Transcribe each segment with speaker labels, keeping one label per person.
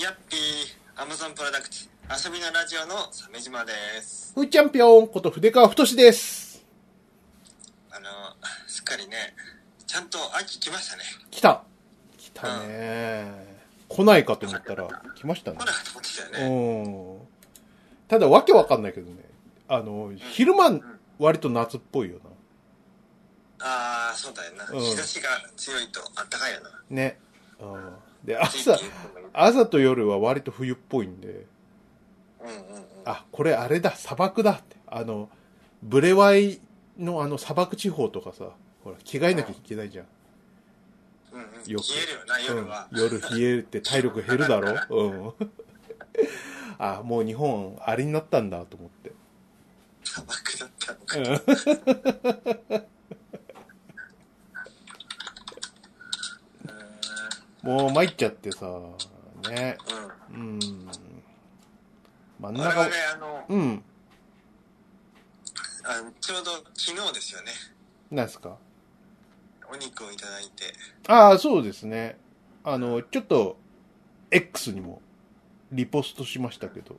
Speaker 1: やっぴー、アマゾンプロダクツ、遊びのラジオの鮫島です。
Speaker 2: ふーチャンピオンこと筆川太志です。
Speaker 1: あの、すっかりね、ちゃんと秋来ましたね。
Speaker 2: 来た。来たね。来ないかと思ったら、来ましたね
Speaker 1: 来な。かったことだよね。
Speaker 2: うん。ただ、わけわかんないけどね。あの、昼間、割と夏っぽいよ
Speaker 1: ああ、そうだよな。
Speaker 2: うん
Speaker 1: 日差しが強いとあったかいよな。
Speaker 2: な。ね。うん。で、
Speaker 1: 暑いって
Speaker 2: 朝、
Speaker 1: いうのもいい
Speaker 2: 朝と夜は割と冬っぽいんで、
Speaker 1: うんうんうん。
Speaker 2: あ、これあれだ、砂漠だって。あの、ブレワイのあの砂漠地方とかさ、ほら、着替えなきゃいけないじゃん。
Speaker 1: うんうん。冷える
Speaker 2: よく
Speaker 1: よな、夜は。
Speaker 2: うん、夜冷えて体力減るだろうん あもう日本あれになったんだと思って
Speaker 1: 砂漠だったのか。
Speaker 2: うんもう参っちゃってさね
Speaker 1: うん。うん
Speaker 2: うん真ん
Speaker 1: 我々
Speaker 2: 中
Speaker 1: あの
Speaker 2: うん
Speaker 1: あの、ちょうど昨日ですよね。
Speaker 2: なんすか
Speaker 1: お肉をいただいて。
Speaker 2: ああそうですねあのちょっと X にもリポストしましたけど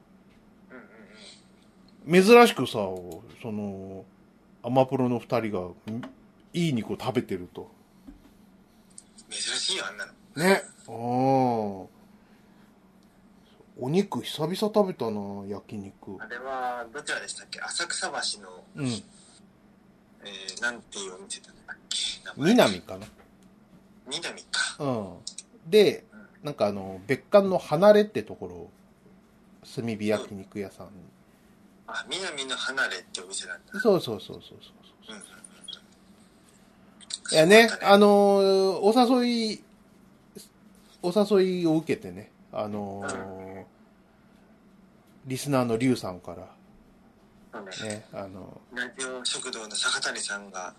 Speaker 1: うんうんうん。
Speaker 2: 珍しくさそのアマプロの2人がんいい肉を食べてると
Speaker 1: 珍しいよ、あんなの。
Speaker 2: ね。ああ。お肉久々食べたな、焼肉
Speaker 1: あ。れは、どちらでしたっけ浅草橋の、
Speaker 2: うん。
Speaker 1: えー、なんていうお店だったっけ名前
Speaker 2: 南かな。
Speaker 1: 南か。
Speaker 2: うん。で、なんかあの、別館の離れってところ、炭火焼肉屋さん。
Speaker 1: あ、南の離れってお店なんだ。
Speaker 2: そうそうそうそうそ
Speaker 1: うん
Speaker 2: う
Speaker 1: うんうん
Speaker 2: いや
Speaker 1: そ
Speaker 2: ね
Speaker 1: うだっ、た
Speaker 2: あのーお誘い、お誘いを受けてね、あのーリスナーのリュウさんから、
Speaker 1: そうね
Speaker 2: ね、あの
Speaker 1: ラジオ食堂の坂谷さんが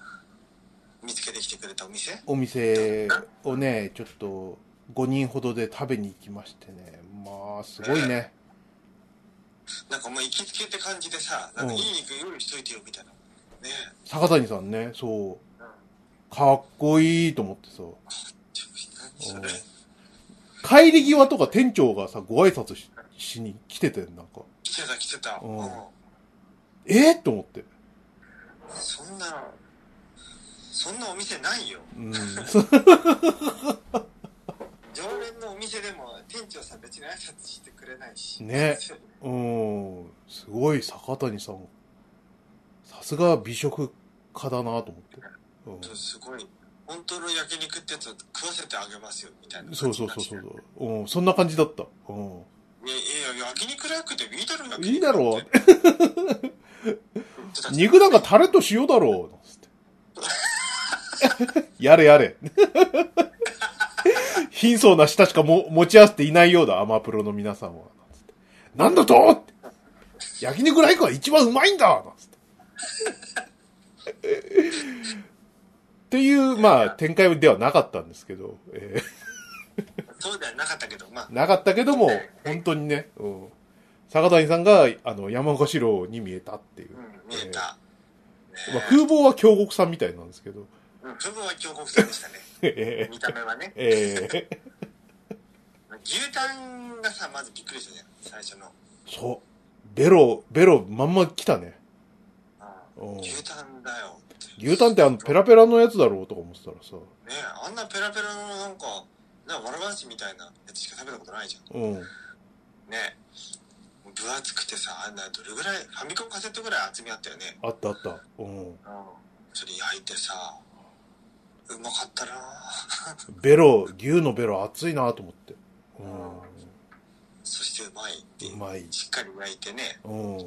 Speaker 1: 見つけてきてくれたお店
Speaker 2: お店をね、ちょっと5人ほどで食べに行きましてね。まあ、すごいね。
Speaker 1: なんかもう行きつけって感じでさ、なんか
Speaker 2: う
Speaker 1: い
Speaker 2: ん
Speaker 1: い肉用意しといてよみたいな。ね
Speaker 2: 坂谷さんね、そうう。かっこいいと思ってさ。
Speaker 1: ちょ何それ。
Speaker 2: 帰り際とか店長がさ、ご挨拶ししに来てて、なんか。
Speaker 1: 来てた来てた。
Speaker 2: う
Speaker 1: うんん。
Speaker 2: えー、と思って。
Speaker 1: そんな、そんなお店ないよ。
Speaker 2: うん。そ
Speaker 1: 常連のお店でも店長さん別に挨拶してくれないし。
Speaker 2: ねうん。すごい坂谷さん。さすが美食家だなと思って。
Speaker 1: すごい。本当の焼肉ってやつを食わせてあげますよ、みたい
Speaker 2: うん。
Speaker 1: な。
Speaker 2: そうそうそうそう。うん。そんな感じだった。うん。
Speaker 1: いやいや、焼肉楽でいいだろ、焼肉
Speaker 2: いいだろ
Speaker 1: う
Speaker 2: 肉なんかタレと塩だろうなんつってやれやれ。貧相な舌しかも持ち合わせていないようだ、アマプロの皆さんは。なんつってなんだとって焼肉ライクは一番うまいんだなんつって。っていう、まあ、展開ではなかったんですけど、え
Speaker 1: そうではなかったけど、まあ
Speaker 2: ー、なかったけども、本当にね、うん、坂谷さんが、あの、山岡四郎に見えたっていう
Speaker 1: う。ん、見えた。
Speaker 2: まあ、風貌は京極さんみたいなんですけど、
Speaker 1: うん、部分は強国戦でしたね。
Speaker 2: えー
Speaker 1: 見た目はね。
Speaker 2: ええ
Speaker 1: 牛タンがさ、まずびっくりしたじゃん、最初の。
Speaker 2: そう。ベロ、ベロ、まんま来たね。うん
Speaker 1: 牛タンだよって。
Speaker 2: 牛タンってあの、ペラペラのやつだろうとか思ってたらさ。
Speaker 1: ねえあんなペラペラのなんか、なんかわらばんしみたいなやつしか食べたことないじゃん。
Speaker 2: うん。
Speaker 1: ねえ分厚くてさ、あんなどれぐらい、ファミコンカセットぐらい厚みあったよね。
Speaker 2: あったあった。うん。
Speaker 1: うん。それ焼いてさ、うまかったな
Speaker 2: ベロ、牛のベロ熱いなと思って。
Speaker 1: そしてうまいっていう
Speaker 2: うまい
Speaker 1: しっかり焼いてね。
Speaker 2: うん。うん。
Speaker 1: で、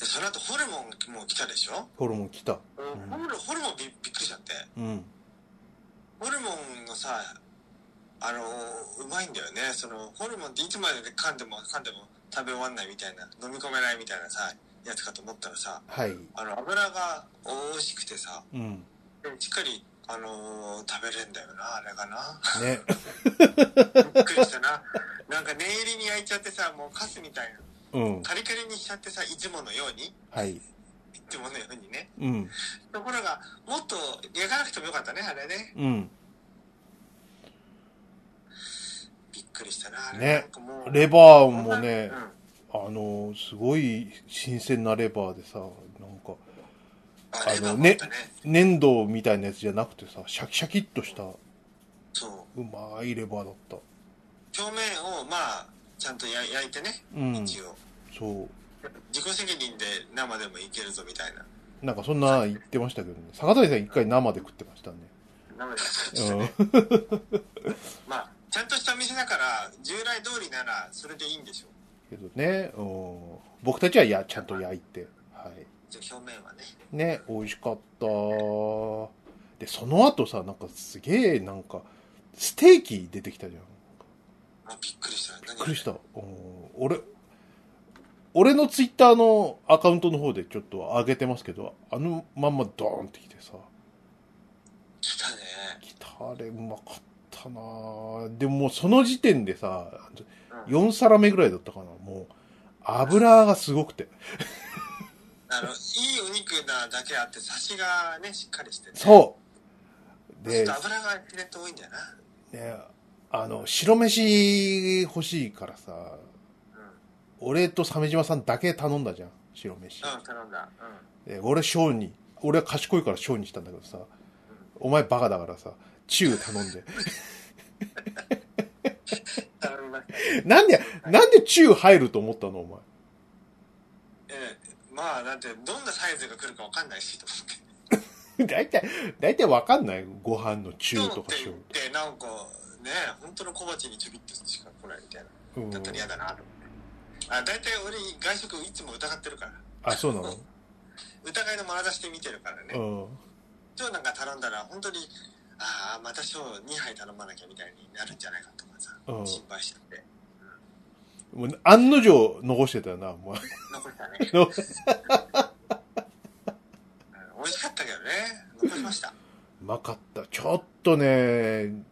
Speaker 1: その後ホルモンも来たでしょ、
Speaker 2: ホルモン来た。
Speaker 1: ホルモン、ホルモンびびっくりしちゃって。
Speaker 2: うん。
Speaker 1: ホルモンのさ、あのーうまいんだよね。その、ホルモンっていつまで噛んでも噛んでも食べ終わんないみたいな、飲み込めないみたいなさ、やつかと思ったらさ、
Speaker 2: はい。
Speaker 1: あの、油が美味しくてさ、
Speaker 2: うん。
Speaker 1: でもしっかり、あのー食べれんだよな、あれがな。
Speaker 2: ね。
Speaker 1: びっくりしたな。なんか念入りに焼いちゃってさ、もうカスみたいな。
Speaker 2: うん。
Speaker 1: カリカリにしちゃってさ、いつものように、い
Speaker 2: はい。
Speaker 1: つものようにね。
Speaker 2: うん。
Speaker 1: ところが、もっと焼かなくてもよかったね、あれね。
Speaker 2: うん。
Speaker 1: びっくりりしたな。
Speaker 2: ね
Speaker 1: なんかもう
Speaker 2: レバーもね
Speaker 1: う、ん
Speaker 2: あの、すごい新鮮なレバーでさ、なんか、
Speaker 1: あ
Speaker 2: あの
Speaker 1: の
Speaker 2: ね
Speaker 1: ね。
Speaker 2: 粘土みたいなやつじゃなくてさ、シャキシャキっとした、う
Speaker 1: そう。
Speaker 2: まいレバーだった。
Speaker 1: 表面を、まあ、ちゃんとや焼いてね、
Speaker 2: うん、
Speaker 1: 一応。
Speaker 2: そ
Speaker 1: 自己責任で生でもいけるぞみたいな。
Speaker 2: う。なんかそんな言ってましたけどね。坂谷さん一回生で食ってましたね。
Speaker 1: 生で
Speaker 2: う
Speaker 1: す
Speaker 2: ん
Speaker 1: ね。。まあ、ちゃんとしたお店だから、従来通りなら、それでいいんでしょう。
Speaker 2: けどね、うん、僕たちはやちゃんと焼いて、は
Speaker 1: じゃあ表面はね。
Speaker 2: い、ね美味しかったでその後さなんかすげえなんかステーキ出てきたじゃん
Speaker 1: もうびっくりした。び
Speaker 2: びっくりした、うん、俺俺のツイッターのアカウントの方でちょっと上げてますけどあのまんまドーンってきてさ
Speaker 1: 来たね。
Speaker 2: 来たあれうまかったなあでももうその時点でさ
Speaker 1: うん
Speaker 2: 4皿目ぐらいだったかなもう油がすごくて
Speaker 1: あの、いいお肉なだけあって、サシがね、しっかりして、ね。
Speaker 2: そう
Speaker 1: ちょっ
Speaker 2: で
Speaker 1: と油が自然と多いんだよな。
Speaker 2: ね、あの、白飯欲しいからさ、
Speaker 1: う
Speaker 2: 俺と鮫島さんだけ頼んだじゃん、白飯。
Speaker 1: ん。うん、頼んだ。うん。
Speaker 2: で俺、小に、俺は賢いから小にしたんだけどさ、お前バカだからさ、中頼んで。
Speaker 1: 頼みました。
Speaker 2: なんで、なんで中入ると思ったの、お前。
Speaker 1: ええまあ、だって、どんなサイズが来るかわかんないし、と思って。
Speaker 2: だいたい、だいたいわかんないご飯の中とか小
Speaker 1: っ。て、なんか、ね、本当の小鉢にちょびっとしか来ないみたいな。
Speaker 2: うん
Speaker 1: だったら嫌だな、と思って。あ、大体俺、外食いつも疑ってるから。
Speaker 2: あ、そうなの
Speaker 1: 疑いの眼差しで見てるからね。
Speaker 2: うん。
Speaker 1: 今日なんか頼んだら、本当に、ああ、また今日2杯頼まなきゃみたいになるんじゃないかとかさ、
Speaker 2: うん
Speaker 1: 心配しちゃって。
Speaker 2: もう案の定残してたよな、お前。
Speaker 1: 残した ね。
Speaker 2: の
Speaker 1: うん美味しかったけどね。残りました。
Speaker 2: うまかった。ちょっとね、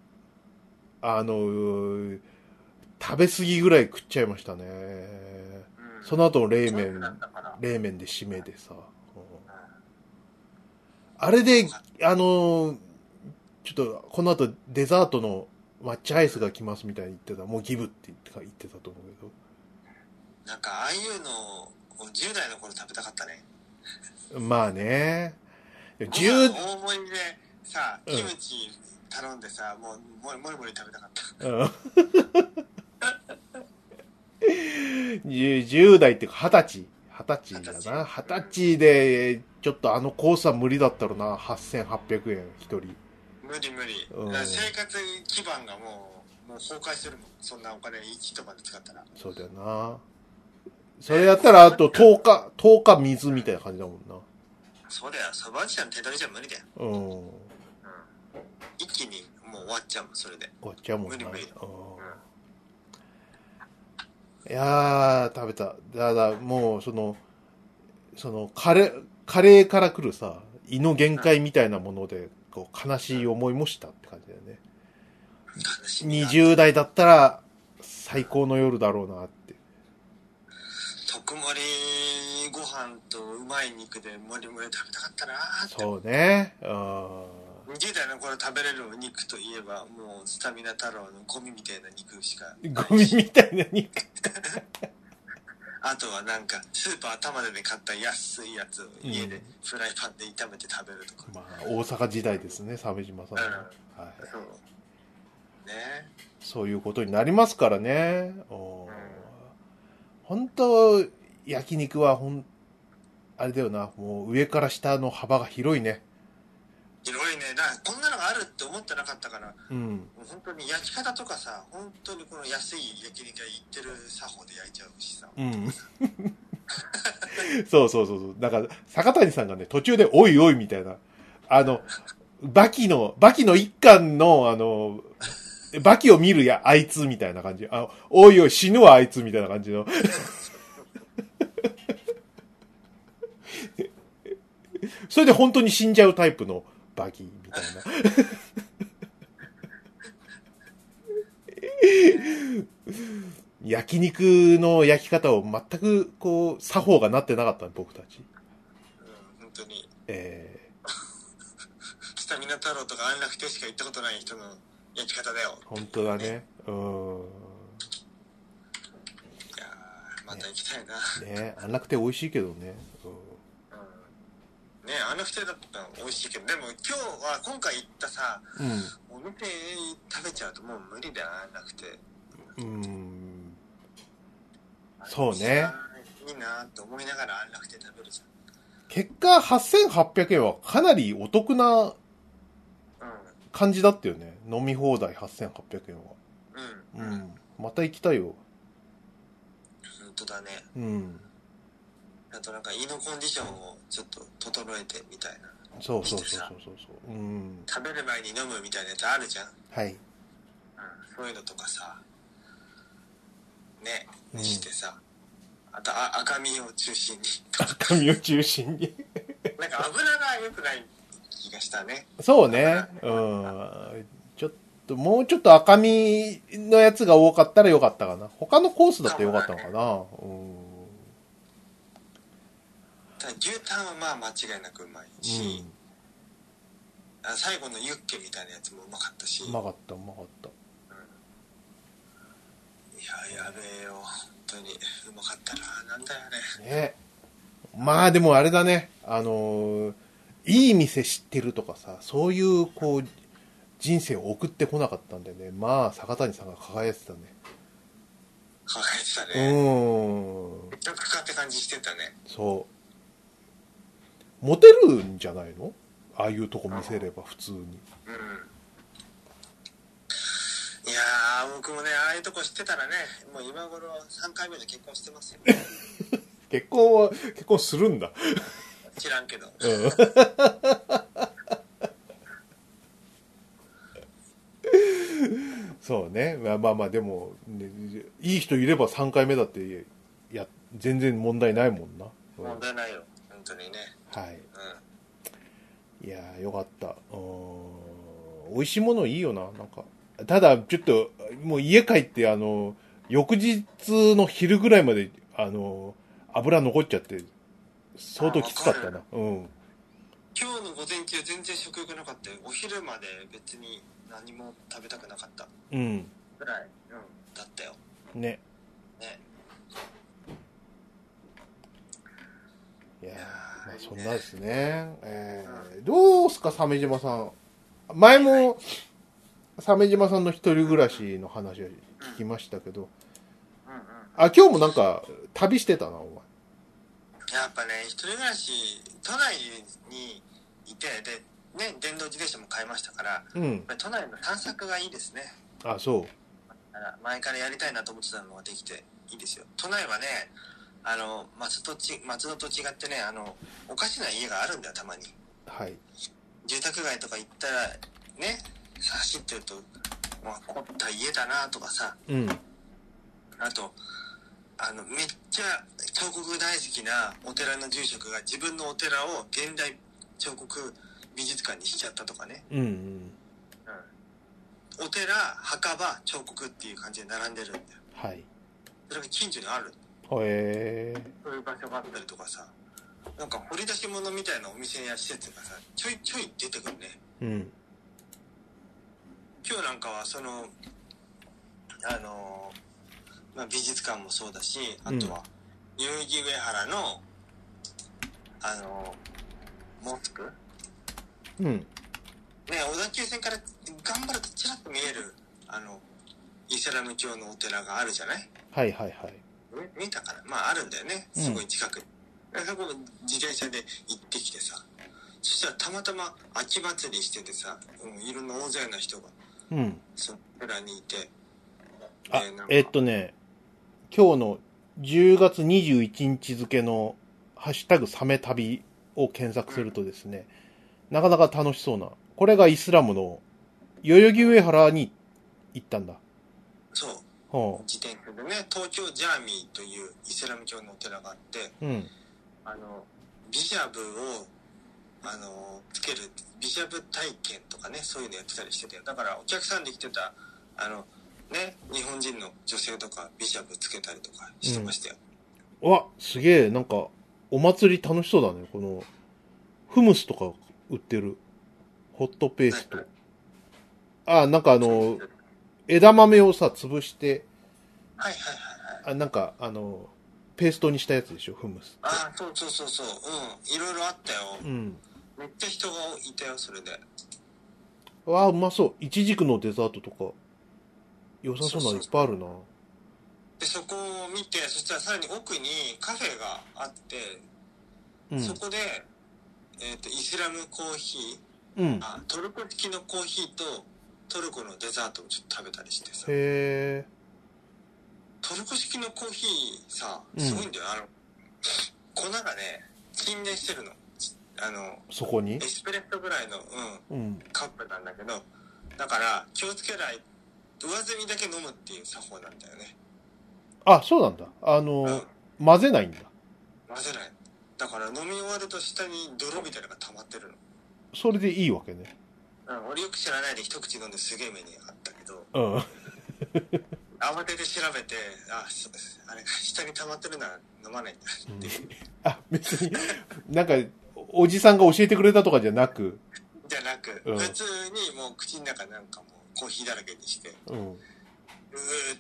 Speaker 2: あの、うー食べ過ぎぐらい食っちゃいましたね。
Speaker 1: うん
Speaker 2: その後の冷
Speaker 1: 上手
Speaker 2: 麺
Speaker 1: だ、ったから
Speaker 2: 冷麺で締めでさ。うん
Speaker 1: う
Speaker 2: あれで、あの、ちょっと、この後デザートの抹茶アイスが来ますみたいに言ってた。もうギブって言って言ってたと思うけど。
Speaker 1: んなんか、ああいうのを10代の頃食べたかったね。
Speaker 2: まあね。
Speaker 1: ご
Speaker 2: 10
Speaker 1: 飯、大盛りでさ、
Speaker 2: うん
Speaker 1: キムチ頼んでさ、もう、もりもりもり食べたか った。
Speaker 2: うん10代って いうか二十歳。二十歳だな。
Speaker 1: 二十歳
Speaker 2: 二十歳で、ちょっとあのコースは無理だったろうな。8800円、一人。
Speaker 1: 無理無理。
Speaker 2: うん
Speaker 1: だから生活基盤がもう、もう崩壊するもん。そんなお金一晩で使ったら。
Speaker 2: そうだよな。それやったら、あと10日、10日水みたいな感じだもんな。
Speaker 1: そうだよ。サバンちゃん手取りじゃ無理だよ。
Speaker 2: うん。
Speaker 1: 一気にもう終わっちゃうもん、それで。
Speaker 2: こっちはもうな。
Speaker 1: 無理無理
Speaker 2: うんいやー、食べた。だだ、もう、その、その、カレー、カレーから来るさ、胃の限界みたいなもので、こう、悲しい思いもしたって感じだよね。
Speaker 1: 悲しみが
Speaker 2: 20代だったら、最高の夜だろうなって。
Speaker 1: 特盛りご飯とうまい肉でもりもり食べたかったなーって
Speaker 2: そうね。うん。
Speaker 1: 20代の頃食べれるお肉といえばもうスタミナ太郎のゴミみたいな肉しか
Speaker 2: ゴミみたいなに。
Speaker 1: あとはなんかスーパー頭で買った安いやつを家でフライパンで炒めて食べるとか、
Speaker 2: まあ、大阪時代ですね、鮫島さんは。はい。
Speaker 1: そうね
Speaker 2: そういうことになりますからね。お
Speaker 1: うん
Speaker 2: ー本当、焼肉はほん、あれだよな、もう上から下の幅が広いね。
Speaker 1: 広いねだからこんなのがあるって思ってなかったから
Speaker 2: うん。
Speaker 1: もう本当に焼き方とかさ本当にこの安い焼き肉屋行ってる作法で焼いちゃうしさ
Speaker 2: うん。そうそうそうそう。だから、坂谷さんがね、途中で、おいおいみたいな。あの、バキの、バキの一巻の、あの、バキを見るや、あいつみたいな感じ。あおいおい、死ぬわ、あいつみたいな感じの。 それで本当に死んじゃうタイプのバキみたいな。焼肉の焼き方を全く、こう、作法がなってなかった、僕たち。
Speaker 1: うん本当に
Speaker 2: えー
Speaker 1: スタミナ太郎とか安楽亭しか行ったことない人の焼き方だよ
Speaker 2: 本当だね。うーん。
Speaker 1: また行きたいな。
Speaker 2: ね安楽亭美味しいけどね。う
Speaker 1: うんねあの二人だったら美味しいけど、でも今日は、今回行ったさ、
Speaker 2: ん。
Speaker 1: お店食べちゃうともう無理だなくて。
Speaker 2: うん。うんそうね。
Speaker 1: いいなって思いながら安楽亭食べるじ
Speaker 2: 結果、8800円はかなりお得な
Speaker 1: ゃん。
Speaker 2: 感じだったよね。飲み放題8800円は。
Speaker 1: う。
Speaker 2: うん
Speaker 1: うん。
Speaker 2: ん。また行きたいよ。
Speaker 1: 本当だね。
Speaker 2: うん。
Speaker 1: あとなんか胃のコンディションをちょっと整えてみたいな。
Speaker 2: そうそうそうそうそうそう。うん。
Speaker 1: 食べる前に飲むみたいなやつあるじゃん。うん。
Speaker 2: はい。
Speaker 1: そういうのとかさ。ね。
Speaker 2: うん
Speaker 1: してさ。あとあ赤身を中心に。
Speaker 2: 髪を中心に。
Speaker 1: なんか油が良くない気がしたね。
Speaker 2: そうね。うん。ちょっと、もうちょっと赤身のやつが多かったらよかったかな。他のコースだってよかったのかな。う
Speaker 1: ただ牛タンはまあ間違いなくうまいし、
Speaker 2: ん。
Speaker 1: あ最後のユッケみたいなやつもうまかったし。
Speaker 2: うん。うまかった、うまかった。
Speaker 1: いや、やべえよ。本当に。うまかったな。なんだよね。
Speaker 2: ねまあでもあれだね、あのーいい店知ってるとかさ、そういうこう、人生を送ってこなかったんでね、まあ坂谷さんが輝いてたね。
Speaker 1: 輝いてた
Speaker 2: う
Speaker 1: ね。
Speaker 2: ーん、
Speaker 1: めっちゃくかって感じしてたね。
Speaker 2: そう。モテるんじゃないのああいうとこ見せれば普通に。
Speaker 1: うん。いやー、僕もね、ああいうとこ知ってたらね、もう今頃3回目で結婚してますよ。
Speaker 2: 結婚は、結婚するんだ。
Speaker 1: 知らんけど。
Speaker 2: そうね。まあまあまあ、でも、ねいい人いれば3回目だって、いや、全然問題ないもんな。うん
Speaker 1: 問題ないよ。本当にね。
Speaker 2: はい。
Speaker 1: う
Speaker 2: いやーよかった。うーん美味しいものいいよな、なんか。ただ、ちょっと、もう家帰って、あの、翌日の昼ぐらいまで、あの、油残っちゃって、相当きつかったな。うん。
Speaker 1: ん。今日の午前中全然食欲なかったよ。お昼まで別に何も食べたくなかった。
Speaker 2: うん。
Speaker 1: ぐらい。うん。だったよ。
Speaker 2: ね。
Speaker 1: ね。
Speaker 2: いやーまあ
Speaker 1: いいね
Speaker 2: そんなですね。えーどうすか、鮫島さん。前も、鮫島さんの一人暮らしの話を聞きましたけど、
Speaker 1: うんうん。
Speaker 2: あ、今日もなんか、旅してたな、お
Speaker 1: やっぱね、一人暮らし、都内にいて、で、ね、電動自転車も買いましたから、やっ
Speaker 2: 前。うん。
Speaker 1: ぱり都内の探索がいいですね。
Speaker 2: あ、そう。
Speaker 1: だから前からやりたいなと思ってたのができていいですよ。都内はね、あの、松戸ち、松戸と違ってね、あの、おかしな家があるんだよ、たまに。
Speaker 2: はい。
Speaker 1: 住宅街とか行ったら、ね、走ってると、まあ、凝った家だなとかさ、
Speaker 2: うん。
Speaker 1: あと、あの、めっちゃ彫刻大好きなお寺の住職が自分のお寺を現代彫刻美術館にしちゃったとかね。
Speaker 2: うんうん。
Speaker 1: お寺、墓場、彫刻っていう感じで並んでるんだよ。
Speaker 2: はい。
Speaker 1: それが近所にある。
Speaker 2: へえ。
Speaker 1: そういう場所があったりとかさ。なんか掘り出し物みたいなお店や施設がさ、ちょいちょい出てくるね。
Speaker 2: うん。
Speaker 1: 今日なんかはそのあの、まあ、美術館もそうだしあとは代々木上原のあのモスクね
Speaker 2: うん。
Speaker 1: 小田急線から頑張るとちらっと見えるあのイスラム教のお寺があるじゃない
Speaker 2: はいはいはい。
Speaker 1: み見たかなまああるんだよね
Speaker 2: うん
Speaker 1: すごい近くに、でそこ自転車で行ってきてさそしたらたまたま秋祭りしててさ、うん、いろんな大勢の人が
Speaker 2: うん。
Speaker 1: その寺にいて
Speaker 2: あ
Speaker 1: でなん、か
Speaker 2: えっとね、今日の10月21日付のハッシュタグサメ旅を検索するとですね、なかなか楽しそうな。これがイスラムの代々木上原に行ったんだ。
Speaker 1: そう
Speaker 2: ほ
Speaker 1: 自転車でね東京ジャーミーというイスラム教のお寺があって
Speaker 2: う。うん。
Speaker 1: あのビシャブをあのつけるビシャブ体験とかねそういうのやってたりしててだからお客さんで来てたあのね日本人の女性とかビシャブつけたりとかしてましたよ、
Speaker 2: うわ、すげえ、なんか、お祭り楽しそうだね。この、フムスとか売ってる。ホットペースト。あ、なんかあの、枝豆をさ、潰して、
Speaker 1: はいはいはいはい
Speaker 2: あなんか、あの、ペーストにしたやつでしょ、フムス。
Speaker 1: ああ、そうそうそうそう。うん。いろいろあったよ。
Speaker 2: うん。
Speaker 1: めっちゃ人がいたよ、それで。
Speaker 2: わあ、うまそう。いちじくのデザートとか、良さそうなのいっぱいあるな。
Speaker 1: で、そこを見て、そしたらさらに奥にカフェがあって、
Speaker 2: うん。
Speaker 1: そこで、えっ、と、イスラムコーヒー、
Speaker 2: うん。
Speaker 1: あ、トルコ式のコーヒーと、トルコのデザートをちょっと食べたりしてさ。
Speaker 2: へ
Speaker 1: トルコ式のコーヒーさ、
Speaker 2: うん
Speaker 1: すごいんだよ。あの、粉がね、沈殿してるの。あの、
Speaker 2: ー、そこに
Speaker 1: エスプレッソぐらいの、うん、
Speaker 2: うん。
Speaker 1: カップなんだけど、だから気をつけない、上澄みだけ飲むっていう作法なんだよね。
Speaker 2: あ、そうなんだ。あ
Speaker 1: うん。
Speaker 2: の、混ぜないんだ。
Speaker 1: 混ぜない。だから飲み終わると下に泥みたいなのが溜まってるの。
Speaker 2: それでいいわけね。
Speaker 1: うん、俺よく知らないで一口飲んですげえ目にあったけど、
Speaker 2: うん。
Speaker 1: 慌てて調べて、あ、そうです。あれ、下に溜まってるなら飲まないんだっていう。
Speaker 2: あ、別に、なんか、おじさんが教えてくれたとかじゃなく、
Speaker 1: じゃなく、
Speaker 2: うん
Speaker 1: 普通にもう口の中なんかもうコーヒーだらけにして、
Speaker 2: うん。
Speaker 1: うーっ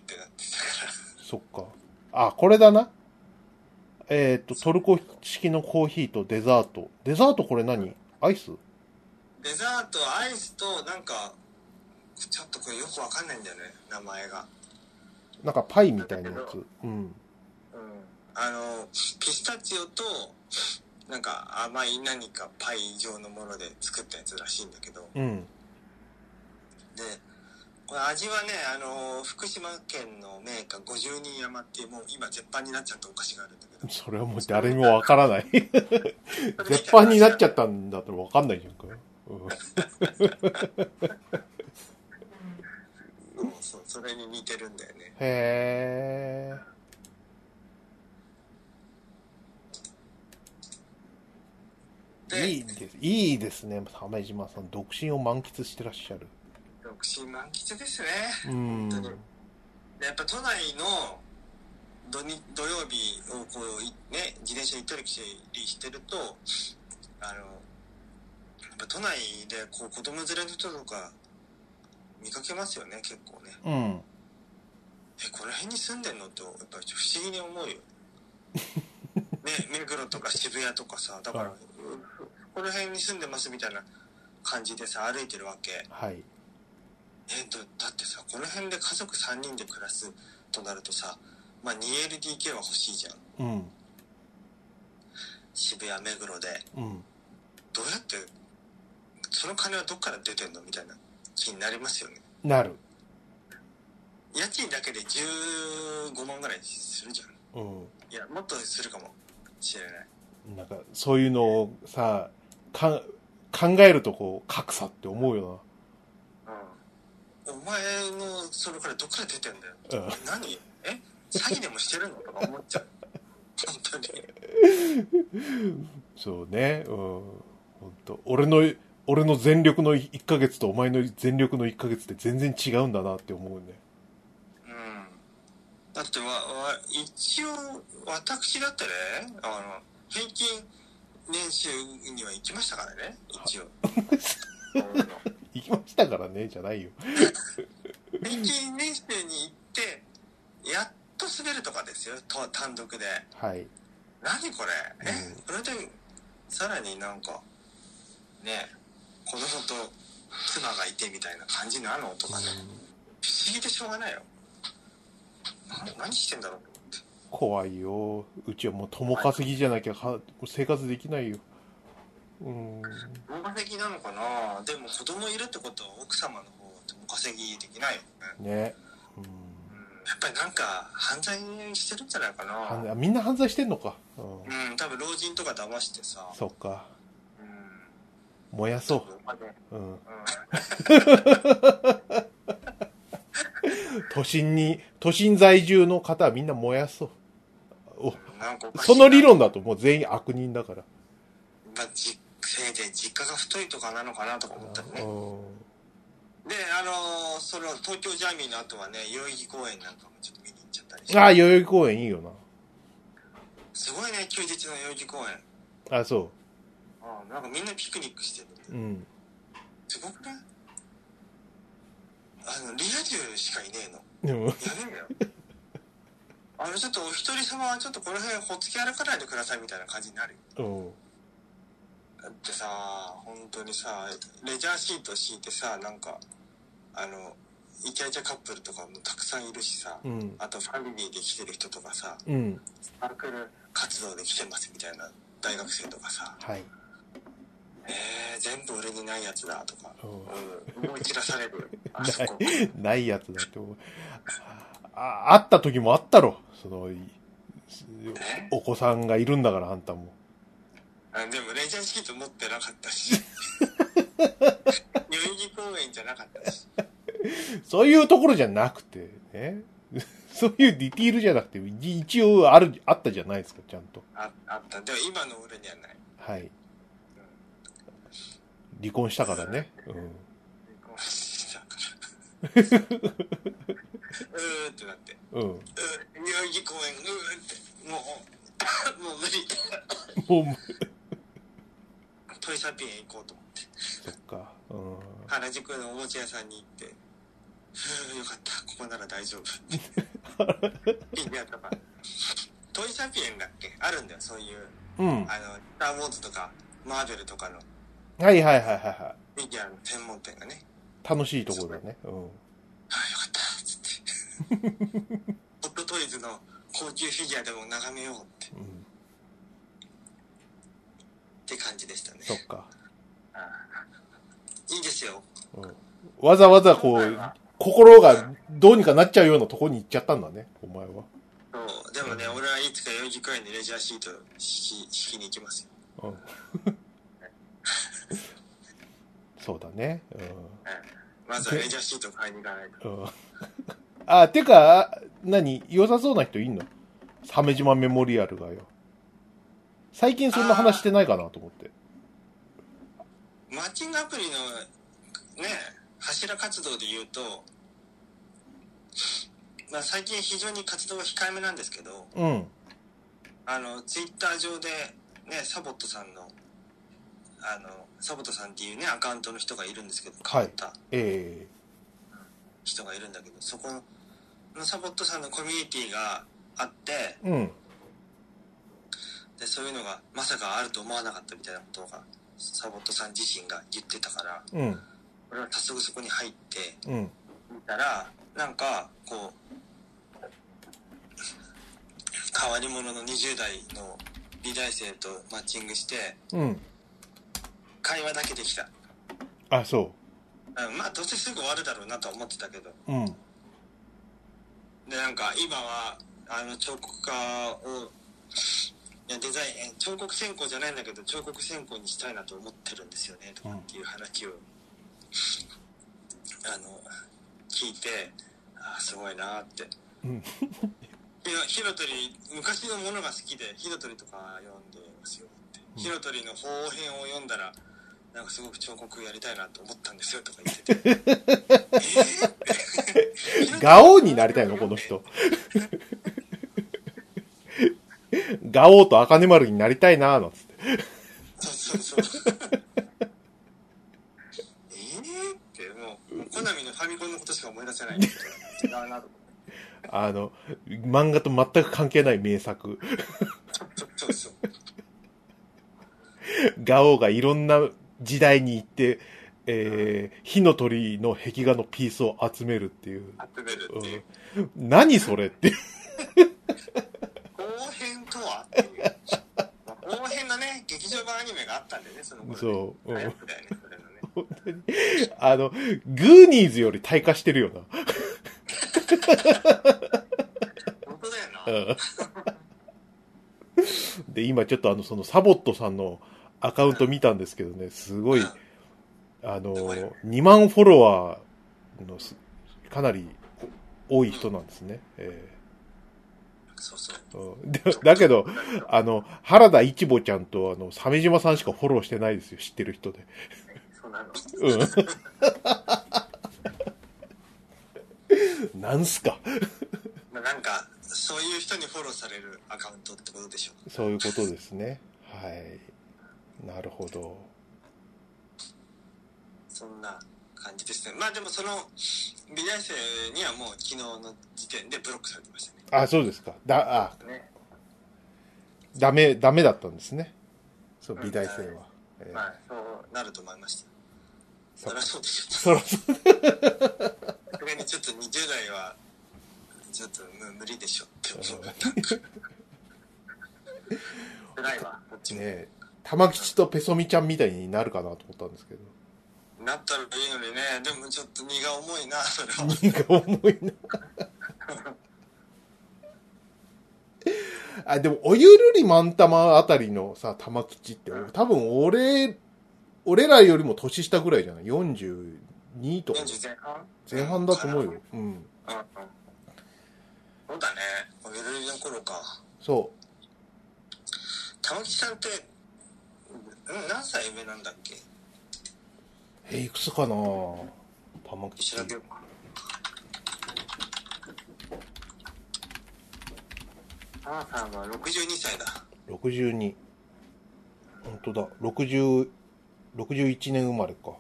Speaker 1: てなってたから。
Speaker 2: そっか。あ、これだな。えっ、と、トルコ式のコーヒーとデザート。デザートこれ何アイス
Speaker 1: デザート、アイスと、なんか、ちょっとこれよくわかんないんだよね、名前が。
Speaker 2: なんかパイみたいなやつ。うん。
Speaker 1: うんあの、ピスタチオと、なんか甘い何かパイ状のもので作ったやつらしいんだけど。
Speaker 2: うん。
Speaker 1: で、これ味はね、あの、福島県のメーカー50人山っていう、もう今絶版になっちゃったお菓子があるんだけど。
Speaker 2: それはもう誰にもわからない。 絶版になっちゃ
Speaker 1: っ
Speaker 2: ったんだったらわかんないじゃんか。うん
Speaker 1: た。そうそう、それに似てるんだよね。
Speaker 2: へー。
Speaker 1: で
Speaker 2: いいです。いいですね。鮫島さん、独身を満喫してらっしゃる。
Speaker 1: 独身満喫ですね。
Speaker 2: うん。
Speaker 1: 本当にでやっぱ都内の土日土曜日をこうい、ね、自転車行ったり来たりしてるとあのやっぱ都内でこう子供連れの人とか見かけますよね結構ね
Speaker 2: うん。
Speaker 1: えこの辺に住んでんのとやっぱ不思議に思うよ ね目黒とか渋谷とかさだから、
Speaker 2: はい
Speaker 1: うんこの辺に住んでますみたいな感じでさ歩いてるわけ
Speaker 2: はい。
Speaker 1: えっとだってさこの辺で家族3人で暮らすとなるとさ、まあ、2LDK は欲しいじゃん
Speaker 2: うん。
Speaker 1: 渋谷目黒で
Speaker 2: うん。
Speaker 1: どうやってその金はどっから出てんのみたいな気になりますよね
Speaker 2: なる。
Speaker 1: 家賃だけで15万ぐらいするじゃん
Speaker 2: う
Speaker 1: いやもっとするかもしれない
Speaker 2: ん。なんか、そういうのをさ、か、考えるとこう、格差って思うよ
Speaker 1: うんお前のそれからどっから出てんだよ
Speaker 2: な。うん。
Speaker 1: 何え詐欺でもしてるのとか思っちゃう本当に
Speaker 2: そうね。うん。本当俺の、俺の全力の1ヶ月とお前の全力の1ヶ月って全然違うんだなって思うね。
Speaker 1: うんだってわわ一応私だってねあの平均年収には行きましたからね一応平
Speaker 2: 行きましたからね、じゃないよ。
Speaker 1: 均年収に行ってやっと滑るとかですよと単独で
Speaker 2: はい。
Speaker 1: 何これえ
Speaker 2: う
Speaker 1: これでさらになんかね子供と妻がいてみたいな感じなのとかね不思議でしょうがないよな何してんだろうと思って
Speaker 2: 怖いよ。うちはもう友稼ぎじゃなきゃは生活できないよ。うん。
Speaker 1: 大稼ぎなのかなでも子供いるってことは奥様の方はお稼ぎできないよね、
Speaker 2: ね。
Speaker 1: うん、やっぱりなんか犯罪してるんじゃないか
Speaker 2: うん
Speaker 1: な
Speaker 2: はん。みんな犯罪してんのか。うん。
Speaker 1: うん多分老人とか騙してさ
Speaker 2: そっか。
Speaker 1: うん
Speaker 2: 燃やそ
Speaker 1: お金
Speaker 2: う。うん。
Speaker 1: う
Speaker 2: 都心に、都心在住の方はみんな燃やそう。お
Speaker 1: んなんかおかしい
Speaker 2: そ
Speaker 1: な
Speaker 2: の理論だともう全員悪人だから。
Speaker 1: まあじせいで実家が太いとかなのかなとか思ったりね
Speaker 2: う
Speaker 1: であのーその東京ジャーミーの後はね代々木公園なんかもちょっと見に行っちゃったりし
Speaker 2: ん。ああ、
Speaker 1: て
Speaker 2: 代々木公園いいよ
Speaker 1: すごいね休日の代々木公園
Speaker 2: な。あそ
Speaker 1: あなんかみんなピクニックしてる
Speaker 2: う。うん。
Speaker 1: すごくないあの、リア充しかいねえの。
Speaker 2: でも、
Speaker 1: やべえよ。あの、ちょっとお一人様はちょっとこの辺ほっつき歩かないでくださいみたいな感じになるよ。
Speaker 2: うん。
Speaker 1: だってさ、本当にさ、レジャーシート敷いてさ、なんか、あの、イチャイチャカップルとかもたくさんいるしさ、
Speaker 2: うん。
Speaker 1: あとファミリーで来てる人とかさ、
Speaker 2: うん。
Speaker 1: サークル活動で来てますみたいな大学生とかさ、
Speaker 2: はい。
Speaker 1: えー、全部俺にないやつだとか、
Speaker 2: う
Speaker 1: うん、思い散らされ る。あそこ。
Speaker 2: ん。ない やつだって思う。あ、あった時もあったろ。その、い
Speaker 1: ね
Speaker 2: お子さんがいるんだから、あんたも。
Speaker 1: あでもレジャーシート持ってなかった し代々木公園じゃなかったし
Speaker 2: そういうところじゃなくて、ね。 そういうディティールじゃなくて、い一応ある、あったじゃないですか、ちゃんと。
Speaker 1: ああったでも今の俺にはない
Speaker 2: はい。離婚したからね。
Speaker 1: 離婚したからうー ってなってう
Speaker 2: うん。うん。
Speaker 1: ー代々木公園う ーってもうもう無理
Speaker 2: もう、
Speaker 1: トイサピエン行こうと思って
Speaker 2: そっか。うん。
Speaker 1: 原宿のおもちゃ屋さんに行ってふうよかったここなら大丈夫いいねやっぱトイサピエンだっけあるんだよそういう
Speaker 2: うん。は
Speaker 1: あの、スター・ウォーズとか、マーベルとかの
Speaker 2: いはいはいはいは
Speaker 1: フィギュアの専門店がね、
Speaker 2: い。楽しいところだね。うん。
Speaker 1: ああ、よかった、つって。ホットトイズの高級フィギュアでも眺めようって
Speaker 2: うん。
Speaker 1: って感じでしたね。
Speaker 2: そっか。
Speaker 1: いいですよ。
Speaker 2: うん。わざわざこう、心がどうにかなっちゃうようなとこに行っちゃったんだね、お前は。
Speaker 1: そう。でもね、俺はいつか代々木公園でレジャーシート敷き引きに行きますよ。
Speaker 2: うん。 そうだね。うん。
Speaker 1: まずはレジャーシート買いに行かないと。
Speaker 2: うん あ、てか、何良さそうな人いんの鮫島メモリアルがよ。最近そんな話してないかなと思って。
Speaker 1: マッチングアプリの、ね、柱活動で言うと、まあ最近非常に活動は控えめなんですけど、
Speaker 2: うん。
Speaker 1: あの、ツイッター上で、ね、サボットさんの、あの、サボットさんっていうね、アカウントの人がいるんですけど、変わった
Speaker 2: え
Speaker 1: 人がいるんだけど、そこのサボットさんのコミュニティがあって、
Speaker 2: えうん。
Speaker 1: で、そういうのがまさかあると思わなかったみたいなことが、サボットさん自身が言ってたから、
Speaker 2: うん。
Speaker 1: 俺は早速そこに入って、
Speaker 2: うん。
Speaker 1: 見たら、なんか、こう、変わり者の20代の美大生とマッチングして、
Speaker 2: うん。
Speaker 1: 会話だけできた。
Speaker 2: あ、そ
Speaker 1: うん、まあどうせすぐ終わるだろうなとは思ってたけど
Speaker 2: う。うん。
Speaker 1: でなんか今はあの彫刻家をいやデザインえ彫刻専攻じゃないんだけど彫刻専攻にしたいなと思ってるんですよねとかっていう話を、あの聞いてあーすごいなーって。
Speaker 2: う
Speaker 1: い
Speaker 2: ん
Speaker 1: やヒロトリ昔のものが好きでヒロトリとか読んでますよって、
Speaker 2: うん
Speaker 1: ヒロトリの方編を読んだらなんかすごく彫刻やりたいなと思ったんですよとか言ってて えーって
Speaker 2: ガオになりたいのこの人。 ガオと茜丸になりたいなーなんつって。
Speaker 1: そうそう そう。えーって、もう、もうコナミのファミコンのことしか思い出せない。違うなと
Speaker 2: あの、漫画と全く関係ない名作。
Speaker 1: そうそう。
Speaker 2: ガオがいろんな時代に行って、えー、火の鳥の壁画のピースを集めるっていう。
Speaker 1: 集めるっていう。
Speaker 2: うん何それって。
Speaker 1: 後編とはっていう。まあ後編のね、劇場版アニメがあったんでね、その頃ね
Speaker 2: そううん
Speaker 1: 流行ってたよね、それのね。
Speaker 2: あの、グーニーズより退化してるよ
Speaker 1: 本当だよな。
Speaker 2: な。うん で、今ちょっとあの、そのサボットさんのアカウント見たんですけどね、すごい、あの、2万フォロワーのす、かなり多い人なんですね。え
Speaker 1: そうそう。
Speaker 2: ーうんで だけど、あの、原田一坊ちゃんと、あの、鮫島さんしかフォローしてないですよ、知ってる人で。
Speaker 1: そうなの。
Speaker 2: うん。なんすか
Speaker 1: まあなんか、そういう人にフォローされるアカウントってことでしょう。
Speaker 2: そういうことですね。はい。なるほど。
Speaker 1: そんな感じですね。まあでもその美大生にはもう昨日の時点でブロックされてましたね。
Speaker 2: あ、そうですか。だ、あ、
Speaker 1: ね
Speaker 2: ダメ、ダメだったんですね。そう、美大生
Speaker 1: うん
Speaker 2: は。えー
Speaker 1: まあそうなると思いました。そりゃそうでしょ。
Speaker 2: そろそ
Speaker 1: さす
Speaker 2: ろ、
Speaker 1: がにちょっと20代はちょっとむ無理でしょって思う。辛いわ、こっちも。
Speaker 2: ね、玉吉とペソミちゃんみたいになるかなと思ったんですけど。
Speaker 1: なったらいいのにね、でもちょっと荷が重いな、それは。
Speaker 2: なんか重いな。 あ、でも、おゆるりまんたまあたりのさ、玉吉って、多分俺、俺らよりも年下ぐらいじゃない ?42 とか
Speaker 1: 40前半
Speaker 2: 前半だと思うよ。。うん。
Speaker 1: うんうん。そうだね。おゆるりの頃か。
Speaker 2: そ
Speaker 1: 玉木さんって、うん何歳上なんだっけ
Speaker 2: う。え、いくつかな玉吉
Speaker 1: 調。べようか。母さんは62歳だ。
Speaker 2: 62。本当だ。60、61年生まれか。
Speaker 1: うん。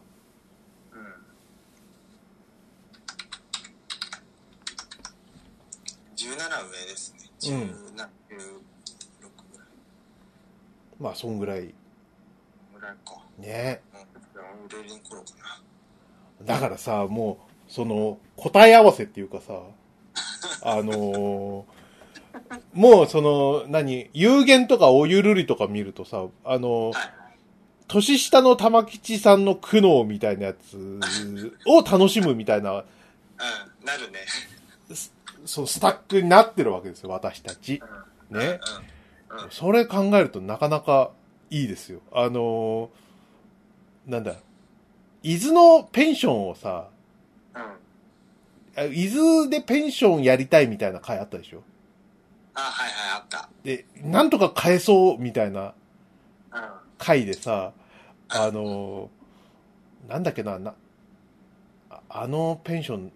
Speaker 1: 17上ですね。
Speaker 2: う
Speaker 1: 17、
Speaker 2: ん
Speaker 1: 16ぐらい
Speaker 2: まあ、そんぐらい。
Speaker 1: ぐらいか。
Speaker 2: ね
Speaker 1: うん。レイリン頃かな。
Speaker 2: だからさ、もう、その、答え合わせっていうかさ、 あのーもうその、何、有限とかおゆるりとか見るとさ、あのー
Speaker 1: はい
Speaker 2: 年下の玉吉さんの苦悩みたいなやつを楽しむみたいな、
Speaker 1: うん、なるね。
Speaker 2: そのスタックになってるわけですよ、私たち。ね。
Speaker 1: うん。うん。
Speaker 2: それ考えるとなかなかいいですよ。あのーなんだ、伊豆のペンションをさ、
Speaker 1: うん。
Speaker 2: あ伊豆でペンションやりたいみたいな回あったでしょ
Speaker 1: あ、はいはい、あった。
Speaker 2: で、なんとか返そうみたいな
Speaker 1: う
Speaker 2: 回でさ、あのーなんだっけな、な、ああのペンション、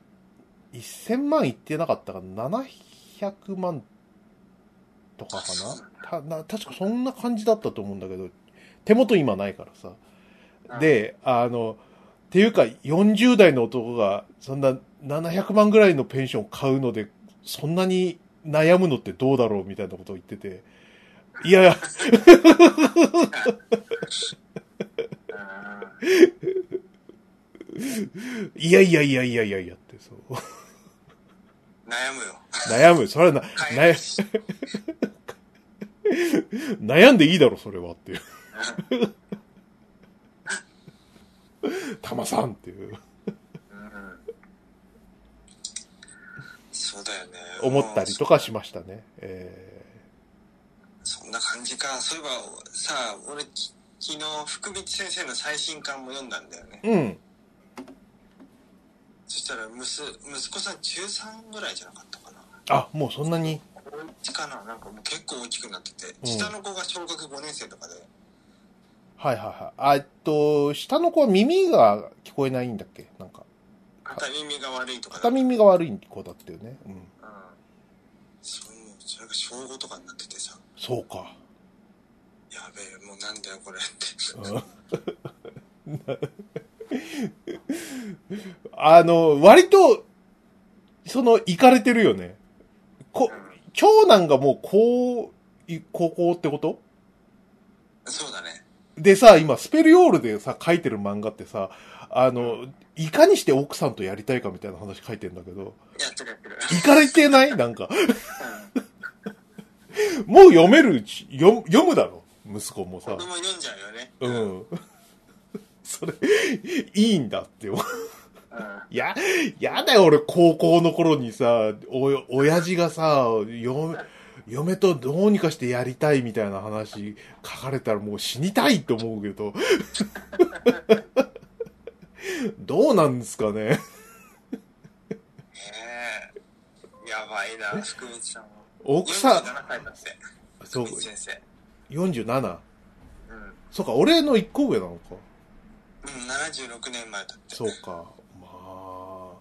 Speaker 2: 1000万いってなかったかな、700万とかかなたな確かそんな感じだったと思うんだけど、手元今ないからさ。
Speaker 1: ん。
Speaker 2: で、あの、っていうか、40代の男が、そんな700万ぐらいのペンション買うので、そんなに悩むのってどうだろうみたいなことを言ってて、いや、
Speaker 1: うん、うん。
Speaker 2: いやいやいやいやいやいやって、そう。
Speaker 1: 悩むよ。
Speaker 2: 悩む。それはな、
Speaker 1: 買え
Speaker 2: 悩
Speaker 1: し
Speaker 2: 悩んでいいだろ、それはっていう。たまさんっていう、
Speaker 1: うんそうだよね。
Speaker 2: 思ったりとかしましたね。え
Speaker 1: そんな感じか。そういえば、さあ、俺、き昨日、福光先生の最新刊も読んだんだよね。
Speaker 2: ーうん。
Speaker 1: そしたら、むす、息子さん中3ぐらいじゃなかったかな。
Speaker 2: あ、もうそんなに。
Speaker 1: 高1かななんかもう結構大きくなってて、
Speaker 2: うん
Speaker 1: 下の子が小学5年生とかで、
Speaker 2: はいはいはい。あえっと、下の子は耳が聞こえないんだっけなんか。
Speaker 1: 片耳が悪いとかだ
Speaker 2: 片耳が悪い子だったよね。うん。
Speaker 1: うん。そう、それが小5とかになっててさ、
Speaker 2: そうか。
Speaker 1: やべえ、もうなんだよこれって。
Speaker 2: あの、割と、その、行かれてるよね。こ、長男がもう、こう、い高校ってこと
Speaker 1: そうだね。
Speaker 2: でさ、今、スペルヨールでさ、書いてる漫画ってさ、あの、いかにして奥さんとやりたいかみたいな話書いてんだけど、
Speaker 1: やってるやってる。
Speaker 2: 行かれてないなんか、
Speaker 1: うん
Speaker 2: もう読めるうち、読読むだろ息子もさ
Speaker 1: 子。供読んじゃうよね。
Speaker 2: う
Speaker 1: うん。
Speaker 2: ん。 それ、いいんだって思う いや、やだよ、俺、高校の頃にさ、お、親父がさ、嫁、嫁とどうにかしてやりたいみたいな話書かれたらもう死にたいと思うけど。 どうなんですかね。
Speaker 1: ねえやばいな、福光さんも。
Speaker 2: 奥さん、
Speaker 1: 47歳だって。
Speaker 2: そう
Speaker 1: 福光先生。
Speaker 2: 47。
Speaker 1: うん。うん、
Speaker 2: そうか、俺の一個上なのか。
Speaker 1: 76年前だって。
Speaker 2: そうか。まあ。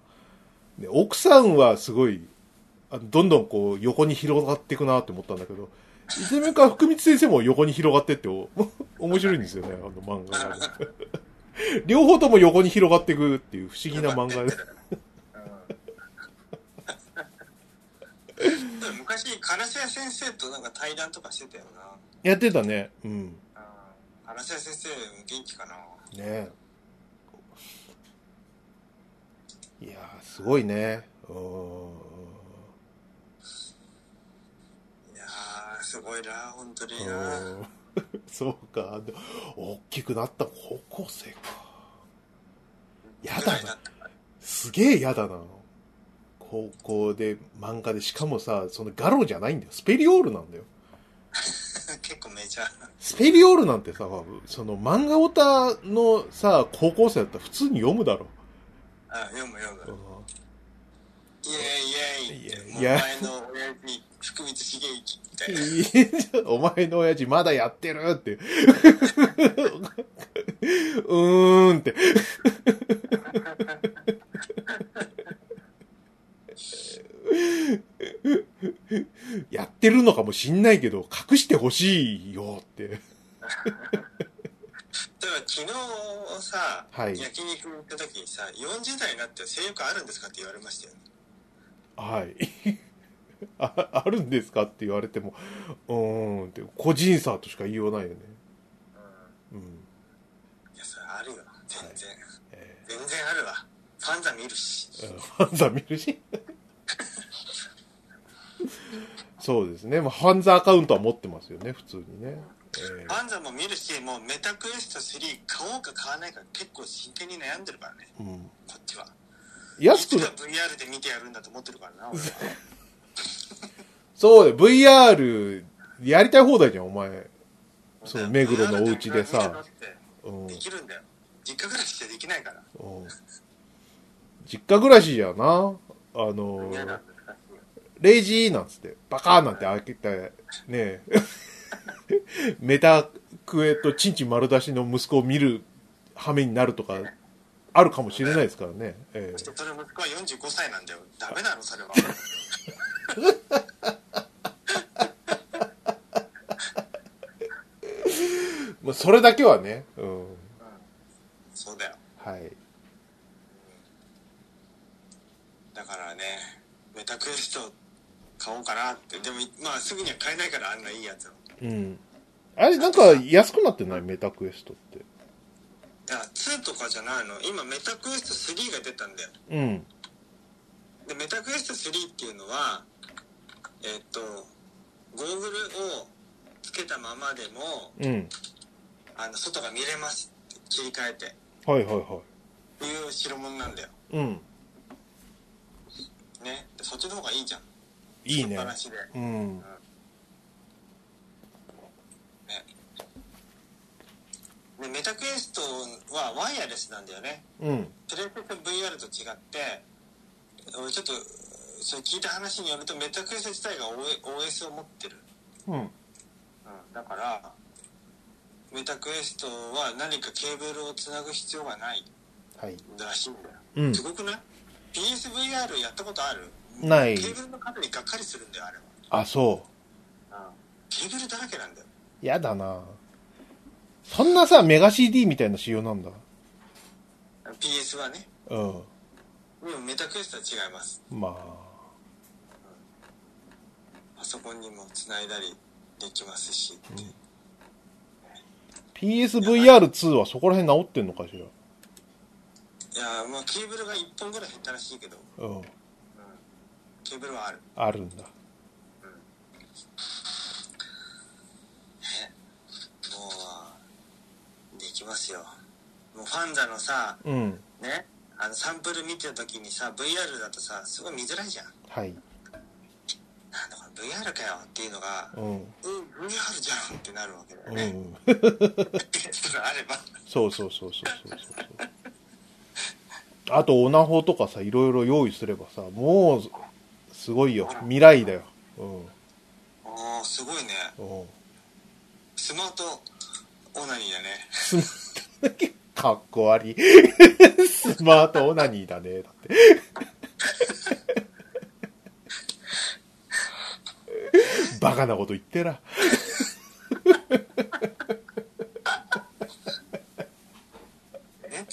Speaker 2: ね、奥さんはすごい、あどんどんこう、横に広がっていくなって思ったんだけど、いつの間 にか福光先生も横に広がってってお、面白いんですよね、あの漫画が。 両方とも横に広がっていくっていう不思議な漫
Speaker 1: 広が
Speaker 2: 画
Speaker 1: ってっ
Speaker 2: です。
Speaker 1: てる うん昔、金瀬谷先生となんか対談とかしてたよ
Speaker 2: やってたね。うん。
Speaker 1: な。うん金瀬谷先生、元気かな。
Speaker 2: ねえ。いやー、すごいね。うーん。
Speaker 1: いやー、すごいな、本当に
Speaker 2: う
Speaker 1: な。
Speaker 2: ん そうか。で大きくなった高校生か。やだな
Speaker 1: ぐらいった から
Speaker 2: すげえ嫌だな。高校で漫画で、しかもさ、そのガロじゃないんだよ。スペリオールなんだよ。
Speaker 1: 結構メジャー。
Speaker 2: スペリオールなんてさ、その漫画オタのさ、高校生だったら普通に読むだろ。
Speaker 1: あ読む読む。イエイイエイって。もう
Speaker 2: いや
Speaker 1: 前の親父、福光茂之みたいな。
Speaker 2: お前の親父まだやってるって。 うーんって。やってるのかもしんないけど、隠してほしいよって。
Speaker 1: 例えば昨日さ、
Speaker 2: はい
Speaker 1: 焼肉に行った時にさ40代になって性欲あるんですかって言われましたよね
Speaker 2: はい。ああるんですかって言われても、うーんって、個人差としか言いようないよね。うん。
Speaker 1: いやそれあるよ全然、
Speaker 2: え
Speaker 1: 全然あるわファンザ見るし
Speaker 2: ーファンザ見るし。そうですね。まあ、ファンザアカウントは持ってますよね、普通にね。え
Speaker 1: フ
Speaker 2: ー
Speaker 1: ァンザも見るしもうメタクエスト3買おうか買わないか結構真剣に悩んでるからね
Speaker 2: うん、
Speaker 1: こっちは
Speaker 2: 安く
Speaker 1: いつ
Speaker 2: な
Speaker 1: か、VR で見てやるんだと思ってるからな俺は
Speaker 2: そうだよ、VR やりたい放題じゃん、お前。その目黒のお家で
Speaker 1: VR だ
Speaker 2: さ
Speaker 1: っ。て
Speaker 2: うん
Speaker 1: できるんだよ実家暮らしじゃできないから
Speaker 2: うん実家暮らしじゃな。あの
Speaker 1: 嫌なん
Speaker 2: ー、
Speaker 1: だ
Speaker 2: レイジーなんつって、バカーンなんて開けて、ね え、メタクエとチンチン丸出しの息子を見る羽目になるとか、あるかもしれないですからね。ええ
Speaker 1: それ息子は45歳なんだよダメだろそれは
Speaker 2: まあ、それだけはね、うん。
Speaker 1: そうだよ
Speaker 2: はい。
Speaker 1: だからねメタクエスト買おうかなってでもまあすぐには買えないからあんないいやつを
Speaker 2: うん。あれ、なんか安くなってないメタクエストって。
Speaker 1: いや2とかじゃないの今メタクエスト3が出たんだよ
Speaker 2: うん。
Speaker 1: でメタクエスト3っていうのはえっとゴーグルをつけたままでも
Speaker 2: うん。
Speaker 1: あの外が見れますって切り替えて
Speaker 2: はいはいは
Speaker 1: っていう代物なんだよ
Speaker 2: い。うん。
Speaker 1: ねでそっちの方がいいじゃん
Speaker 2: いいね
Speaker 1: つけっ。ぱなしで
Speaker 2: うん。
Speaker 1: でメタクエストはワイヤレスなんだよね
Speaker 2: うん。
Speaker 1: プレイステーション VR と違って俺ちょっとそれ聞いた話によるとメタクエスト自体が O- OS を持ってる、
Speaker 2: うん。
Speaker 1: うん、だからメタクエストは何かケーブルをつなぐ必要がない
Speaker 2: はい。
Speaker 1: らしいんだよ、
Speaker 2: うん
Speaker 1: す。ごくない ?PSVR やったことある
Speaker 2: ない
Speaker 1: ケーブルの角にがっかりするんだよあれ
Speaker 2: あ、そう。
Speaker 1: は、うん、ケーブルだらけなんだよ
Speaker 2: やだなそんなさ、メガ CD みたいな仕様なんだ。
Speaker 1: PS はね
Speaker 2: うん。
Speaker 1: でもメタクエストは違います
Speaker 2: ま
Speaker 1: パソコンにもつないだりできますしって、
Speaker 2: あ。PSVR2 はそこら辺治ってんのかし
Speaker 1: いやーまあケーブルが1本ぐらい減ったらしいけど
Speaker 2: ら。うん。
Speaker 1: ケーブルはある
Speaker 2: あるんだ。
Speaker 1: もうできますよもうファンザのさ
Speaker 2: うん。
Speaker 1: ねあのサンプル見てる時にさ VR だとさすごい見づらいじゃん
Speaker 2: はい。
Speaker 1: なんだこれ VR かよっていうのが
Speaker 2: うん。
Speaker 1: うん VR じゃんってなるわけだよ
Speaker 2: う
Speaker 1: ね、っ
Speaker 2: ん。
Speaker 1: ていうのがあれば
Speaker 2: そうそうそうそうそうそうそう。あと、オナホとかさ、いろいろ用意すればさ、もうす、すごいよ。未来だよ。う
Speaker 1: おーすごいね
Speaker 2: ん。うん。
Speaker 1: スマートオナニーだね
Speaker 2: かっこ悪い。 スマートオナニーだね。だって。 バカなこと言ってら。
Speaker 1: ね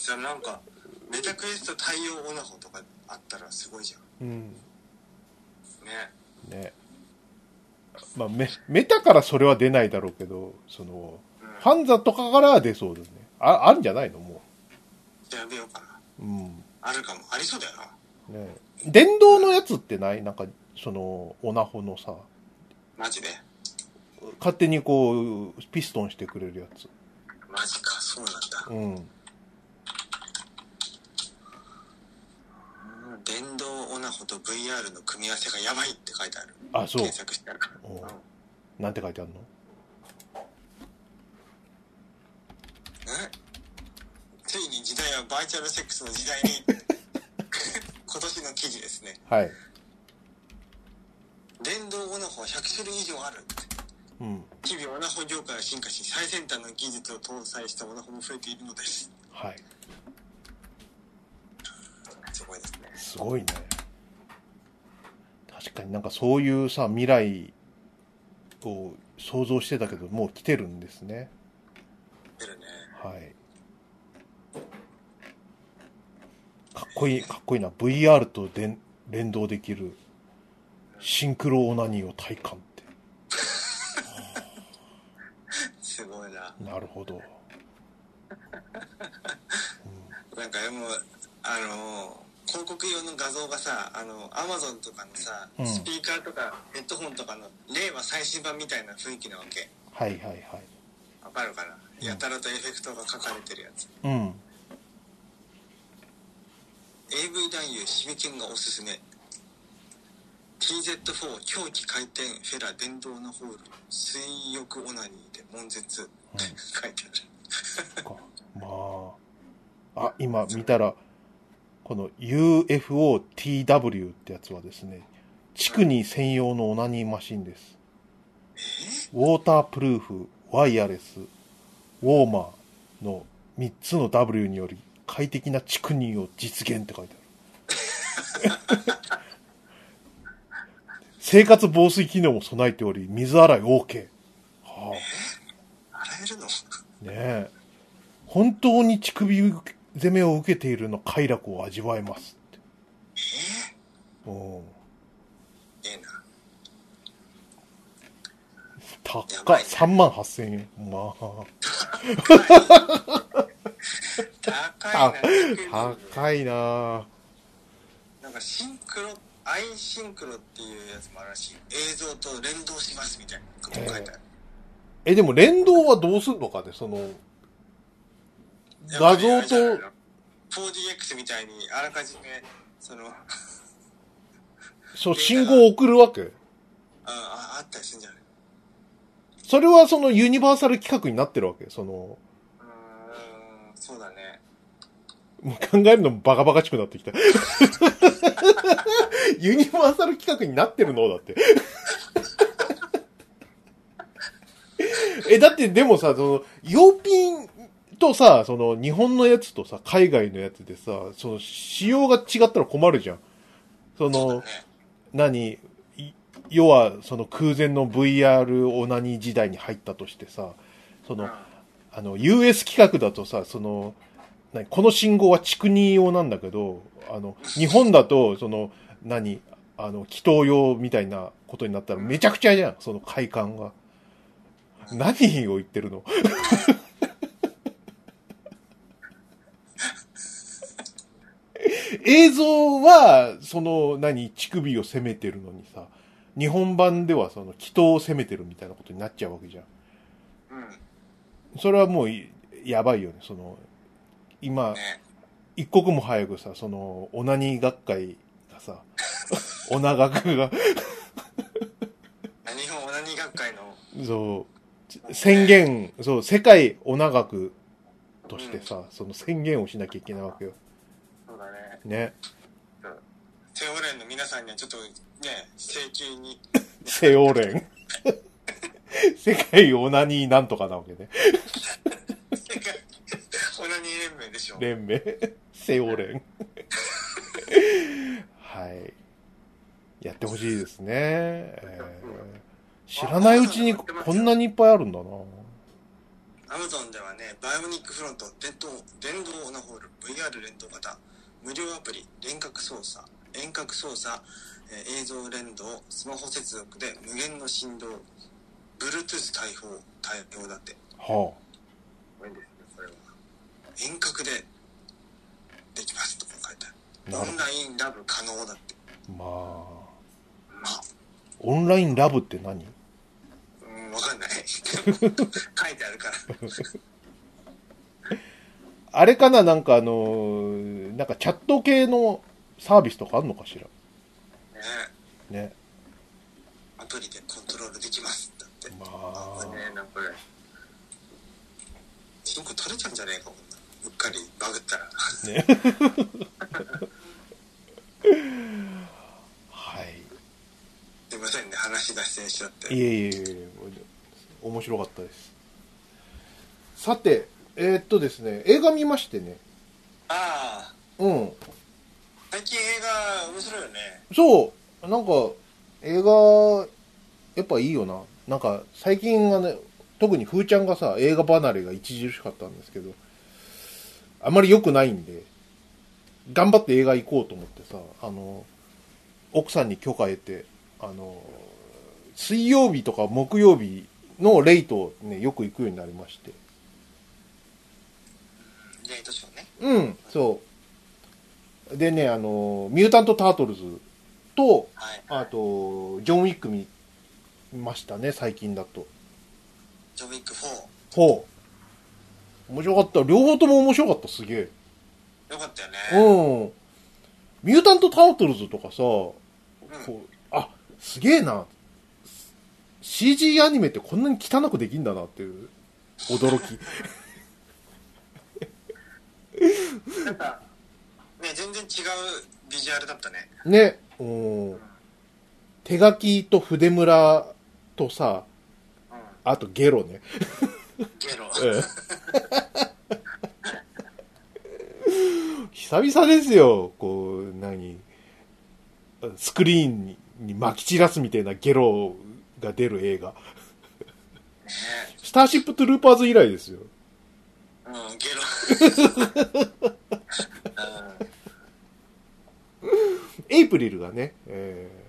Speaker 1: もなんか、メタクエスト対応オナホとかあったらすごいじゃん。
Speaker 2: うん。
Speaker 1: ね。
Speaker 2: ね。まあ、メ、メタからそれは出ないだろうけど、その、
Speaker 1: うん。
Speaker 2: ファンザとかからは出そうですね。あ、あるんじゃないのも
Speaker 1: 調べようかな。
Speaker 2: う。うん。
Speaker 1: あるかも。ありそうだよな。
Speaker 2: ね電動のやつってないなんか、その、オナホのさ、
Speaker 1: マジで。
Speaker 2: 勝手にこう、ピストンしてくれるやつ。
Speaker 1: マジか、そうなんだ。
Speaker 2: うん。
Speaker 1: 電動オナホと VR の組み合わせがやばいって書いてある。
Speaker 2: あ、そう
Speaker 1: 検。索したら。
Speaker 2: お
Speaker 1: うん。
Speaker 2: なんて書いてあるの
Speaker 1: えついに時代はバーチャルセックスの時代に 今年の記事ですね
Speaker 2: はい。
Speaker 1: 電動オナホは100種類以上ある
Speaker 2: うん。
Speaker 1: 日々オナホ業界は進化し最先端の技術を搭載したオナホも増えているのです
Speaker 2: はい。
Speaker 1: すごいですね
Speaker 2: すごいね。確かになんかそういうさ、未来を想像してたけど、もう来てるんですね。
Speaker 1: 出るね
Speaker 2: はい。かっこいい、かっこいいな。VR と連連動できるシンクロオナニーを体感って。
Speaker 1: すごいな
Speaker 2: なるほど。
Speaker 1: なんかでもあのー広告用の画像がさあのアマゾンとかのさ、
Speaker 2: うん
Speaker 1: スピーカーとかヘッドホンとかの令和最新版みたいな雰囲気なわけ
Speaker 2: はいはいはい。
Speaker 1: わかるかなやたらとエフェクトが書かれてるやつ
Speaker 2: うん。
Speaker 1: AV 男優シミケンがおすすめ TZ4 狂気回転フェラ電動のホール水浴オナニーで悶絶、 書いて
Speaker 2: そっか。まあ。あ、今見たら、この UFOTW ってやつはですね、地区に専用のオナニーマシンです。ウォータープルーフ、ワイヤレス、ウォーマーの3つの W により快適な地区にを実現って書いてある。 生活防水機能も備えており、水洗い OK。はあ
Speaker 1: ある洗えるの
Speaker 2: ねえ本当に乳首攻めを受けているの快楽を味わえますって。うん。
Speaker 1: ええ な
Speaker 2: 高っ
Speaker 1: やばいね
Speaker 2: 3万8千円。まあ、
Speaker 1: 高いな
Speaker 2: 高いなあ
Speaker 1: なんかシンクロアイシンクロっていうやつもあるらしい映像と連動しますみたいなことも書いてある、
Speaker 2: え、でも連動はどうすんのかね、その、画像と、
Speaker 1: 4DX みたいにあらかじめそのうん
Speaker 2: そう、信号を送るわけ
Speaker 1: ああったりするんじゃない
Speaker 2: それはそのユニバーサル企画になってるわけその、
Speaker 1: うーんそうだね
Speaker 2: もう考えるのもバカバカしくなってきた。ユニバーサル企画になってるのだって。え、だってでもさ、その、洋品とさ、その、日本のやつとさ、海外のやつでさ、その、仕様が違ったら困るじゃん。
Speaker 1: そう
Speaker 2: その
Speaker 1: だ、ね
Speaker 2: 何、い要は、その空前の VR オナニー時代に入ったとしてさ、その、あの、US 企画だとさ、その、何この信号は蓄認用なんだけど、あの、日本だと、その、何あの、祈祷用みたいなことになったらめちゃくちゃじゃん、その快感が。何を言ってるの 映像は、その、何、乳首を攻めてるのにさ、日本版ではその祈祷を攻めてるみたいなことになっちゃうわけじゃん。
Speaker 1: うん、うん
Speaker 2: それはもういやばいよね。その、今、
Speaker 1: ね
Speaker 2: 一刻も早くさ、その、オナニー学会がさ、 オナ学が、
Speaker 1: 日本オナニー学会の
Speaker 2: そう、宣言、そう、世界オナ学としてさ、その宣言をしなきゃいけないわけよ。
Speaker 1: そうだね
Speaker 2: ね。
Speaker 1: セオレンの皆さんにはちょっとね請求に
Speaker 2: セオレン。 世界オナニーなんとかなわけね。
Speaker 1: 世界 オナニー連盟でしょ
Speaker 2: 連盟。セオレン。はい。やってほしいですね、えー知らないうちにこんなにいっぱいあるんだな。
Speaker 1: アマゾンではね、バイオニックフロント、電動、電動オナホール、VR 連動型、無料アプリ、遠隔操作、遠隔操作、えー映像連動、スマホ接続で無限の振動、Bluetooth 対応、対応だって。
Speaker 2: は
Speaker 1: すごいですね、それは。遠隔でできますとか書いてある。
Speaker 2: あ。な
Speaker 1: オ
Speaker 2: る
Speaker 1: ンラインラブ可能だって。
Speaker 2: まあ、
Speaker 1: まあ、
Speaker 2: オンラインラブって何
Speaker 1: うん、わかんない。書いてあるから。
Speaker 2: あれかななんかあのーなんかチャット系のサービスとかあるのかしら
Speaker 1: ね
Speaker 2: ね。
Speaker 1: アプリでコントロールできますだって。
Speaker 2: ま
Speaker 1: あ
Speaker 2: あ
Speaker 1: こ、れね、なんかこれ。そこ取れちゃうんじゃねえかもな。うっかりバグったら。
Speaker 2: はい。
Speaker 1: すいませんね、話し出してしちゃって。
Speaker 2: いえいえいえ、面白かったです。さて、えーっとですね、映画見ましてね。
Speaker 1: ああ、
Speaker 2: うん。
Speaker 1: 最近映画面白いよね。
Speaker 2: そう、なんか、映画、やっぱいいよな。なんか、最近はね、特にふーちゃんがさ、映画離れが著しかったんですけど、あまり良くないんで、頑張って映画行こうと思ってさ、あの、奥さんに許可得て、あの、水曜日とか木曜日のレイトね、よく行くようになりまして。
Speaker 1: レイトショーね。
Speaker 2: うん、そう。でね、あの、ミュータント・タートルズと、
Speaker 1: はい。
Speaker 2: あと、ジョン・ウィック見ましたね、最近だと。
Speaker 1: ジョビック4。
Speaker 2: ほう。面白かった。両方とも面白かった、すげえ。
Speaker 1: よかったよね。
Speaker 2: うん。ミュータント・タートルズとかさ、こ
Speaker 1: うん
Speaker 2: うあ、すげえな。CG アニメってこんなに汚くできんだなっていう、驚き。
Speaker 1: なんか、ね、全然違うビジュアルだったね。
Speaker 2: ね。うん。手書きと筆村とさ、
Speaker 1: うん。
Speaker 2: あとゲロね。
Speaker 1: ゲロ。
Speaker 2: 久々ですよ、こう、何、スクリーンにに撒き散らすみたいなゲロが出る映画。
Speaker 1: ね
Speaker 2: スターシップトゥルーパーズ以来ですよ。
Speaker 1: うん、ゲ ロ。うん。
Speaker 2: エイプリルがね、えー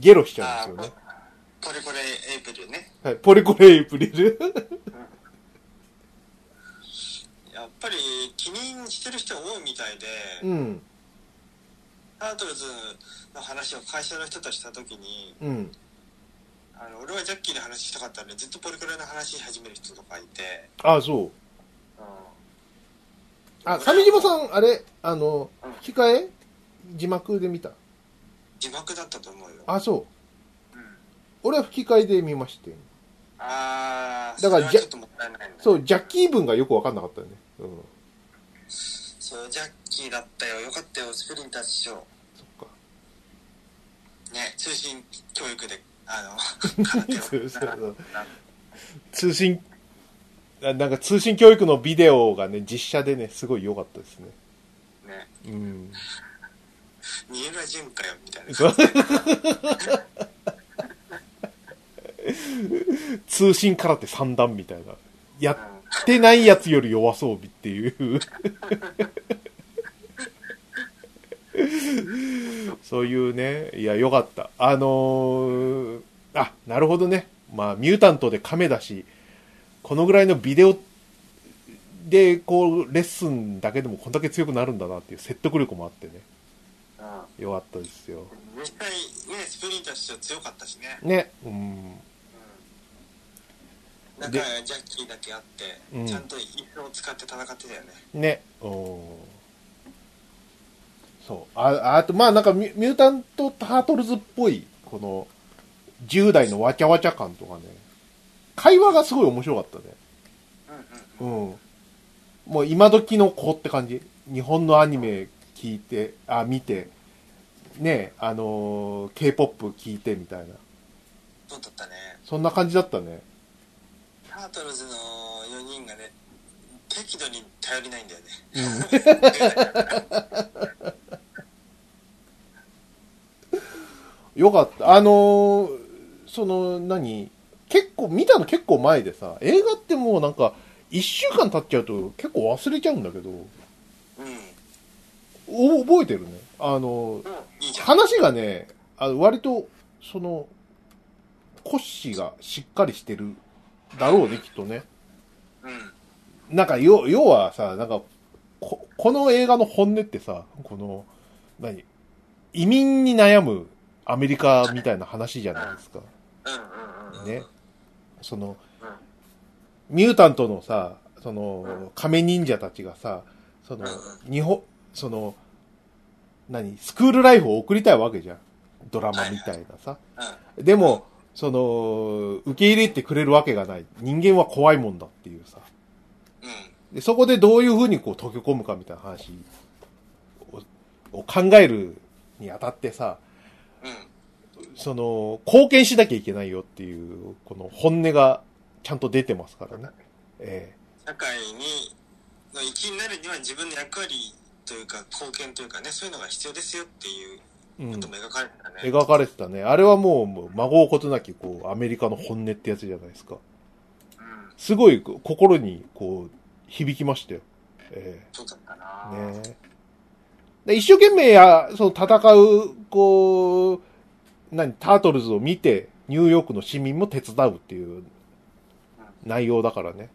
Speaker 2: ゲロしちゃ
Speaker 1: あ
Speaker 2: うんですよね。
Speaker 1: あ、これこれエイプリルね。
Speaker 2: はい、ポレコレエイプリル。
Speaker 1: やっぱり気にしてる人多いみたいで、
Speaker 2: うん、
Speaker 1: タートルズの話を会社の人とした時に、
Speaker 2: うん。
Speaker 1: あの、俺はジャッキーの話したかったんで、ずっとポリクラの話し始める人とかいて、
Speaker 2: あ、そ
Speaker 1: う
Speaker 2: う。
Speaker 1: ん。
Speaker 2: あ、鮫島さん、あれ、あの、吹き替え字幕で見た。
Speaker 1: 字幕だったと思うよ。
Speaker 2: あ、そう。
Speaker 1: うん。
Speaker 2: 俺は吹き替えで見まして。
Speaker 1: ああ、
Speaker 2: だから
Speaker 1: それはちょっともったいないね。
Speaker 2: そう、ジャッキー分がよくわかんなかったよね。うん。
Speaker 1: そう、ジャッキーだったよ。よかったよ、スプリンター師匠。
Speaker 2: そっか。
Speaker 1: ね、通信教育で、あ の、空手を。
Speaker 2: そうそう
Speaker 1: な
Speaker 2: そう通信あなんか通信教育のビデオがね実写でねすごい良かったですね
Speaker 1: ね、
Speaker 2: うん
Speaker 1: 三浦淳かよ、みたいな。
Speaker 2: そう通信空手三段みたいなや
Speaker 1: う
Speaker 2: っ
Speaker 1: ん
Speaker 2: てないやつより弱そうびっていうそういうねいや良かったあのーあなるほどねまあミュータントで亀だしこのぐらいのビデオでこうレッスンだけでもこんだけ強くなるんだなっていう説得力もあってね良かったですよ
Speaker 1: 実際、ね、スプリンター師匠強かったしね。
Speaker 2: ねうん
Speaker 1: うん。なんか、ジャッキーだけあって、
Speaker 2: うん
Speaker 1: ちゃんと椅子を使って戦ってたよね。
Speaker 2: ね。そう。あ、あと、まあなんかミュ、ミュータント・タートルズっぽい、この、10代のわちゃわちゃ感とかね。会話がすごい面白かったね。
Speaker 1: うんうん
Speaker 2: う
Speaker 1: うん。
Speaker 2: ん。もう今時の子って感じ。日本のアニメ聞いて、あ、見て、ね、あのー K-POP 聞いてみたいな。
Speaker 1: そうだったね。
Speaker 2: そんな感じだったね。
Speaker 1: タートルズの4人がね、適度に頼りないんだよね。
Speaker 2: よかった。あのーその、何結構、見たの結構前でさ、映画ってもうなんか、一週間経っちゃうと結構忘れちゃうんだけど、
Speaker 1: うん。
Speaker 2: お覚えてるね。あの、
Speaker 1: もういいじゃん。
Speaker 2: 話がね、あの割と、その、骨子がしっかりしてるだろうね、きっとね。
Speaker 1: うん。
Speaker 2: なんか、要要はさ、なんかこ、この映画の本音ってさ、この、何移民に悩むアメリカみたいな話じゃないですか。
Speaker 1: うんうんうんうん。
Speaker 2: ね。その
Speaker 1: うん、
Speaker 2: ミュータントのさ、その、亀忍者たちがさ、その
Speaker 1: う、
Speaker 2: 日本、その、何スクールライフを送りたいわけじゃん。ドラマみたいなさ。
Speaker 1: うん。
Speaker 2: でも、その、受け入れてくれるわけがない。人間は怖いもんだっていうさ。
Speaker 1: うん。
Speaker 2: で、そこでどういうふうにこう溶け込むかみたいな話をを考えるにあたってさ、
Speaker 1: うん。
Speaker 2: その、貢献しなきゃいけないよっていう、この本音がちゃんと出てますからね。え
Speaker 1: 社会にの一員になるには自分の役割というか貢献というかねそういうのが必要ですよっていう
Speaker 2: え
Speaker 1: ことも描かれてたね、
Speaker 2: うん。描かれてたね。あれはもう、もう孫をことなき、こう、アメリカの本音ってやつじゃないですか。
Speaker 1: うん
Speaker 2: すごいこう心に、こう、響きましたよ。え
Speaker 1: そうだった
Speaker 2: え
Speaker 1: な、
Speaker 2: ねえで一生懸命や、その戦う、こう、何、タートルズを見て、ニューヨークの市民も手伝うっていう内容だからね。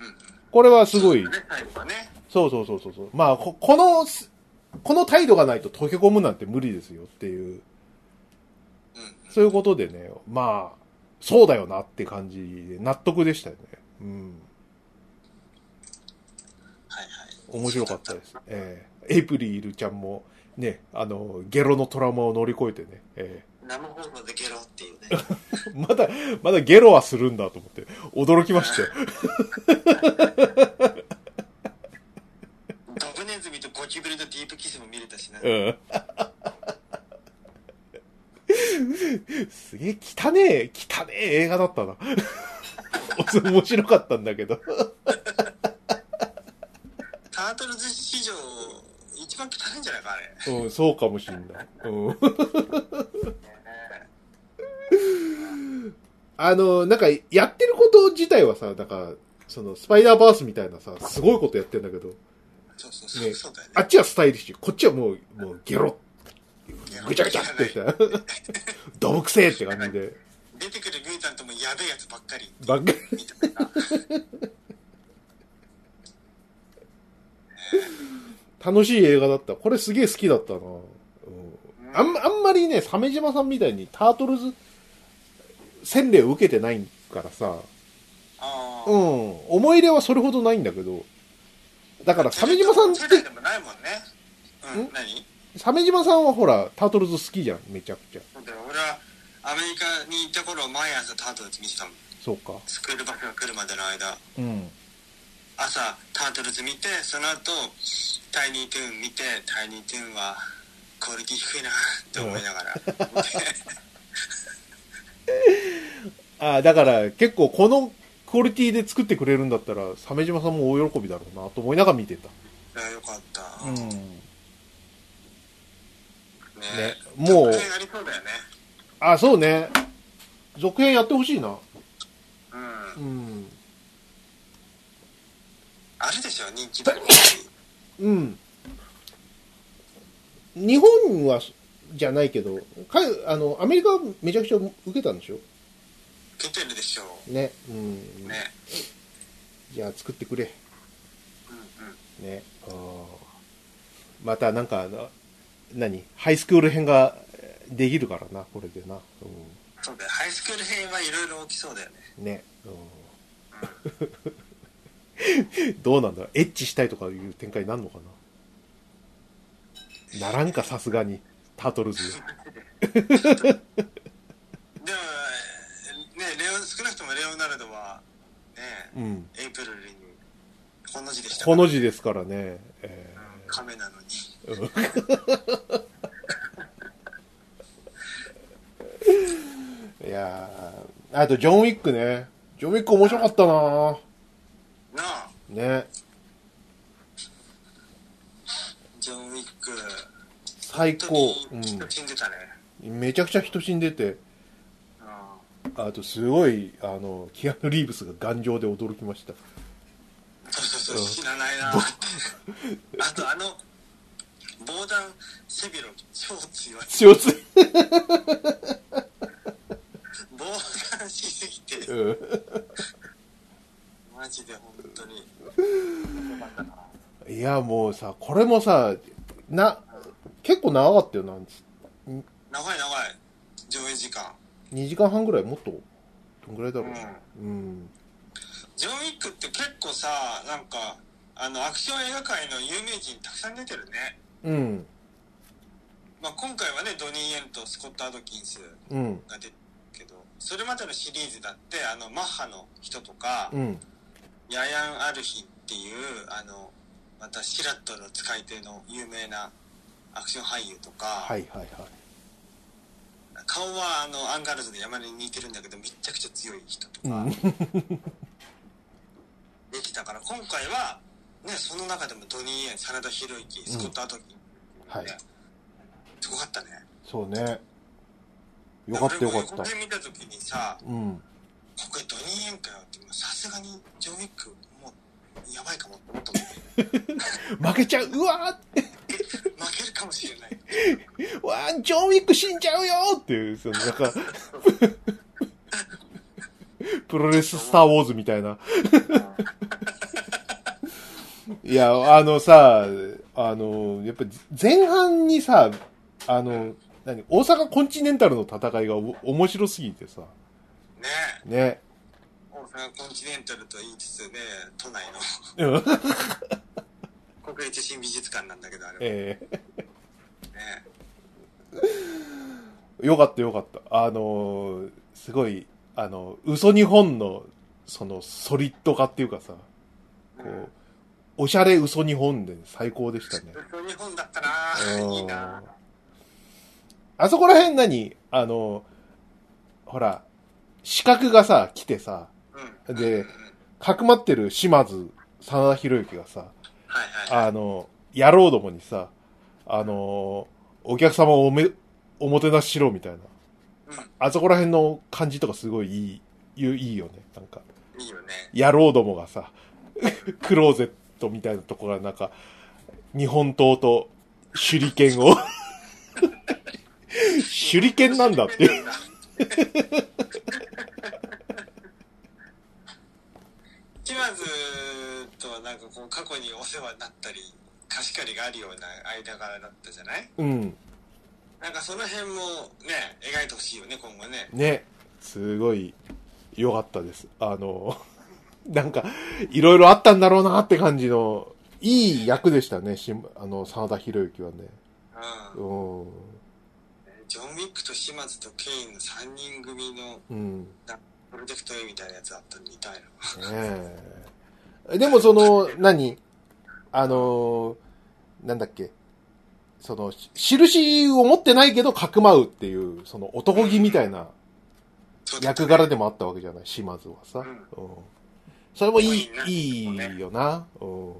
Speaker 1: うん
Speaker 2: これはすごい
Speaker 1: そうだね最後はね
Speaker 2: そうそうそうそうそう。まあ、ここのす、この態度がないと溶け込むなんて無理ですよっていう、
Speaker 1: うん
Speaker 2: そういうことでね、まあ、そうだよなって感じで、納得でしたよね。うん。
Speaker 1: はいはい
Speaker 2: 面白かったです。ええエイプリルちゃんも、ね、あの、ゲロのトラウマを乗り越えてね、え
Speaker 1: 生放送でゲロっていうね
Speaker 2: えまだ、まだゲロはするんだと思って、驚きましたよ。
Speaker 1: ドブネズミとゴキブリとディープキスも見れたしな、
Speaker 2: うん。すげえ汚え、汚え映画だったな。面白かったんだけど。
Speaker 1: タートルズ史上一番汚いんじゃないかあれ
Speaker 2: うん、そうかもしんない。うん。あの、なんか、やってること自体はさ、なんか、その、スパイダーバースみたいなさ、すごいことやってんだけど、
Speaker 1: そうそうそう、
Speaker 2: ね
Speaker 1: そうだよね
Speaker 2: あっちはスタイリッシュ、こっちはもう、もう、ゲロ、
Speaker 1: ゲロ
Speaker 2: ぐちゃぐちゃってした。どぶくせえって感じで、
Speaker 1: 出てくるミュータントもやべえやつばっかり
Speaker 2: ばっかり
Speaker 1: みたいな
Speaker 2: 楽しい映画だった。これすげえ好きだったな。うん
Speaker 1: うん
Speaker 2: あんまあんまりね、鮫島さんみたいにタートルズ洗礼を受けてないからさ、
Speaker 1: あ
Speaker 2: うん、思い入れはそれほどないんだけど、だから鮫島さんって
Speaker 1: 世、界でもないもんねうん
Speaker 2: ん
Speaker 1: 何
Speaker 2: 鮫島さんはほら、タートルズ好きじゃん、めちゃくちゃ。
Speaker 1: そうだよ俺はアメリカに行った頃毎朝タートルズ見てたもん
Speaker 2: そうか。
Speaker 1: スクールバスが来るまでの間
Speaker 2: うん。
Speaker 1: 朝タートルズ見てその後タイニートゥーン見てタイニートゥーンはクオリティ低いなって思いながら、見て
Speaker 2: ああ、だから結構このクオリティで作ってくれるんだったら、鮫島さんも大喜びだろうなと思いながら見て た。
Speaker 1: いやよかった、
Speaker 2: ん。
Speaker 1: ね
Speaker 2: ね、もう
Speaker 1: 続、編ありそうだよね
Speaker 2: あ、そうね。続編やってほしいな。
Speaker 1: うん
Speaker 2: うん。
Speaker 1: あるでしょ人気だ
Speaker 2: うん。日本は、じゃないけど、かあの、アメリカはめちゃくちゃ受けたんでしょ
Speaker 1: 出てるでしょ
Speaker 2: ね。うん。
Speaker 1: うね
Speaker 2: じゃあ作ってくれ。
Speaker 1: うんうん
Speaker 2: ね。あーまたなんか、あの何ハイスクール編がえーできるからな、これでな。
Speaker 1: そうだよハイスクール編はいろいろ起きそうだよね
Speaker 2: うん、 ね。うんどうなんだろうエッチしたいとかいう展開になるのかなならんか、さすがに。タートルズ。
Speaker 1: でもねレオ少なくともレオナルドはね
Speaker 2: うん。
Speaker 1: エイプリルにこの字でした
Speaker 2: この字ですからね。え
Speaker 1: 亀なのに
Speaker 2: ーいやーあと、ジョン・ウィックね。ジョン・ウィック面白かったなー
Speaker 1: なあ
Speaker 2: ね。
Speaker 1: ジョン・ウィック
Speaker 2: 最
Speaker 1: 本
Speaker 2: 高。
Speaker 1: 当に人死んでたね、
Speaker 2: うん。めちゃくちゃ人死んでて。あと、すごい、あの、キアヌ・リーブスが頑丈で驚きました。
Speaker 1: そうそう
Speaker 2: うん
Speaker 1: そう、知らないなーって。あと、あの、防弾背広、超強い。
Speaker 2: 強すぎ
Speaker 1: 防弾しすぎて、
Speaker 2: うん
Speaker 1: マジで本当に。よかったない
Speaker 2: や、もうさ、これもさ、な、結構長かったよな。
Speaker 1: 長い長い、上映時間。
Speaker 2: 2時間半ぐらいもっとどんぐらいだ
Speaker 1: う
Speaker 2: ろう。
Speaker 1: ん。
Speaker 2: うん。
Speaker 1: ジョン・ウィックって結構さ、なんか、あの、アクション映画界の有名人たくさん出てるね。
Speaker 2: うん。
Speaker 1: まあ、今回はね、ドニー・イエンとスコット・アドキンス
Speaker 2: うん。
Speaker 1: が出てるけど、それまでのシリーズだって、あの、マッハの人とか
Speaker 2: う、ん。
Speaker 1: ヤヤン・アルヒっていう、あの、またシラットの使い手の有名なアクション俳優とか、
Speaker 2: はいはいはい。
Speaker 1: 顔はあの、アンガールズで山根に似てるんだけど、めっちゃくちゃ強い人と
Speaker 2: う
Speaker 1: か、
Speaker 2: ん。
Speaker 1: できたから、今回は、ね、その中でもドニー・イエン、真田広之、スコット・アドキン、
Speaker 2: はい。
Speaker 1: ねすごかったね。
Speaker 2: そうね。よかったよかっ
Speaker 1: こ
Speaker 2: た。
Speaker 1: れ見たときにさ、
Speaker 2: うん。
Speaker 1: ここドニー宴会はって、さすがにジョン・ウィック、もう、やばいかもって思ったもん
Speaker 2: 負けちゃう。うわ
Speaker 1: 負けるかもしれ ない。
Speaker 2: ーわージョン・ウィック死んじゃうよーっていう、その、なん か、プロレススター・ウォーズみたいな。いや、あのさ、あの、やっぱ前半にさ、あの、何、大阪コンチネンタルの戦いがお面白すぎてさ、
Speaker 1: ねえ、
Speaker 2: ね。
Speaker 1: 大阪コンチネンタルと言いつつね、都内の
Speaker 2: うん
Speaker 1: 国立新美術館なんだけど、あれはね。
Speaker 2: ええよかったよかった。あの、すごい、あの、嘘日本の、その、ソリッド化っていうかさ、こ
Speaker 1: うん
Speaker 2: う、おしゃれ嘘日本で最高でしたね。
Speaker 1: 嘘日本だったな
Speaker 2: うん
Speaker 1: いいな
Speaker 2: あそこら辺何あの、ほら、四角がさ、来てさ、
Speaker 1: うん。
Speaker 2: で
Speaker 1: うん
Speaker 2: かくまってる島津、真田広之がさ、
Speaker 1: はいはい。
Speaker 2: あの、野郎どもにさ、あの、お客様をおめ、おもてなししろみたいな。あそこら辺の感じとかすごいいい、いいよね。なんか、
Speaker 1: うん、いいよね。
Speaker 2: 野郎どもがさ、 クローゼットみたいなところがなんか、日本刀と手裏剣を、手裏剣なんだっていう。
Speaker 1: なんだ。島津とはなんかこう過去にお世話になったり貸し借りがあるような間柄だったじゃない
Speaker 2: うん。
Speaker 1: なんかその辺もね描いてほしいよね今後ね
Speaker 2: ね。すごい、良かったです。あの、 なんか、いろいろあったんだろうなって感じの、いい役でしたね、しあの、真田広之はね。
Speaker 1: う
Speaker 2: う
Speaker 1: うんジョン・ウィックと島津とケインの3人組の
Speaker 2: ん。うん。ね
Speaker 1: プロジェクト A みたいなやつあったの見たいな
Speaker 2: え。でもその、何あの、なんだっけ。その、し印を持ってないけど、かくまうっていう、その男気みたいな
Speaker 1: そうだった
Speaker 2: 役
Speaker 1: ね
Speaker 2: 柄でもあったわけじゃない、島津はさ。
Speaker 1: うん
Speaker 2: うん。それもいい
Speaker 1: かっ、こ
Speaker 2: い
Speaker 1: いいない
Speaker 2: よな。うん。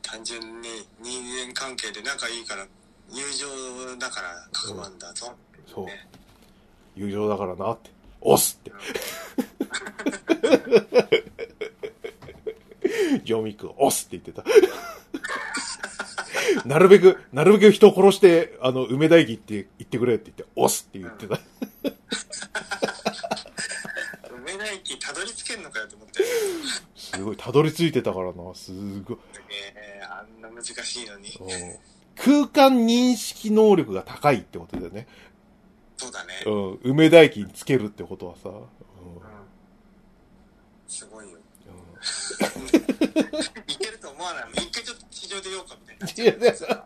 Speaker 1: 単純に人間関係で仲いいから友情だから各番だぞ、
Speaker 2: そう
Speaker 1: ね。
Speaker 2: 友情だからなって。押すって。 ジョン・ウィックを押すって言ってた。 なるべく、なるべく人を殺して、あの、梅田駅って言ってくれって言って、押すって言ってた。
Speaker 1: 梅田駅たどり着けんのかよと思ってね
Speaker 2: すごい、たどり着いてたからな。すごい。
Speaker 1: えあんな難しいのに
Speaker 2: うん空間認識能力が高いってことだよね。
Speaker 1: そうだね
Speaker 2: うん。梅田駅につけるってことはさ。うん
Speaker 1: うんすごいよ
Speaker 2: うん
Speaker 1: いけると思わないもん一回ちょっと地上でようかみたいない
Speaker 2: やで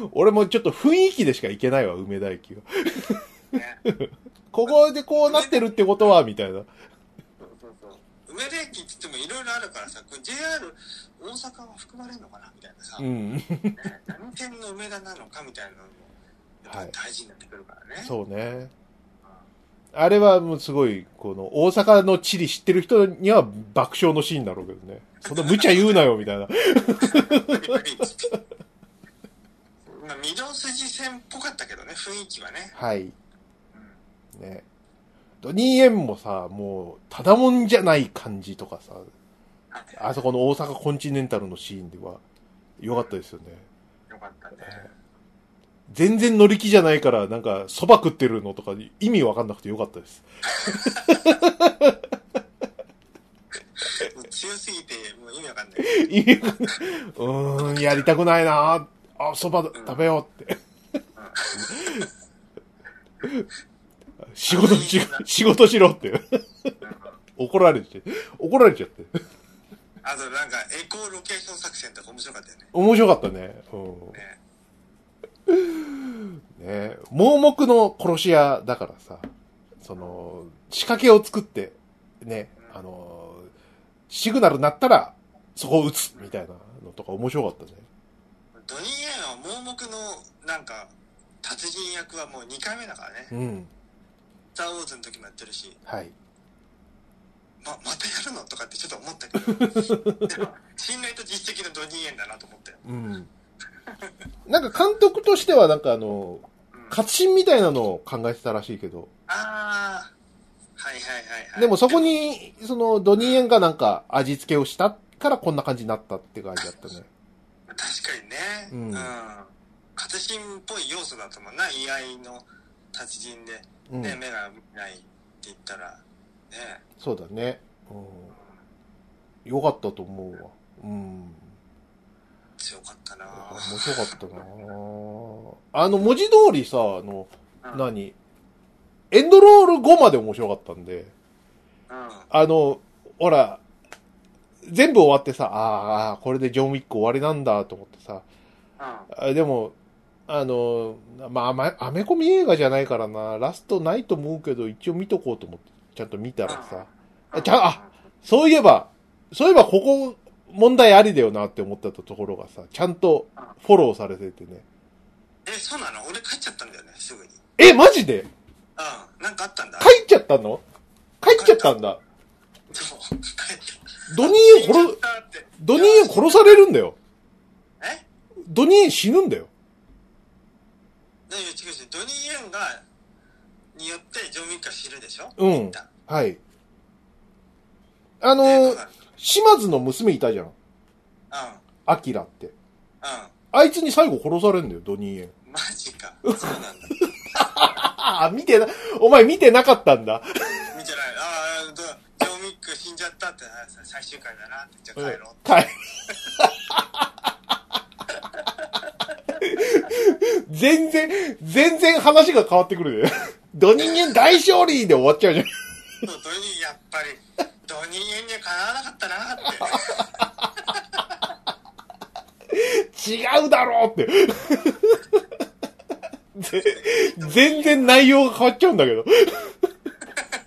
Speaker 2: も俺もちょっと雰囲気でしか行けないわ、梅田駅は。
Speaker 1: ね
Speaker 2: ここでこうなってるってことは、みたいな。
Speaker 1: そうそうそう梅田駅って言ってもいろいろあるからさこれ JR 大阪は含まれるのかなみたいなさ、
Speaker 2: うん。
Speaker 1: ね何線の梅田なのかみたいなのもやっぱり大事になってくるからね、
Speaker 2: そうね。あれはもうすごい、この大阪の地理知ってる人には爆笑のシーンだろうけどね。そんな無茶言うなよ、みたいな。
Speaker 1: まあ、御堂筋線っぽかったけどね、雰囲気はね。
Speaker 2: はい。ね。ドニーエンもさ、もう、ただもんじゃない感じとかさ、あそこの大阪コンチネンタルのシーンでは、良かったですよね。
Speaker 1: よかったね。
Speaker 2: 全然乗り気じゃないから、なんか、蕎麦食ってるのとか、意味わかんなくて良かったです。
Speaker 1: もう強すぎて、もう意味わかんない。
Speaker 2: 意味わかんないうーん、やりたくないなあ、蕎麦食べようって。仕事し、仕事しろって。怒られて、怒られちゃって。
Speaker 1: あとなんか、エコーロケーション作戦とか面白かったよね。
Speaker 2: 面白かったね。うん。
Speaker 1: ね
Speaker 2: ね盲目の殺し屋だからさ、その、仕掛けを作って、ね、あの、シグナル鳴ったら、そこを撃つみたいなのとか面白かったね。
Speaker 1: ドニー・エンは盲目の、なんか、達人役はもう2回目だからね。
Speaker 2: うん。
Speaker 1: スター・ウォーズの時もやってるし、
Speaker 2: はい。
Speaker 1: ま、またやるのとかってちょっと思ったけど、 でも信頼と実績のドニー・エンだなと思ったよ。
Speaker 2: うん。なんか監督としてはなんかあの、
Speaker 1: うん、あ
Speaker 2: 活心みたいなのを考えてたらしいけど、
Speaker 1: あー、はいはいはいはい。
Speaker 2: でもそこに、そのドニーエンがなんか味付けをしたからこんな感じになったって感じだったね。
Speaker 1: 確かにね、
Speaker 2: う
Speaker 1: うんん。活心っぽい要素だと思うな、居合の達人で、
Speaker 2: うん
Speaker 1: ね、。目がないって言ったら、ね、
Speaker 2: そうだね。うん。よかったと思うわ。うん。
Speaker 1: 強かったな
Speaker 2: 面白かったなあの、文字通りさ、あの、
Speaker 1: うん
Speaker 2: 何エンドロール5まで面白かったんで、
Speaker 1: うん。
Speaker 2: あの、ほら、全部終わってさ、あーあー、これでジョンウィック終わりなんだと思ってさ、
Speaker 1: うん。
Speaker 2: あでも、あの、まあアメ、アメコミ映画じゃないからな、ラストないと思うけど、一応見とこうと思って、ちゃんと見たらさ、あちゃんあそういえば、そういえばここ、問題ありだよなって思ったところがさ、ちゃんとフォローされててね。
Speaker 1: え、そうなの俺帰っちゃったんだよね、すぐに。
Speaker 2: え、マジで
Speaker 1: うん。なんかあったんだ。
Speaker 2: 帰っちゃったの帰っちゃったんだ。
Speaker 1: そう。帰った。
Speaker 2: ドニーエン
Speaker 1: 死んじゃ
Speaker 2: 殺
Speaker 1: っ、たって。
Speaker 2: ドニーエン殺されるんだよ。
Speaker 1: え
Speaker 2: ドニーエン死ぬんだよ。
Speaker 1: だよ、違う違う。ドニー・エンが、によってジョン・ウィックは知るでしょ
Speaker 2: うん
Speaker 1: だ。
Speaker 2: はい。あの
Speaker 1: えどう
Speaker 2: ー
Speaker 1: な、の
Speaker 2: 島津の娘いたじゃん。アキラって。
Speaker 1: う
Speaker 2: あいつに最後殺されるんだよ、ドニー
Speaker 1: ん。
Speaker 2: エン。
Speaker 1: うん。マジか。そうなんだ。
Speaker 2: ああ、見てな、お前見てなかったんだ。
Speaker 1: 見てない。ああ、どジョン・ウィック死んじゃったって、あ最終回だなって。じゃあ帰ろう。
Speaker 2: はい。全然、全然話が変わってくるね。ドニーエン大勝利で終わっちゃうじゃん。
Speaker 1: そうドニー、やっぱり、ドニー・エンにはかなわなかったなって。
Speaker 2: 違うだろうって。 ぜ全然内容が変わっちゃうんだけど。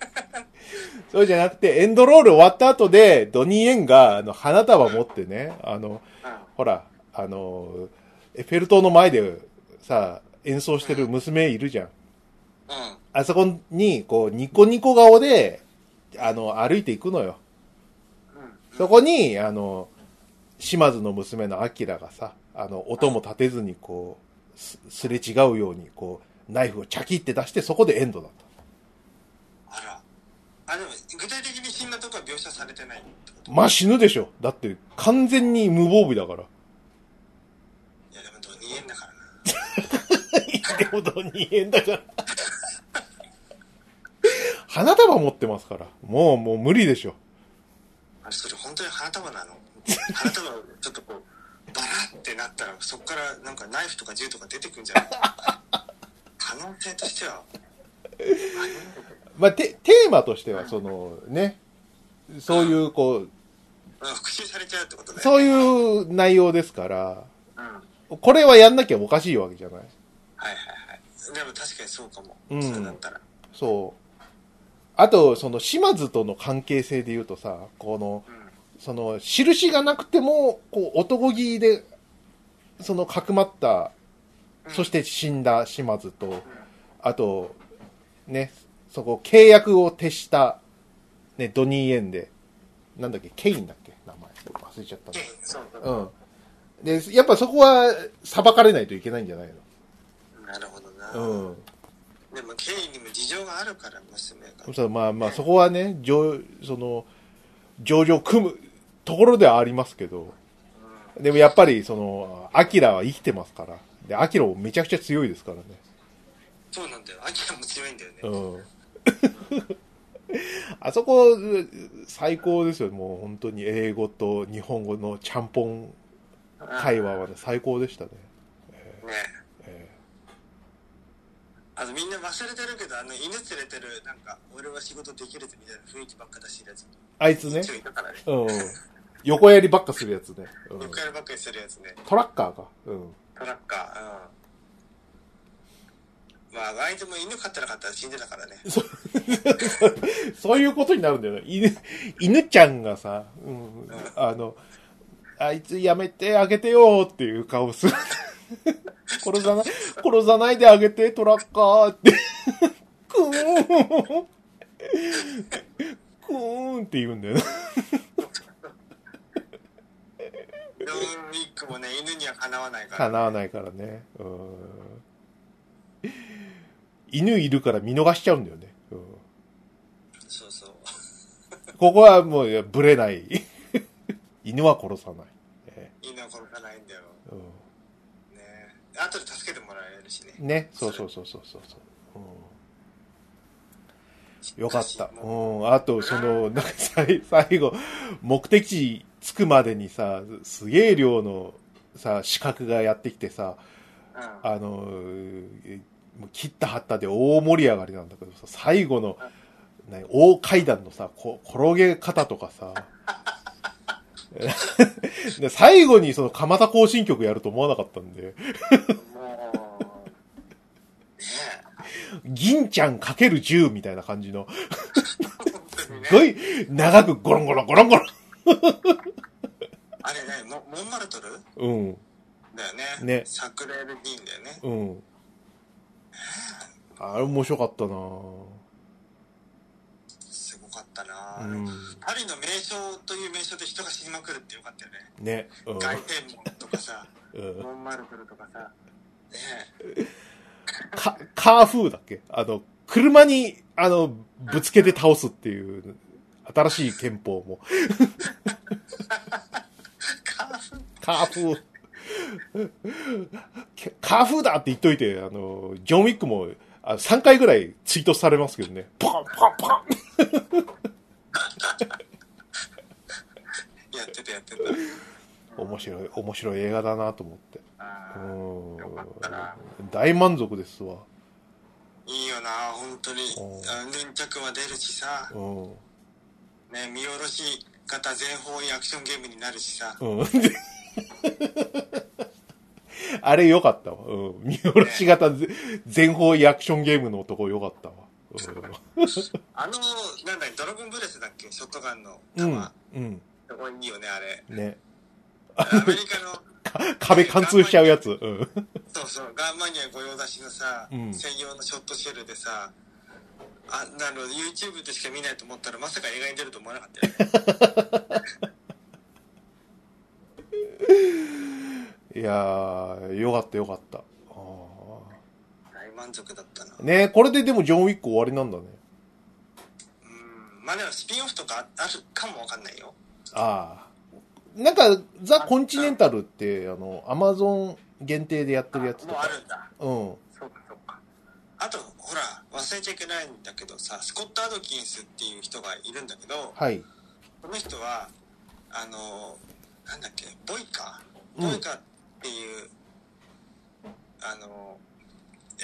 Speaker 2: そうじゃなくて、エンドロール終わった後で、ドニーエンが、あの、花束持ってね、あの、
Speaker 1: うん。
Speaker 2: ほら、あの、エッフェル塔の前で、さ、演奏してる娘いるじゃん。
Speaker 1: うん。
Speaker 2: あそこに、こう、ニコニコ顔で、あの、歩いていくのよ。
Speaker 1: うん。
Speaker 2: そこに、あの、島津の娘のアキラがさ、あの、音も立てずに、こう、すすれ違うように、こう、ナイフをチャキって出して、そこでエンドだっ
Speaker 1: あら。あ、でも、具体的に死んだとこは描写されてないってこと
Speaker 2: た。まあ、死ぬでしょ。だって、完全に無防備だから。
Speaker 1: いや、でも、ドニー・エンだからな。
Speaker 2: でも、どにえんだから。花束持ってますから。もう、もう無理でしょ。
Speaker 1: あれ、それ本当に花束なの花束、ちょっとこう、バラってなったら、そこからなんかナイフとか銃とか出てくんじゃない可能性としては。
Speaker 2: まあ、て、テーマとしては、その、ね、そういう、こう、
Speaker 1: うん復讐されちゃうってことね。
Speaker 2: そう
Speaker 1: う。
Speaker 2: いう内容ですから、
Speaker 1: うん。はい
Speaker 2: これはやんなきゃおかしいわけじゃない。
Speaker 1: はいはい。でも確かにそうかも。
Speaker 2: うん
Speaker 1: そうだったら。
Speaker 2: そう。あと、その、島津との関係性で言うとさ、この、
Speaker 1: うん。
Speaker 2: その、印がなくても、こう、男気で、その、かくまった、そして死んだ島津と、あと、ね、そこ、契約を徹した、ね、ドニーエンで、なんだっけ、ケインだっけ名前。忘れちゃった
Speaker 1: ゲイ
Speaker 2: な。
Speaker 1: そうそう
Speaker 2: うん。で、やっぱそこは、裁かれないといけないんじゃない
Speaker 1: なるほどな。
Speaker 2: のうん。
Speaker 1: でも経緯にも事情があるから娘が
Speaker 2: そしたらまあまあ、そこはね、上、その、上場組むところではありますけど、でもやっぱり、その、アキラは生きてますから。で、アキラもめちゃくちゃ強いですからね。
Speaker 1: そうなんだよアキラも強いんだよね、
Speaker 2: うん。 あそこ、最高ですよ。もう本当に英語と日本語のちゃんぽん会話はね、最高でしたね。
Speaker 1: ね
Speaker 2: え
Speaker 1: あのみんな忘れてるけどあの犬連れてるなんか俺は仕事できるぜみたいな雰囲気ばっか出してるやつ
Speaker 2: ーあいつね
Speaker 1: 一、応いたからね
Speaker 2: うん。横やりばっかするやつね。うん
Speaker 1: よくやるばっかりするやつね
Speaker 2: トラッカーか。うん。
Speaker 1: トラッカーうんまああいつも犬飼ってなかったら死んでたからね
Speaker 2: そういうことになるんだよね。犬、犬ちゃんがさ、うん、あの、あいつやめてあげてよっていう顔する。殺さない、殺さないであげて、トラッカーって。くーん。くーんって言うんだよね。
Speaker 1: ローンウィークもね犬にはかなわないから
Speaker 2: 叶わないからね。うん。犬いるから見逃しちゃうんだよね。うん、
Speaker 1: そうそう
Speaker 2: ここはもういやぶれない。 犬は殺さない。え
Speaker 1: 犬は転がないんだよ
Speaker 2: えうん
Speaker 1: ね後で助けてもらえるしね
Speaker 2: ね、そうそうそうそうそうそう、うん。よかった。う
Speaker 1: も
Speaker 2: ん。あと、そ の、なんか最最後、目的地着くまでにさ、すげえ量のさ、資格がやってきてさ、
Speaker 1: ううん
Speaker 2: あの、えもう切った張ったで大盛り上がりなんだけどさ、最後の、ね、大階段のさ、こ転げ方とかさ、 で最後にその蒲田行進曲やると思わなかったん
Speaker 1: もう、
Speaker 2: で、
Speaker 1: ね
Speaker 2: 銀ちゃんかける10みたいな感じの、
Speaker 1: え、本当にね
Speaker 2: すごい長くゴロンゴロンゴロンゴロ
Speaker 1: あれね、モモンマルトル
Speaker 2: ン。
Speaker 1: だよね。
Speaker 2: ね
Speaker 1: サクレール・ディーンだよね。
Speaker 2: うん、うん。あれ面白かったな
Speaker 1: すごかったな、
Speaker 2: うん。
Speaker 1: パリの名称という名称で人が死にまくるってよかったよね。
Speaker 2: ね。うん
Speaker 1: 凱旋門とかさ、
Speaker 2: うん
Speaker 1: モンマルトルとかさ、ねえ、
Speaker 2: か、カーフーだっけあの、車に、あの、ぶつけて倒すっていう、新しい憲法も。
Speaker 1: カーフ
Speaker 2: カーフー。カーフーだって言っといて、あの、ジョン・ウィックも、あ3回ぐらいツイートされますけどね。ポンポンポン
Speaker 1: やってたやってた。
Speaker 2: 面白い、面白い映画だなと思って。
Speaker 1: あ
Speaker 2: う。
Speaker 1: ーよかったなん
Speaker 2: 大満足ですわ。
Speaker 1: いいよな本当に。
Speaker 2: うん
Speaker 1: あのヌンチャクは出るしさ、
Speaker 2: うん。
Speaker 1: ね、見下ろし型全方位アクションゲームになるし さ、
Speaker 2: うん。あれ良かったわ。うん。見下ろし型ぜ全方位アクションゲームの男良かったわ。
Speaker 1: あの、なんだドラゴンブレスだっけショットガンの
Speaker 2: う
Speaker 1: 弾。
Speaker 2: ん。うん。
Speaker 1: すごいいいよね、あ れ。
Speaker 2: うん。ね。
Speaker 1: アメリカの、
Speaker 2: 壁貫通しちゃうやつ。うん。
Speaker 1: そうそう、ガンマニア御用出しのさ、
Speaker 2: うん
Speaker 1: 専用のショットシェルでさ、あ、なの、YouTube でしか見ないと思ったら、まさか映画に出ると思わなかっ たよね。
Speaker 2: いやー、良かった良かった。あ
Speaker 1: 大満足だったな。
Speaker 2: ーねこれででもジョンウィック終わりなんだね。
Speaker 1: うん。まあでも、スピンオフとかああるかもわかんないよ。
Speaker 2: ああ。なんか、ザ・コンチネンタルって、あの、アマゾン限定でやってるやつと
Speaker 1: もうあ
Speaker 2: か。
Speaker 1: るんだ。
Speaker 2: うん。
Speaker 1: そうか、そうか。あと、ほら、忘れちゃいけないんだけどさ、スコット・アドキンスっていう人がいるんだけど、
Speaker 2: はい。
Speaker 1: この人は、あの、なんだっけ、ボイカ
Speaker 2: うん
Speaker 1: ボイカっていう、あの、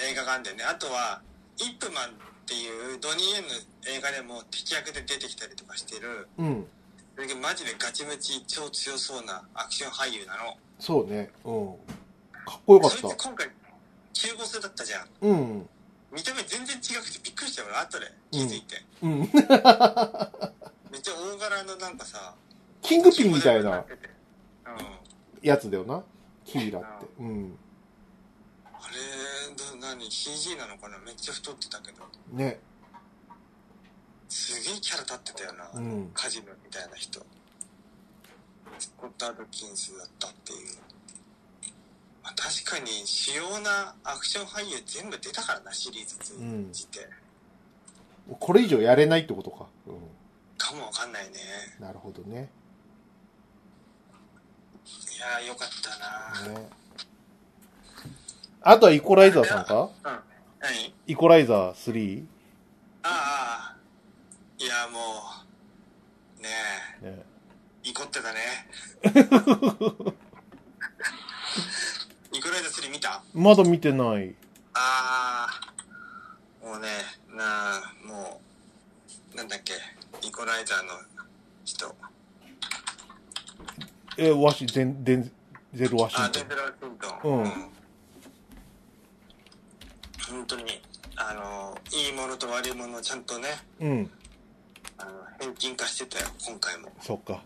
Speaker 1: 映画があるんだよね。あとは、イップマンっていうドニー・イエンの映画でも敵役で出てきたりとかしてる、
Speaker 2: うん。
Speaker 1: それでマジでガチムチ超強そうなアクション俳優なの。
Speaker 2: そうね。うん。かっこよかっ
Speaker 1: そいつ
Speaker 2: た。
Speaker 1: 今回、中国製だったじゃん。
Speaker 2: うん。
Speaker 1: 見た目全然違くてびっくりしたよ、俺後で気づいて。
Speaker 2: うん。
Speaker 1: めっちゃ大柄のなんかさ、
Speaker 2: キングピンみたいな
Speaker 1: 着物で歌っててうん。
Speaker 2: やつだよな。キーラって。うん。
Speaker 1: あれど何 CG なのかなめっちゃ太ってたけど
Speaker 2: ね。
Speaker 1: すげえキャラ立ってたよな、
Speaker 2: うん
Speaker 1: カジノみたいな人スコット・アドキンスだったっていうまあ、確かに主要なアクション俳優全部出たからなシリーズ通じて、
Speaker 2: これ以上やれないってことか。う
Speaker 1: かもわかんないね
Speaker 2: ん。なるほどね。
Speaker 1: いやーよかったな
Speaker 2: ねあとはイコライザーさんか
Speaker 1: 何
Speaker 2: イコライザー 3?
Speaker 1: ああいやもうね
Speaker 2: ね
Speaker 1: え怒ってたねイコライザ3見た
Speaker 2: まだ見てない。
Speaker 1: ああもうねなあもうなんだっけイコライザーの人
Speaker 2: え、ワシ、デン、デンゼル・ワシ
Speaker 1: あ
Speaker 2: ント
Speaker 1: デン
Speaker 2: ン。
Speaker 1: ゼル・ワシントン
Speaker 2: うん
Speaker 1: 本当にあのいいものと悪いものをちゃんとね
Speaker 2: うん。
Speaker 1: あの返金化してたよ今回も
Speaker 2: そっか。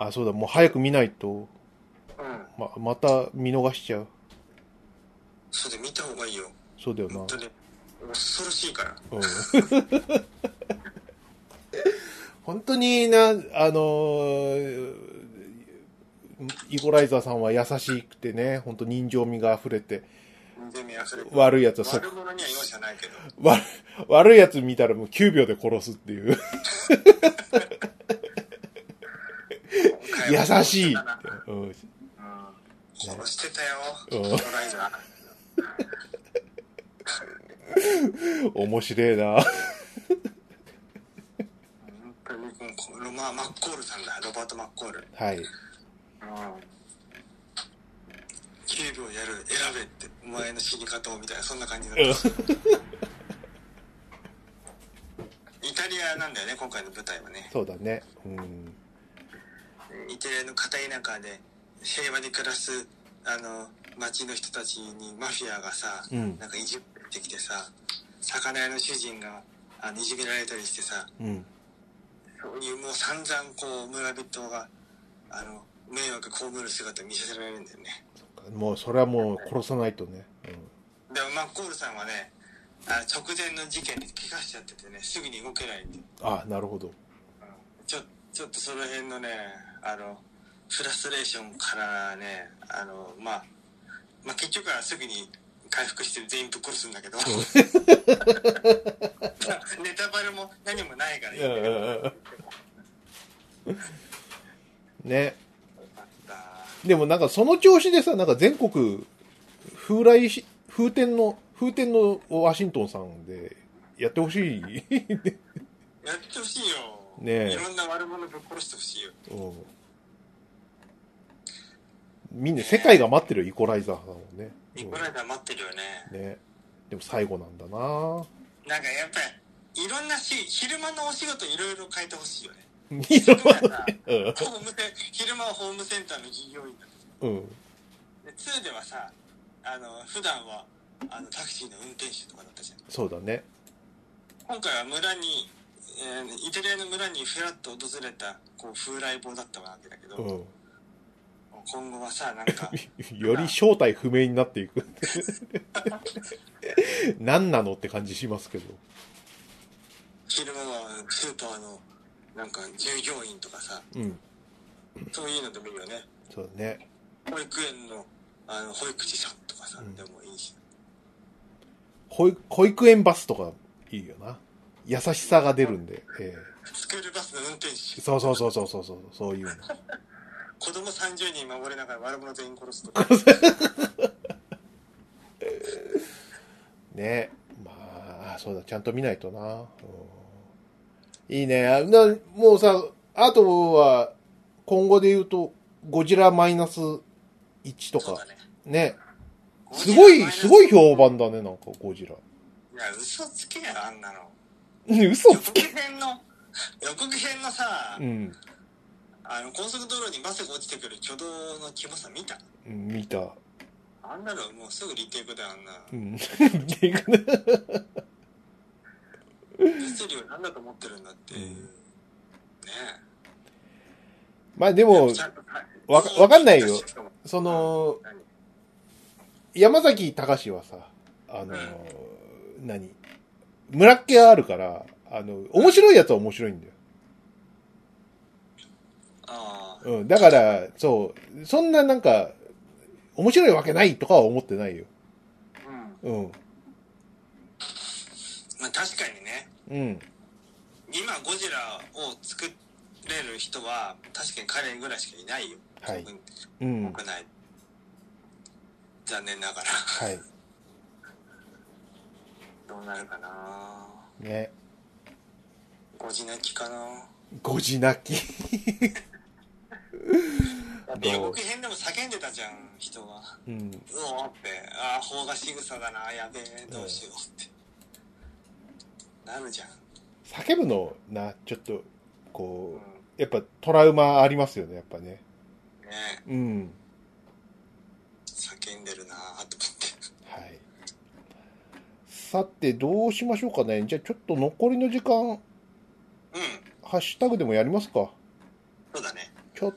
Speaker 2: あ、そうだ、もう早く見ないと、
Speaker 1: うん
Speaker 2: ま、また見逃しちゃう。
Speaker 1: それで見た方がいいよ
Speaker 2: そうだよな
Speaker 1: 本。当に恐ろしいから
Speaker 2: うん本当にな、あのーイコライザーさんは優しくてね、本当人情味が溢れて、
Speaker 1: 全然忘れて
Speaker 2: 悪いやつはそ
Speaker 1: 悪者には容赦ないけど
Speaker 2: 悪悪いやつ見たらもう9秒で殺すっていう。優しいって
Speaker 1: う
Speaker 2: うん
Speaker 1: ん殺してたよ
Speaker 2: うん
Speaker 1: イコライザ
Speaker 2: 面白い
Speaker 1: ー本
Speaker 2: な。
Speaker 1: 当にこうロママッコールさんだロバート・マッコール
Speaker 2: はい。
Speaker 1: うん9秒やる選べってお前の死に方をみたいなそんな感じだったイタリアなんだよね今回の舞台はね
Speaker 2: そうだね。うん。
Speaker 1: イタリアの片田舎で平和に暮らすあの町の人たちにマフィアがさ、
Speaker 2: うん
Speaker 1: なんかいじってきてさ魚屋の主人があのいじめられたりしてさ
Speaker 2: うん。
Speaker 1: そういうもう散々こう村人があの迷惑被る姿見せられるんだよね
Speaker 2: もうそれはもう殺さないとね。
Speaker 1: でもマッコールさんはねあ直前の事件で怪我しちゃっててねすぐに動けないんで
Speaker 2: うん、あ、なるほど。
Speaker 1: ちょちょっとその辺のねあのフラストレーションからねあの、まあ、まあ結局はすぐに回復して全員ぶっ殺すんだけど ネタバレも何もないからいいんだけど
Speaker 2: ね。
Speaker 1: よかった
Speaker 2: でもなんかその調子でさ、なんか全国、風来し、風天の、風天のワシントンさんでやってほしい。
Speaker 1: やってほしいよ、
Speaker 2: ねえ
Speaker 1: いろんな悪者ぶっ殺してほしいよ
Speaker 2: うん。みんな世界が待ってるよ、イコライザーさんをね。
Speaker 1: イコライザー待ってるよね
Speaker 2: うんね。でも最後なん だな
Speaker 1: なんかやっぱりいろんなし昼間のお仕事いろいろ変えてほしいよね
Speaker 2: いろんな
Speaker 1: 昼間はさ
Speaker 2: う
Speaker 1: ホー
Speaker 2: ん
Speaker 1: ムセン昼間はホームセンターの従業員だ
Speaker 2: うん。
Speaker 1: で2ではさあの普段はあのタクシーの運転手とかだったじゃん
Speaker 2: そうだね。
Speaker 1: 今回は村に、えーイタリアの村にフラッと訪れたこう風来坊だったわけだけど、
Speaker 2: うん。
Speaker 1: 今後はさなん か
Speaker 2: より正体不明になっていく。 何なのって感じしますけど。
Speaker 1: 昼間はスーパーのなんか従業員とかさ
Speaker 2: うん。
Speaker 1: そういうのでもいいよね
Speaker 2: そうだね。
Speaker 1: 保育園のあの保育士さんとかさ、
Speaker 2: うん
Speaker 1: でもいいし
Speaker 2: 保育保育園バスとかいいよな。優しさが出るんで。え
Speaker 1: スクールバスの運転
Speaker 2: え
Speaker 1: 手
Speaker 2: そうそうそうそうそうそう、そういうの。
Speaker 1: 子供30人守りながら悪者全員殺すとか
Speaker 2: ね。まあ、そうだ、ちゃんと見ないとな。うんいいね。あなもうさ、あとは、今後で言うと、ゴジラマイナス1と
Speaker 1: そう
Speaker 2: か
Speaker 1: だ、ね
Speaker 2: ね。すごい、すごい評
Speaker 1: い
Speaker 2: 判だね、なんか、ゴジラ。
Speaker 1: や嘘つけやあんなの
Speaker 2: 嘘
Speaker 1: 予告編の予告編のさ、
Speaker 2: うん。
Speaker 1: あの高速道路にバスが落ちてくる挙動のキモさ見た
Speaker 2: 見た。
Speaker 1: あんなのもうすぐリテイクだよあんな
Speaker 2: うん。
Speaker 1: 物量なんだと思ってるんだっていう、
Speaker 2: うん
Speaker 1: ね
Speaker 2: まあで
Speaker 1: え
Speaker 2: も、
Speaker 1: ちゃんとはい
Speaker 2: わかわかんないよ
Speaker 1: しかも
Speaker 2: その、
Speaker 1: 何
Speaker 2: 山崎隆はさ、あの、何村っ気があるから、あの、面白いやつは面白いんだよ。
Speaker 1: あ
Speaker 2: うん。だから、そう、そんななんか、面白いわけないとかは思ってないよ。
Speaker 1: うん。
Speaker 2: うん。
Speaker 1: まあ確かにね、
Speaker 2: うん。
Speaker 1: 今ゴジラを作れる人は、確かに彼ぐらいしかいないよ。
Speaker 2: はい
Speaker 1: 国
Speaker 2: うん。
Speaker 1: 国内。残念ながら。
Speaker 2: はい。
Speaker 1: どうなるかな
Speaker 2: ね。
Speaker 1: ゴジ泣きかな
Speaker 2: ごじなき。
Speaker 1: だって予告編でも叫んでたじゃん、人は。
Speaker 2: うん。
Speaker 1: うおーって、ああ、方が仕草だな、やべえ、どうしようって。なるじゃん。
Speaker 2: 叫ぶのな、ちょっと、
Speaker 1: う
Speaker 2: こ
Speaker 1: ん。
Speaker 2: う、やっぱトラウマありますよね、やっぱね。
Speaker 1: ね
Speaker 2: うん。
Speaker 1: 叫んでるなぁ、と
Speaker 2: はい。さて、どうしましょうかね。じゃあちょっと残りの時間、
Speaker 1: 思って。うん。
Speaker 2: ハッシュタグでもやりますか。
Speaker 1: そうだね。
Speaker 2: ちょっ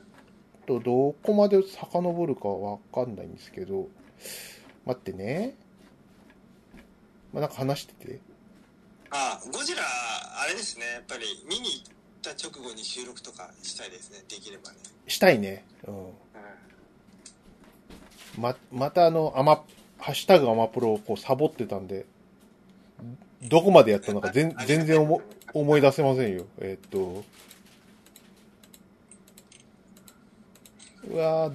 Speaker 2: とどこまで遡るかわかんないんですけど、待ってね。まあ、なんか話してて。
Speaker 1: ああ、ゴジラ、あれですね、やっぱり見に行った直後に収録とかしたいですね、できればね。
Speaker 2: したいね。う。
Speaker 1: うん
Speaker 2: ま、またあの、アマ、ハッシュタグアマプロをこうサボってたんで、どこまでやったのか全
Speaker 1: あ
Speaker 2: 全然思、思い出せませんよ。えーっと。うわー
Speaker 1: ん。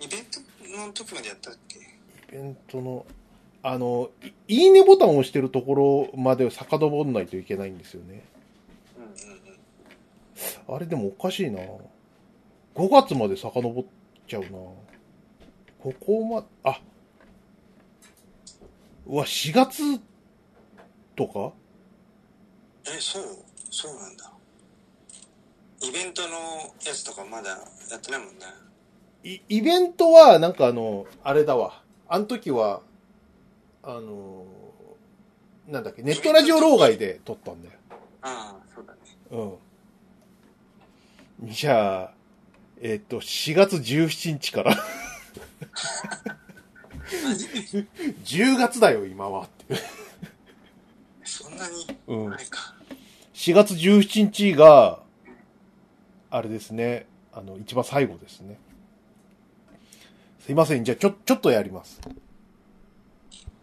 Speaker 1: イベントの時までやったっけ
Speaker 2: イベントの、あの、いいいねボタンを押してるところまで遡んないといけないんですよね。
Speaker 1: うんうんうん。
Speaker 2: あれでもおかしいな。5月まで遡っちゃうな。ここま、あ。うわ、4月とか
Speaker 1: え、そうそうなんだ。イベントのやつとかまだやってないもんね。
Speaker 2: いイベントは、なんかあの、あれだわ。あの時は、あの、なんだっけ、ネットラジオ老害で撮ったんだよ。
Speaker 1: ああ、そうだね。
Speaker 2: うん。じゃあ、えっ、と、4月17日から。
Speaker 1: マジで
Speaker 2: 10月だよ、今は。っていう
Speaker 1: そんなに、
Speaker 2: うん
Speaker 1: あれか。
Speaker 2: 4月17日が、あれですね、あの、一番最後ですね。すいません、じゃあ、ちょ、ちょっとやります。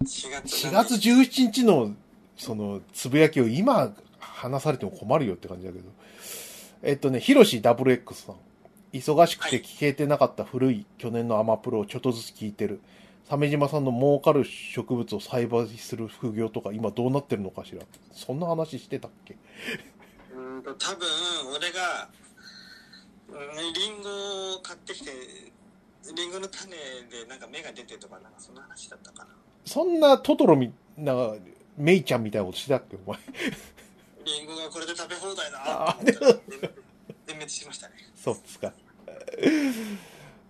Speaker 1: 4月
Speaker 2: 4月17日の、その、つぶやきを今、話されても困るよって感じだけど。えっとね、ヒロシ WX さん。忙しくて聞けてなかった古い去年のアマプロをちょっとずつ聞いてる。鮫島さんの儲かる植物を栽培する副業とか今どうなってるのかしら。そんな話してたっけ
Speaker 1: うーんと多分俺がうんリンゴを買ってきてリンゴの種でなんか芽が出てとかなんかそんな話だったかな
Speaker 2: そんなトトロみ、な、メイちゃんみたいなことしてたっけお前。
Speaker 1: リンゴがこれで食べ放題だ
Speaker 2: あ
Speaker 1: と思ったら全全滅しましたね
Speaker 2: そうですか。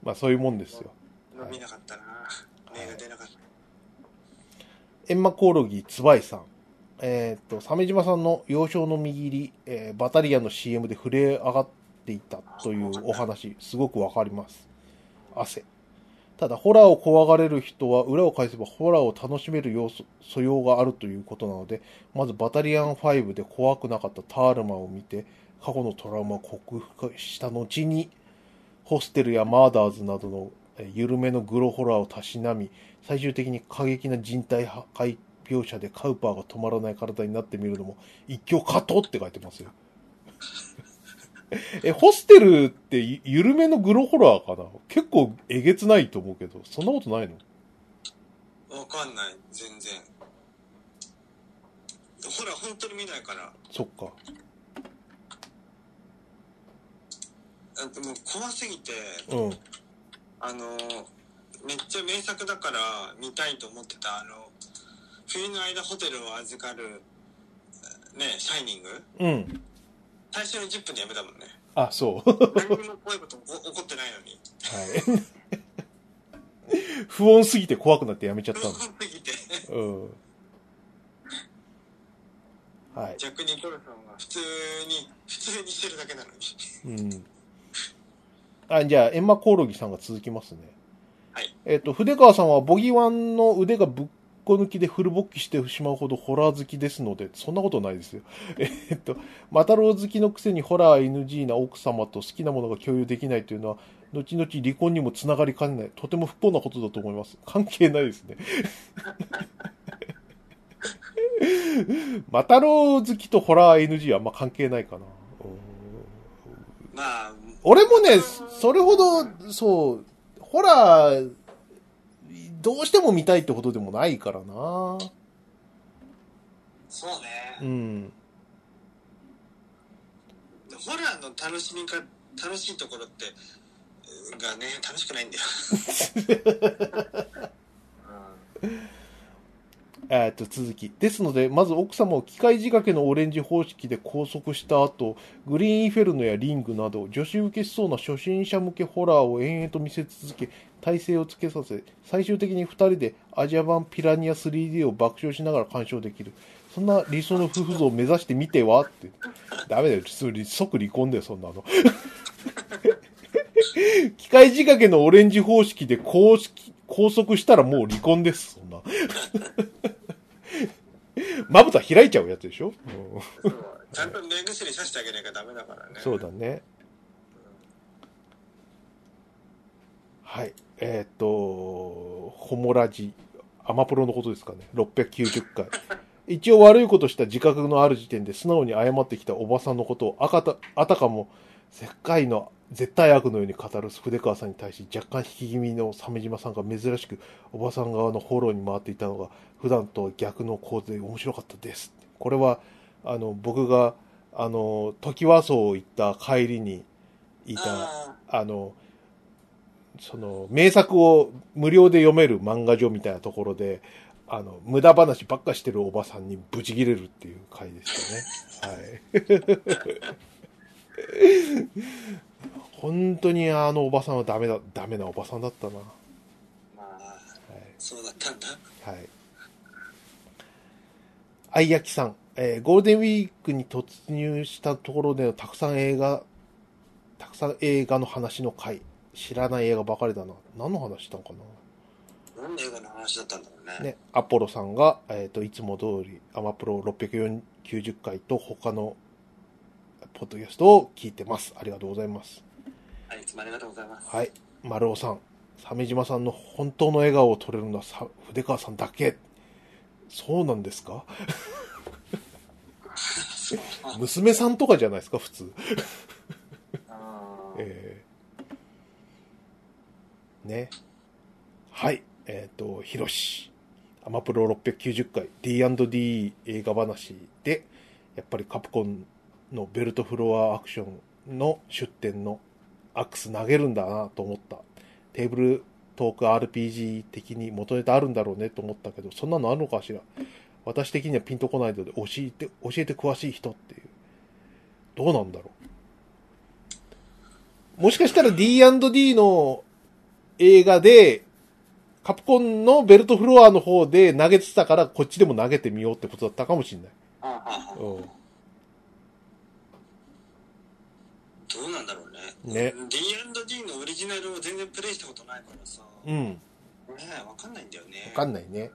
Speaker 2: まあそういうもんですよ。
Speaker 1: 伸びなかったな芽が出なかった
Speaker 2: エンマコオロギ、ツバイさん。えーっと、鮫島さんの幼少の右入り、えーバタリアの CM で触れ上がっていたというお話、すごくわかります。汗。ただ、ホラーを怖がれる人は、裏を返せばホラーを楽しめる要素、素養があるということなので、まずバタリアン5で怖くなかったタールマンを見て、過去のトラウマを克服した後に、ホステルやマーダーズなどのえー緩めのグロホラーをたしなみ、最終的に過激な人体破壊描写でカウパーが止まらない体になってみるのも一挙加藤って書いてますよ。 え、ホステルってゆ緩めのグロホラーかな結構えげつないと思うけど、そんなことないの
Speaker 1: わかんない全然ほら本当に見ないから
Speaker 2: そっか。
Speaker 1: あでも怖すぎて
Speaker 2: うん。
Speaker 1: あのめっちゃ名作だから見たいと思ってたあの冬の間ホテルを預かるねシャイニング
Speaker 2: うん。
Speaker 1: 最初の10分でやめたもんね
Speaker 2: あ、そう。は
Speaker 1: 何にも怖いことお起こってないのに
Speaker 2: い。 不穏すぎて怖くなってやめちゃっ
Speaker 1: 不
Speaker 2: たん
Speaker 1: 安すぎて
Speaker 2: だ。うん。はい。
Speaker 1: 逆にトルさんが普通に普通にしてるだけなのに
Speaker 2: うん。あ、じゃあ、エンマコオロギさんが続きますね。
Speaker 1: はい。
Speaker 2: えっ、と、筆川さんはボギワンの腕がぶっこ抜きでフル勃起してしまうほどホラー好きですので、そんなことないですよ。 えっと、マタロウ好きのくせにホラー NG な奥様と好きなものが共有できないというのは、後々離婚にもつながりかねない、とても不幸なことだと思います。 関係ないですね。マタロウ好きとホラー NG はあんま関係ないかな。うん
Speaker 1: まあ、
Speaker 2: 俺もね、それほど、そう、ホラー、どうしても見たいってほどでもないからな。
Speaker 1: そうね
Speaker 2: う。ん。
Speaker 1: ホラーの楽しみか、楽しいところって、うんがね、楽しくないんだよ。
Speaker 2: えーっと、続き。ですので、まず奥様を機械仕掛けのオレンジ方式で拘束した後、グリーンインフェルノやリングなど、女子受けしそうな初心者向けホラーを延々と見せ続け、体勢をつけさせ、最終的に二人でアジア版ピラニア 3D を爆笑しながら鑑賞できる。そんな理想の夫婦像を目指してみてはって。ダメだよ。それ即離婚だよ、そんなの。 機械仕掛けのオレンジ方式で公式拘束したらもう離婚です、そんな。まぶた開いちゃうやつでしょ、
Speaker 1: そうちゃんと目薬さしてあげなきゃダメだからね。
Speaker 2: そうだね。はい。えーっと、ホモラジ、アマプロのことですかね。690回。一応悪いことした自覚のある時点で素直に謝ってきたおばさんのことをあかた、あたかも世界の絶対悪のように語る筆川さんに対し若干引き気味の鮫島さんが珍しくおばさん側のフォローに回っていたのが普段と逆の構図で面白かったです。これは、あの、僕が、あの、時和荘行った帰りにいた、
Speaker 1: あ
Speaker 2: あの、その、名作を無料で読める漫画所みたいなところで、あの、無駄話ばっかしてるおばさんにブチギレるっていう回でしたね。はい。 本当にあのおばさんはダメだ、ダメなおばさんだったな。は
Speaker 1: ーまあ、
Speaker 2: い。
Speaker 1: そうだったんだ。
Speaker 2: はい。あいやきさん、えーゴールデンウィークに突入したところでのたくさん映画、たくさん映画の話の回、知らない映画ばかりだな。何の話したのか
Speaker 1: なんで映画の話だったんだろうね。
Speaker 2: なね、アポロさんが、えっ、と、いつも通り、アマプロ690回と他の、ポッドキャストを聞いてます。ありがとうございます。
Speaker 1: はい、いつもありがとうございます。
Speaker 2: はい。丸尾さん。鮫島さんの本当の笑顔を撮れるのはさ筆川さんだけ。そうなんですか
Speaker 1: そうあ
Speaker 2: 娘さんとかじゃないですか、普通。
Speaker 1: あー
Speaker 2: えーね。はい。えっ、と、ヒロシ。アマプロ690回 D&D 映画話で、やっぱりカプコンのベルトフロアアクションの出展のアックス投げるんだなと思った。テーブルトーク RPG 的に元ネタあるんだろうねと思ったけど、そんなのあるのかしら私的にはピンとこないので、教えて、教えて詳しい人っていう。どうなんだろう。もしかしたら D&D の映画で、カプコンのベルトフロアの方で投げてたから、こっちでも投げてみようってことだったかもしれない。
Speaker 1: あーあー
Speaker 2: うん。
Speaker 1: どうなんだろうね。
Speaker 2: ね。
Speaker 1: D&D のオリジナルを全然プレイしたことないからさ。ね
Speaker 2: うん。
Speaker 1: え、わかんないんだよね。
Speaker 2: わかんないね。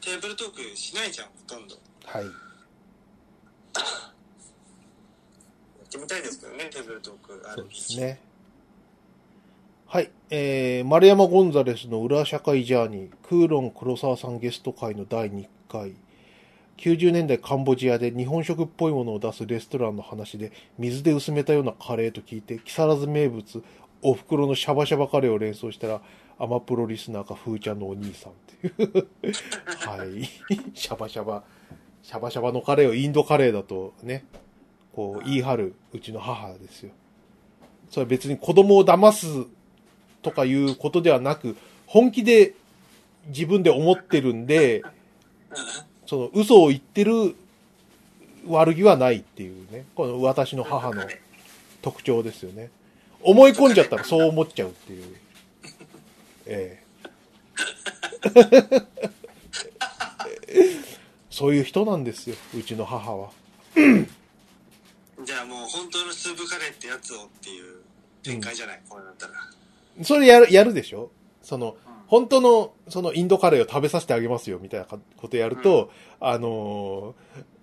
Speaker 1: テーブルトークしないじゃん、ほとんど。や
Speaker 2: はい。
Speaker 1: ってみたいですけどね、テーブルトーク。
Speaker 2: そうです
Speaker 1: ね。
Speaker 2: ね。はい。えー、丸山ゴンザレスの裏社会ジャーニー、クーロン黒沢さんゲスト会の第2回、90年代カンボジアで日本食っぽいものを出すレストランの話で、水で薄めたようなカレーと聞いて、木更津名物、お袋のシャバシャバカレーを連想したら、アマプロリスナーかふーちゃんのお兄さんっていう。はい。 シャバシャバ、シャバシャバのカレーをインドカレーだとね、こう言い張るうちの母ですよ。それは別に子供を騙すとかいうことではなく、本気で自分で思ってるんで、その嘘を言ってる悪気はないっていうね。この私の母の特徴ですよね。思い込んじゃったらそう思っちゃうっていう。ええ。 そういう人なんですよ、うちの母は。
Speaker 1: じゃあもう本当のスープカレーってやつをっていう展開じゃない、これだったら。
Speaker 2: それやる、やるでしょその、本当の、そのインドカレーを食べさせてあげますよ、みたいなことやると、あの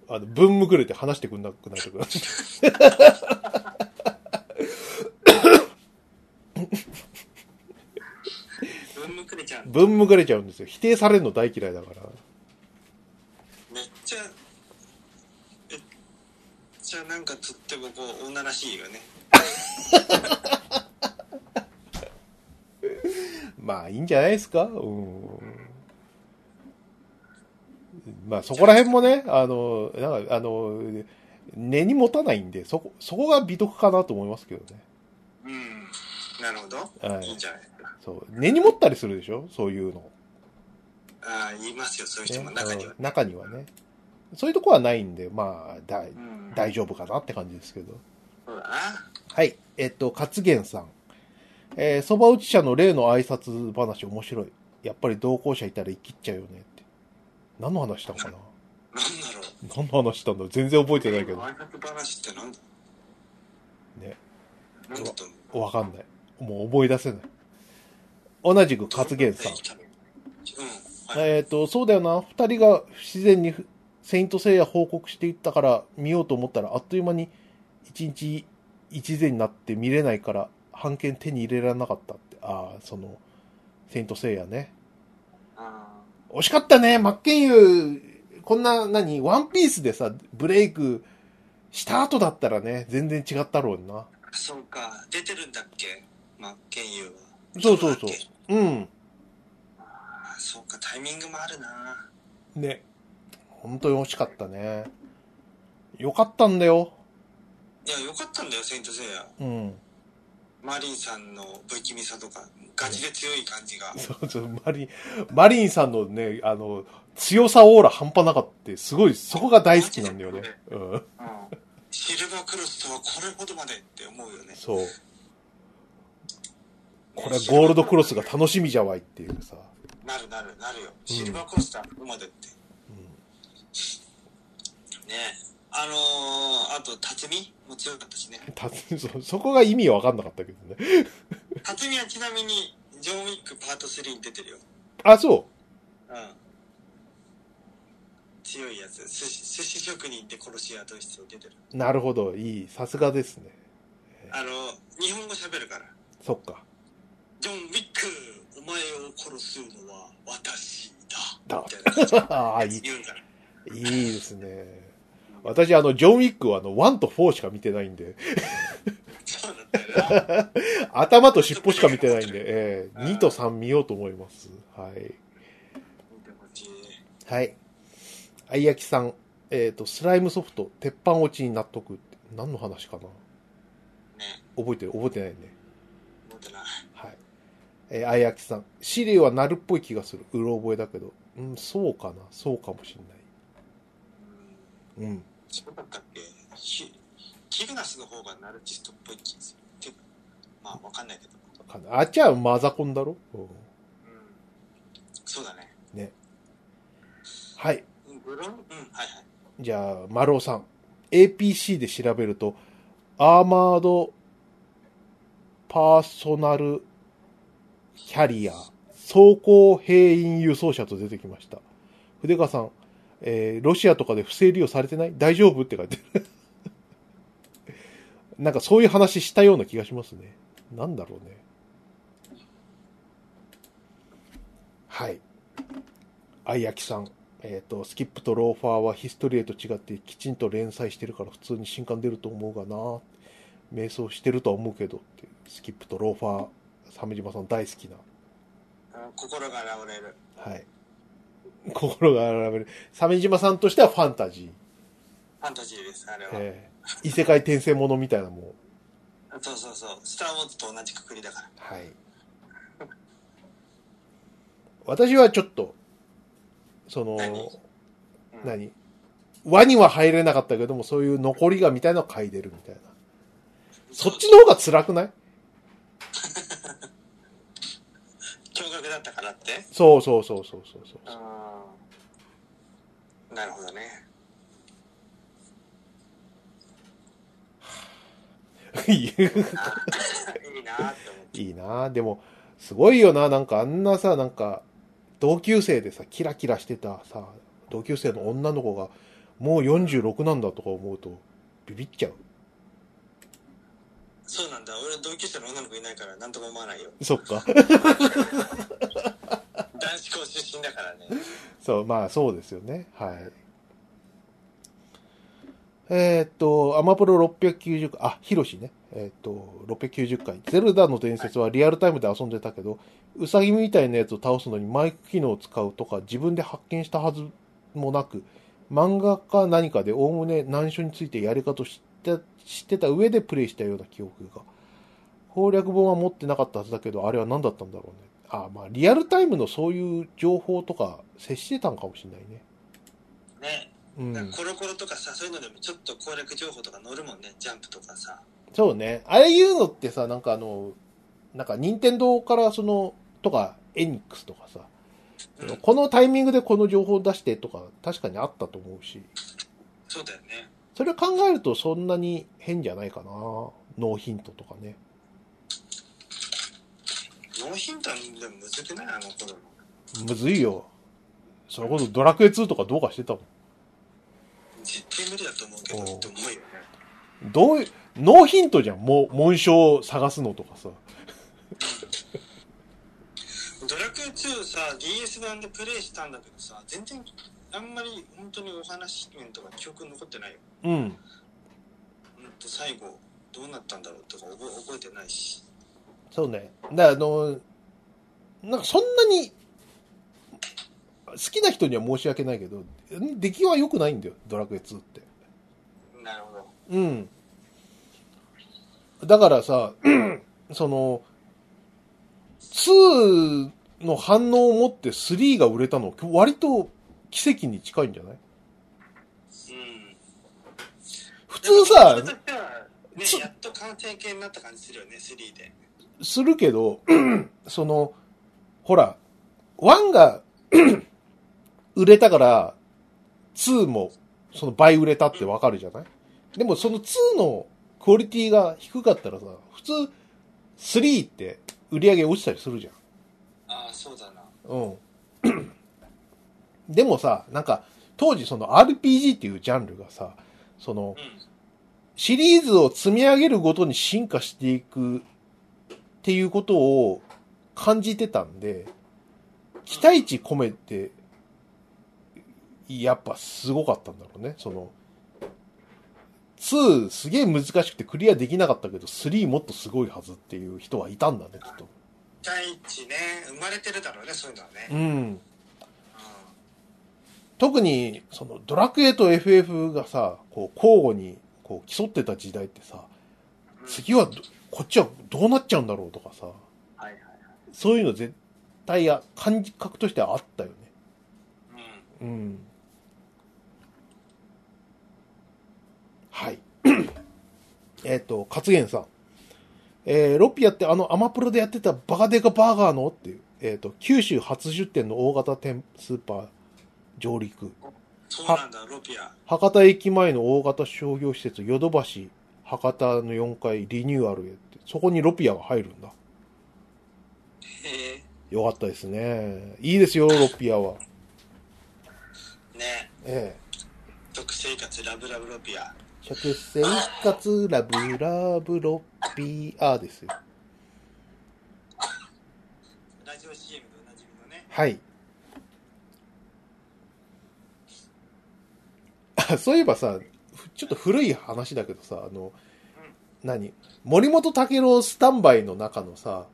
Speaker 2: ーあの、文むくれて話してくんなくなるとか。
Speaker 1: 文むくれちゃん、
Speaker 2: 文むくれちゃうんですよ。否定されるの大嫌いだから。
Speaker 1: めっちゃ、めっちゃなんかとってもこう、女らしいよね。
Speaker 2: まあ、いいんじゃないですかうん。まあ、そこら辺もね、あの、なんか、あの、根に持たないんで、そこ、そこが美徳かなと思いますけどね。
Speaker 1: うん。なるほど。
Speaker 2: はい
Speaker 1: いいんじゃないですか。
Speaker 2: そう。根に持ったりするでしょそういうの。
Speaker 1: ああ、言いますよ、そういう人も
Speaker 2: ね
Speaker 1: 中には
Speaker 2: う。ん中にはね。そういうとこはないんで、まあ、だ
Speaker 1: うん。
Speaker 2: 大丈夫かなって感じですけど。
Speaker 1: そうだな。
Speaker 2: はい。えっと、勝元さん。えー、蕎麦打ち者の例の挨拶話面白い。やっぱり同行者いたら生きっちゃうよねって。何の話したのかな
Speaker 1: なんだろう。
Speaker 2: 何の話したんだろう全然覚えてないけど。
Speaker 1: ワイナス話ってなんだ
Speaker 2: ね。
Speaker 1: なんだと思う
Speaker 2: わかんない。もう思い出せない。同じく勝元さん。
Speaker 1: うん。はい。
Speaker 2: えっ、と、そうだよな。二人が不自然にふセイントセイヤ報告していったから見ようと思ったら、あっという間に一日一前になって見れないから、半券手に入れられなかったって。ああ、その、セイントセイヤね。
Speaker 1: あ
Speaker 2: 惜しかったね。真剣佑、こんな、何、ワンピースでさ、ブレイクした後だったらね、全然違ったろうな。
Speaker 1: ーそうか。出てるんだっけ真剣佑は。
Speaker 2: そうそうそう
Speaker 1: だっけ
Speaker 2: うん。
Speaker 1: あーそうか、タイミングもあるな。
Speaker 2: ね。本当に惜しかったね。よかったんだよ。
Speaker 1: いや、よかったんだよ、セイントセイヤ。
Speaker 2: うん。
Speaker 1: マリンさんの不気味さとか、ガチで強い感じが。
Speaker 2: そうそう、マリン、マリンさんのね、あの、強さオーラ半端なかった。すごい、そこが大好きなんだよね。うん。
Speaker 1: うんシルバークロスとはこれほどまでって思うよね。
Speaker 2: そう。これはゴールドクロスが楽しみじゃわいっていうさ。
Speaker 1: なるなるなるよ。シルバークロスとはここまでって。ねあのー、あと、辰巳も強かったしね。
Speaker 2: た そそこが意味わかんなかったけどね。
Speaker 1: 辰巳はちなみに、ジョン・ウィックパート3に出てるよ。
Speaker 2: あ、そ
Speaker 1: うん。強いやつ。寿司寿司職人って殺し屋として出てる。
Speaker 2: う。なるほど、いい。さすがですね。
Speaker 1: あの、日本語喋るから。
Speaker 2: そっか。
Speaker 1: ジョン・ウィック、お前を殺すのは私だ。
Speaker 2: だ
Speaker 1: みたいな感じで
Speaker 2: ああ、いい。
Speaker 1: 言うん だ。
Speaker 2: いいですね。私、あの、ジョン・ウィックはあの、1と4しか見てないんで、
Speaker 1: そうなんだよな。
Speaker 2: 頭と尻尾しか見てないんで、ええ2と3見ようと思います。はい。
Speaker 1: 見てほしい。
Speaker 2: はい。あいやきさん、えっ、と、スライムソフト、鉄板落ちに納得って、何の話かな
Speaker 1: ね。
Speaker 2: 覚えてる覚えてないね。
Speaker 1: 思ってない。
Speaker 2: はい。えー、あやきさん、シリはなるっぽい気がする。うろ覚えだけど。うん、そうかな。そうかもし
Speaker 1: うん
Speaker 2: んない。うん。
Speaker 1: そうだったっけひキルナスの方がナルチストっぽい気がする。てかまあ、わかんないけど。
Speaker 2: わかんないあっちはマザコンだろ、うん、
Speaker 1: うん。そうだね。
Speaker 2: はい。
Speaker 1: うんブロンうん、はいはい。
Speaker 2: じゃあ、丸尾さん。APC で調べると、アーマード、パーソナル、キャリア、装甲兵員輸送車と出てきました。筆川さん、えーロシアとかで不正利用されてない大丈夫って書いてる。 なんかそういう話したような気がしますね。なんだろうね。はい。あいやきさん。えっ、と、スキップとローファーはヒストリエと違ってきちんと連載してるから普通に新刊出ると思うがな瞑想してるとは思うけどって、スキップとローファー、鮫島さん大好きな。
Speaker 1: あ心が現れる。
Speaker 2: はい。 心が現れる。鮫島さんとしてはファンタジー。
Speaker 1: ファンタジーです、あれは。
Speaker 2: えー異世界転生ものみたいなもん。
Speaker 1: そうそうそう。スター・ウォーズと同じくくりだから。
Speaker 2: はい。私はちょっと、その、
Speaker 1: 何うん
Speaker 2: 何輪には入れなかったけども、そういう残りがみたいなのを嗅いでるみたいな。そっちの方が辛くない
Speaker 1: 驚愕だったからって
Speaker 2: そうそうそうそうそうそう。
Speaker 1: うん。なるほどね。
Speaker 2: いい
Speaker 1: いいなーって思って。
Speaker 2: いいなあでも、すごいよな、なんかあんなさ、なんか、同級生でさ、キラキラしてたさ、同級生の女の子が、もう46なんだとか思うと、ビビっちゃう。
Speaker 1: そうなんだ俺同級生の女の子いないから何とも思わないよ
Speaker 2: そっか。
Speaker 1: 男子校出身だからね
Speaker 2: そう、まあそうですよね。はい。えーっと、アマプロ690回、あ、ヒロシね。えーっと、690回。ゼルダの伝説はリアルタイムで遊んでたけど、ウサギみたいなやつを倒すのにマイク機能を使うとか、自分で発見したはずもなく、漫画か何かでおおむね難所についてやり方を知って知ってた上でプレイしたような記憶が。攻略本は持ってなかったはずだけど、あれは何だったんだろうね。あまあ、リアルタイムのそういう情報とか接してたんかもしれないね。
Speaker 1: ね
Speaker 2: う
Speaker 1: なん
Speaker 2: ん
Speaker 1: か。コロコロとかさそういうのでもちょっと攻略情報とか載るもんねジャンプとかさ
Speaker 2: そうね。ああいうのってさ、なんかあの、なんか任天堂からその、とか、エニックスとかさ、
Speaker 1: うん
Speaker 2: このタイミングでこの情報を出してとか、確かにあったと思うし、
Speaker 1: そうだよね
Speaker 2: それを考えるとそんなに変じゃないかな。ノーヒントとかね。
Speaker 1: ノーヒントはでもむずくないあの頃の
Speaker 2: むずいよ。それこそドラクエ2とかどうかしてたもん。
Speaker 1: 絶対無理だと思うけど
Speaker 2: おう
Speaker 1: って思うよね
Speaker 2: どういう、ノーヒントじゃん。もう、紋章を探すのとかさ。
Speaker 1: ドラクエ2さ DS 版でプレイしたんだけどさ全然あんまり本当にお話面とか記憶に残ってないよ
Speaker 2: うん。
Speaker 1: うんと最後どうなったんだろうとか覚え覚えてないし
Speaker 2: そうね。だあの、なんかそんなに、好きな人には申し訳ないけど、出来は良くないんだよ、ドラクエ2って。
Speaker 1: なるほど
Speaker 2: うん。だからさ、 その、2の反応を持って3が売れたの、割と奇跡に近いんじゃない
Speaker 1: うん
Speaker 2: 普通さ
Speaker 1: でも、それとしてはね
Speaker 2: つ
Speaker 1: やっと完成形になった感じするよね3です
Speaker 2: るけど、 その、ほら、1が 売れたから、2もその倍売れたってわかるじゃないでもその2のクオリティが低かったらさ、普通3って売り上げ落ちたりするじゃん。
Speaker 1: ああそうだな
Speaker 2: うん。 でもさ、なんか、当時その RPG っていうジャンルがさ、その、
Speaker 1: うん
Speaker 2: シリーズを積み上げるごとに進化していくっていうことを感じてたんで、期待値込めて、やっぱすごかったんだろうね。その、2すげえ難しくてクリアできなかったけど、3もっとすごいはずっていう人はいたんだね、きっと。
Speaker 1: 期待値ね生まれてるだろうねそういうのはね
Speaker 2: うん。
Speaker 1: う
Speaker 2: 特に、その、ドラクエと FF がさ、こう、交互に、こう、競ってた時代ってさ、
Speaker 1: ん
Speaker 2: 次はど、こっちはどうなっちゃうんだろうとかさ、
Speaker 1: はいはい
Speaker 2: そういうの絶対や、感覚としてはあったよね。
Speaker 1: うん
Speaker 2: うん。はい。 えっと、勝元さん。えーロピアってあのアマプロでやってたバカデカバーガーのっていう、えっ、と、九州初出店の大型店スーパー上陸。
Speaker 1: そうなんだロピア
Speaker 2: 博多駅前の大型商業施設、ヨドバシ、博多の4階リニューアルへって、そこにロピアが入るんだ。
Speaker 1: へえ
Speaker 2: よかったですね。いいですよ、ロピアは。
Speaker 1: ね
Speaker 2: ええ
Speaker 1: 特生活ラブラブロピア
Speaker 2: 食生活ラブラブロピアですよ。
Speaker 1: ラジオ CM でおなじみのね
Speaker 2: はい。あそういえばさ、ふちょっと古い話だけどさ、あの、何森本武郎スタンバイの中のさ、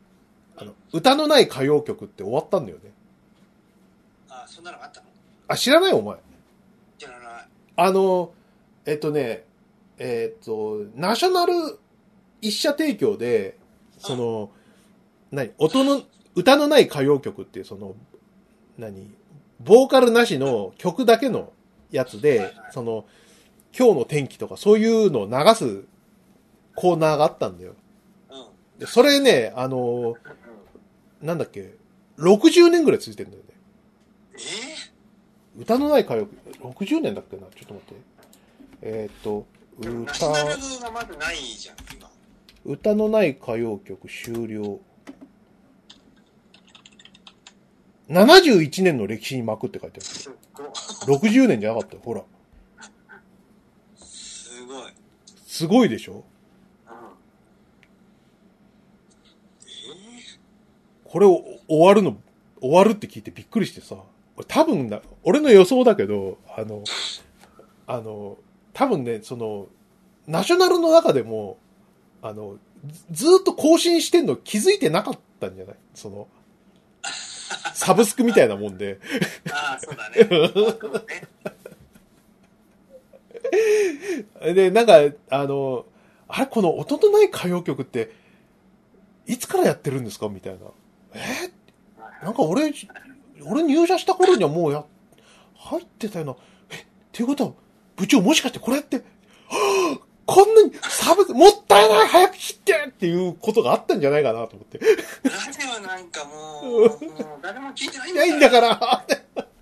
Speaker 2: あの、歌のない歌謡曲って終わったんだよね。
Speaker 1: あそんなのあったの
Speaker 2: あ、知らないお前。
Speaker 1: 知らない
Speaker 2: あの、えっとね、えっと、ナショナル一社提供で、その、何音の、歌のない歌謡曲っていう、その、何ボーカルなしの曲だけのやつ
Speaker 1: はいはい、
Speaker 2: でその、今日の天気とかそういうのを流すコーナーがあったんだよ。
Speaker 1: うんうん
Speaker 2: で、それね、あの、なんだっけ、60年ぐらい続いてんだよね。
Speaker 1: えー
Speaker 2: 歌のない歌謡曲、60年だっけなちょっと待って。えーっと、
Speaker 1: でもナショ、
Speaker 2: 歌
Speaker 1: ナルがまずないじゃん今
Speaker 2: 歌のない歌謡曲終了。 71年の歴史に巻くって書いて
Speaker 1: すっご
Speaker 2: ある。60年じゃなかったよ。ほら。
Speaker 1: すごい。うん。
Speaker 2: すごいでしょ
Speaker 1: え
Speaker 2: これを終わるの、終わるって聞いてびっくりしてさ。俺多分だ、俺の予想だけど、あの、あの、多分ね、その、ナショナルの中でも、あの、ずずーっと更新してんの気づいてなかったんじゃないその、サブスクみたいなもんで。
Speaker 1: ー、ああ、そうだね。そうね
Speaker 2: で、なんか、あの、あれ、この音のない歌謡曲って、いつからやってるんですかみたいな。えーなんか俺、俺入社した頃にはもうや、入ってたよな。え、っていうことは、部長もしかしてこれって、は ぁこんなにサブ、もったいない早く切ってっていうことがあったんじゃないかなと思って。
Speaker 1: ラジオなんかもう、もう誰も聞いてない
Speaker 2: いないんだ
Speaker 1: ら。
Speaker 2: から。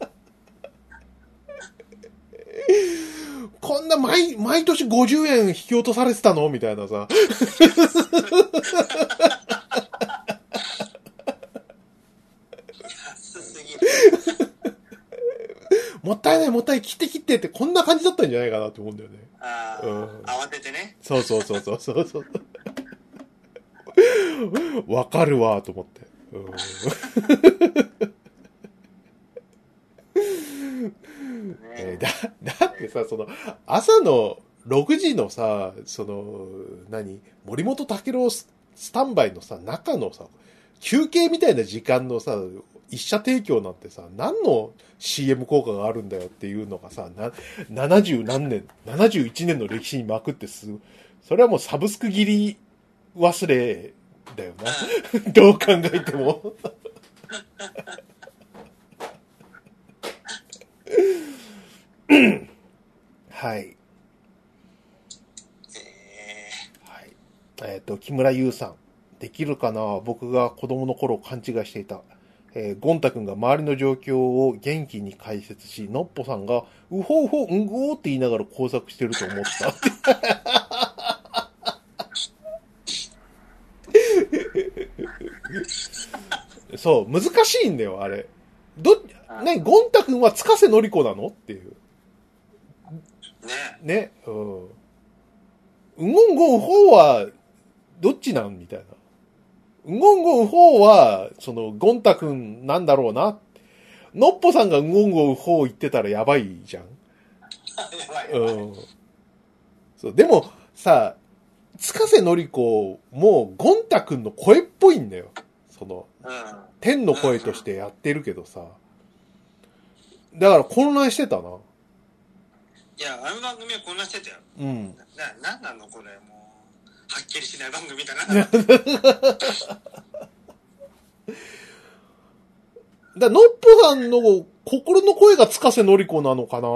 Speaker 2: こんな毎、毎年50円引き落とされてたのみたいなさ。
Speaker 1: 安すぎる。
Speaker 2: もったいないもったいない切って切ってってこんな感じだったんじゃないかなと思うんだよね。
Speaker 1: ああ、
Speaker 2: うん
Speaker 1: 慌ててね。
Speaker 2: そうそうそうそうそう そう。わかるわ、と思って。
Speaker 1: ね
Speaker 2: えーだ、 だってさ、その、朝の6時のさ、その、何、森本武郎ススタンバイのさ、中のさ、休憩みたいな時間のさ、一社提供なんてさ、何の CM 効果があるんだよっていうのがさ、な、70何年、71年の歴史に巻くってす、それはもうサブスク切り忘れだよな。 どう考えても。
Speaker 1: え
Speaker 2: はい。はい。えっ、と、木村優さん。できるかな僕が子供の頃勘違いしていた。えー、ゴンタ君が周りの状況を元気に解説し、ノッポさんが、うほうほう、うんごーって言いながら工作してると思った。そう、難しいんだよ、あれ。ど、ね、ゴンタ君は塚瀬のり子なのっていう。
Speaker 1: ー、ね
Speaker 2: ね、うん。うんごんごんほうは、どっちなんみたいな。うんごんごんほうは、その、ゴンタくんなんだろうな。のっぽさんがうんごんごんほう言ってたらやばいじゃん。
Speaker 1: やばいやばい。
Speaker 2: うん。そう、でも、さ、塚瀬のり子も、ゴンタくんの声っぽいんだよ。その、
Speaker 1: うん。
Speaker 2: 天の声としてやってるけどさ。だから混乱してたな。
Speaker 1: いや、あの番組はこんなしてたよ。
Speaker 2: うん。
Speaker 1: な、なんなのこれ、もう。はっきりしない番組だな。
Speaker 2: だからのっぽさんの心の声が塚瀬のり子なのかな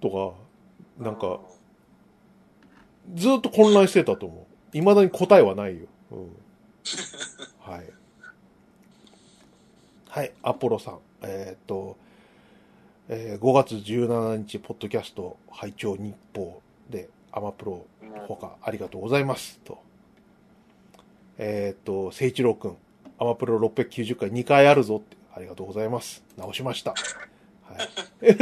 Speaker 2: とか、 なんか、ずっと混乱してたと思う。未だに答えはないよ。うん。はい。はい、アポロさん。えーっと、えー5月17日、ポッドキャスト、拝聴日報で、アマプロ
Speaker 1: うん、
Speaker 2: ほ
Speaker 1: も
Speaker 2: かありがとうございます。と。えーっと、聖一郎くん、アマプロ690回2回あるぞって、ありがとうございます。直しました。はい。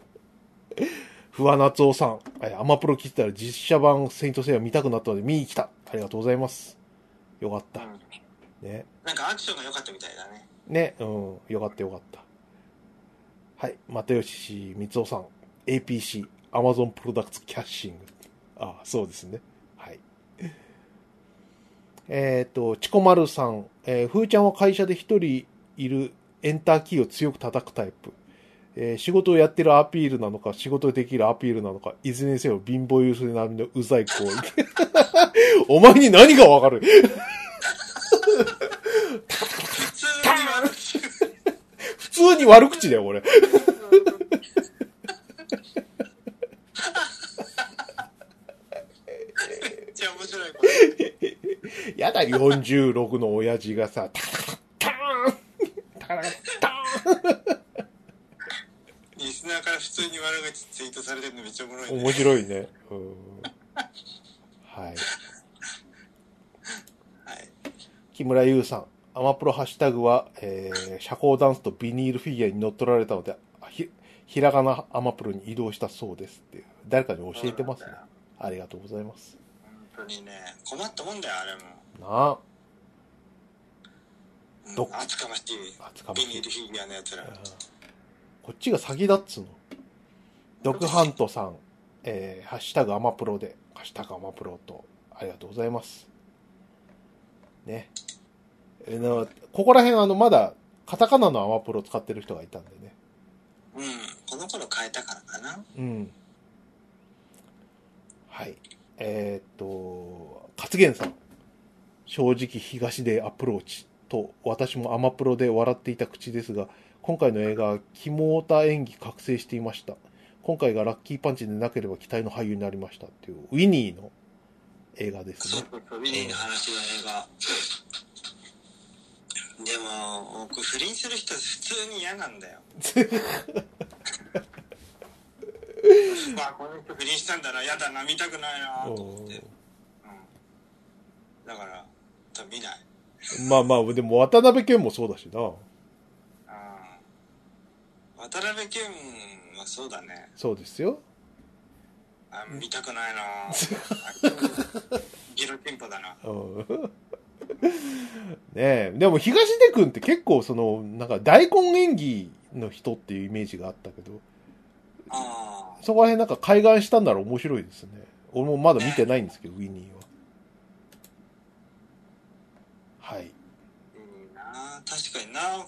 Speaker 2: ふわなつおさん、えアマプロ聞いてたら実写版セイントセイヤ見たくなったので見に来た。ありがとうございます。よかっ
Speaker 1: う
Speaker 2: た。
Speaker 1: うん
Speaker 2: ね。
Speaker 1: なんかアクションが良かったみたいだね。
Speaker 2: ね、うん、よかったよかった。はい、又吉氏、三尾さん、APC、Amazon プロダクツキャッシング。あ、そうですね。はい。えっ、と、チコマルさん、えー、ふーちゃんは会社で一人いるエンターキーを強く叩くタイプ。えー仕事をやってるアピールなのか、仕事できるアピールなのか、いずれにせよ貧乏優勢並みのうざい行為。 お前に何がわかる
Speaker 1: 普通に悪口。
Speaker 2: 普通に悪口だよ、俺。
Speaker 1: めっちゃ面白い。これ
Speaker 2: やだ、46の親父がさ、タタタターンタタター
Speaker 1: リスナーから普通に悪口ツイートされてるのめっちゃおもろい
Speaker 2: ン
Speaker 1: ね。
Speaker 2: 面白いね。うんはい。
Speaker 1: はい。
Speaker 2: 木村優さん。アマプロハッシュタグは、えー、社交ダンスとビニールフィギュアに乗っ取られたので、ひ、ひらがなアマプロに移動したそうですっていう、誰かに教えてますね。ありがとうございます。
Speaker 1: 本当にね、困ったもんだよ、あれも。
Speaker 2: な
Speaker 1: うん
Speaker 2: どっ
Speaker 1: 厚かましい、
Speaker 2: あ、厚かま
Speaker 1: ビ
Speaker 2: し
Speaker 1: ニ
Speaker 2: い
Speaker 1: ー。ルフィギュアのやつら。
Speaker 2: うんこっちが先だっつうの。ドクハントさん、えー、ハッシュタグアマプロで、ハッシュタグアマプロと、ありがとうございます。ね。えーなここら辺、あの、まだ、カタカナのアマプロ使ってる人がいたんでね。
Speaker 1: うん、この頃変えたからかな。
Speaker 2: うん。はい。えーっと、勝元さん。正直東でアプローチと、私もアマプロで笑っていた口ですが、今回の映画は、キモータ演技覚醒していました。今回がラッキーパンチでなければ期待の俳優になりましたっていう、ウィニーの映画です
Speaker 1: そう
Speaker 2: ね。
Speaker 1: そうそう、ビニールの話の映画。でも、僕、不倫する人普通に嫌なん だよ。まあ、この人不倫したんだな、嫌だな、見たくないな、と思って。うん。だから、多分見ない。
Speaker 2: まあまあ、でも渡辺謙もそうだしな。
Speaker 1: うん。渡辺謙はそうだね。
Speaker 2: そうですよ。
Speaker 1: あ見たくないなあギロテンポだな。
Speaker 2: うん ねえ、でも東出くんって結構その、なんか大根演技の人っていうイメージがあったけど、
Speaker 1: あ
Speaker 2: そこら辺なんか海岸したんなら面白いですね。俺もまだ見てないんですけど、ウィニーは。はい。
Speaker 1: あ、いいな確かにな、う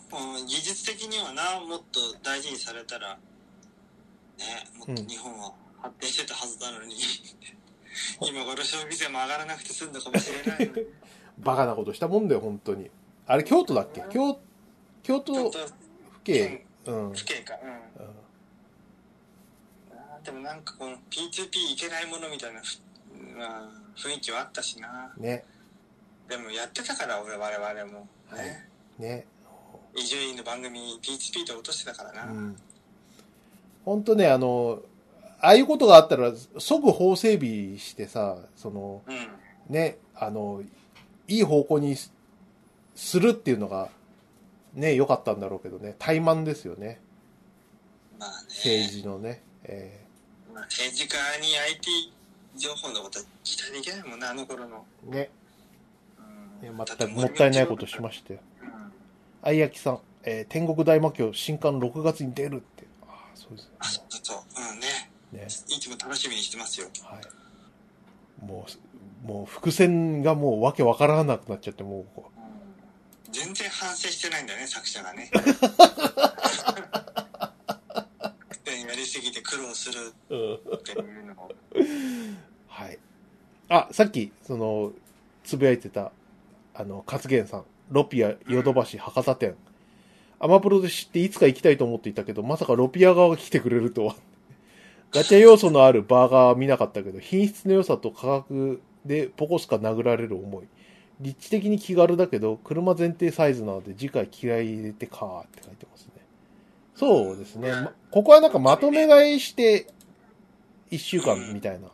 Speaker 1: ん技術的にはな、もっと大事にされたら、ね、もっと日本は発展してたはずなのに、今頃消費税も上がらなくて済んだかもしれないのに。
Speaker 2: バカなことしたもんだよ、本当に。あれ、京都だっけ京、京
Speaker 1: ちょっ
Speaker 2: 都
Speaker 1: と
Speaker 2: 府警。うん。うん
Speaker 1: 不景か。うんあーでもなんかこの P2P いけないものみたいなふ、まあ、雰囲気はあったしな。
Speaker 2: ね、
Speaker 1: でもやってたから俺我々も。ね。
Speaker 2: ね。
Speaker 1: 伊集院の番組 PHP で落としてたからな、
Speaker 2: うん本当ね、あの、ああいうことがあったら、即法整備してさ、その、
Speaker 1: うん
Speaker 2: ね、あの、いい方向にすするっていうのが、ね、良かったんだろうけどね、怠慢ですよね、
Speaker 1: まあね
Speaker 2: 政治のね。え
Speaker 1: まあ政治家に IT 情報のことは期待できないもんなあの頃の、
Speaker 2: ーね、
Speaker 1: うん
Speaker 2: ね全くもったいないことしましたよ。
Speaker 1: うん
Speaker 2: あいやきさん、えー天国大魔教新刊6月に出るって。ああ、そうです
Speaker 1: あそうそううんね
Speaker 2: よね。
Speaker 1: いつも楽しみにしてますよ
Speaker 2: はい。もう、もう伏線がもうわけわからなくなっちゃって、もうこう、
Speaker 1: 全然反省してないんだね作者が ね やりすぎて苦労するっていうのを
Speaker 2: はい。あ、さっき、その、つぶやいてた、あの、勝元さん。ロピア、ヨドバシ、博多店。アマプロで知っていつか行きたいと思っていたけど、まさかロピア側が来てくれるとは。ガチャ要素のあるバーガーは見なかったけど、品質の良さと価格でポコスカ殴られる思い。立地的に気軽だけど、車前提サイズなので次回気合い入れてかーって書いてますね。そうですね。まここはなんかまとめ買いして、一週間みたいな。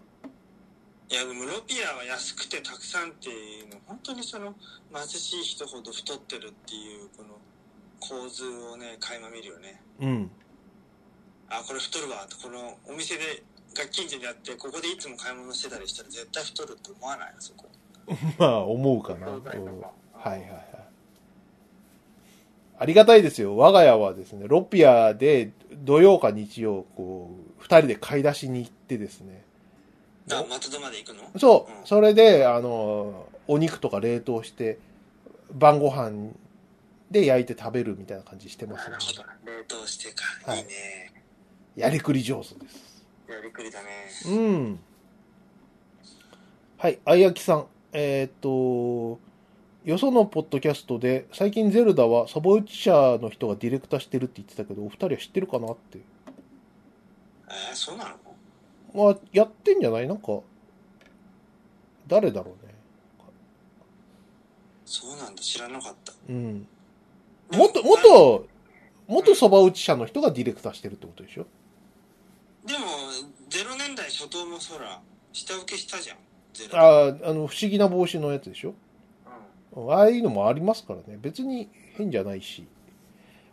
Speaker 1: いやでもロピアは安くてたくさんっていうの本当にその貧しい人ほど太ってるっていうこの構図をね垣間見るよね
Speaker 2: うん。
Speaker 1: あこれ太るわとこのお店でが近所にあってここでいつも買い物してたりしたら絶対太るって思わないあそこ
Speaker 2: まあ、思うかな。
Speaker 1: そう
Speaker 2: と
Speaker 1: だよな
Speaker 2: はいはいはい。ありがたいですよ。我が家はですね、ロピアで土曜か日曜、こう、二人で買い出しに行ってですね。
Speaker 1: あ松戸まで行くの
Speaker 2: そう
Speaker 1: う、ん
Speaker 2: それで、あの、お肉とか冷凍して、晩ご飯で焼いて食べるみたいな感じしてま
Speaker 1: な
Speaker 2: す、
Speaker 1: る
Speaker 2: ね。
Speaker 1: ほど冷凍してか、
Speaker 2: は
Speaker 1: い、
Speaker 2: い
Speaker 1: いね
Speaker 2: やりくり上手です。
Speaker 1: やりくりだね
Speaker 2: うん。はい、あいあきさん。えーっと、よそのポッドキャストで、最近ゼルダはサボウチ社の人がディレクターしてるって言ってたけど、お二人は知ってるかなって。
Speaker 1: えー、そうなの
Speaker 2: まあ、やってんじゃないなんか、誰だろうね。
Speaker 1: そうなんだ知らなかった
Speaker 2: うん。元、元、元そば打ち社の人がディレクターしてるってことでしょ
Speaker 1: でも0年代初頭もそら下請けしたじゃんゼロ
Speaker 2: ああ、あの、不思議な帽子のやつでしょ
Speaker 1: う
Speaker 2: ああいうのもありますからね。別に変じゃないし。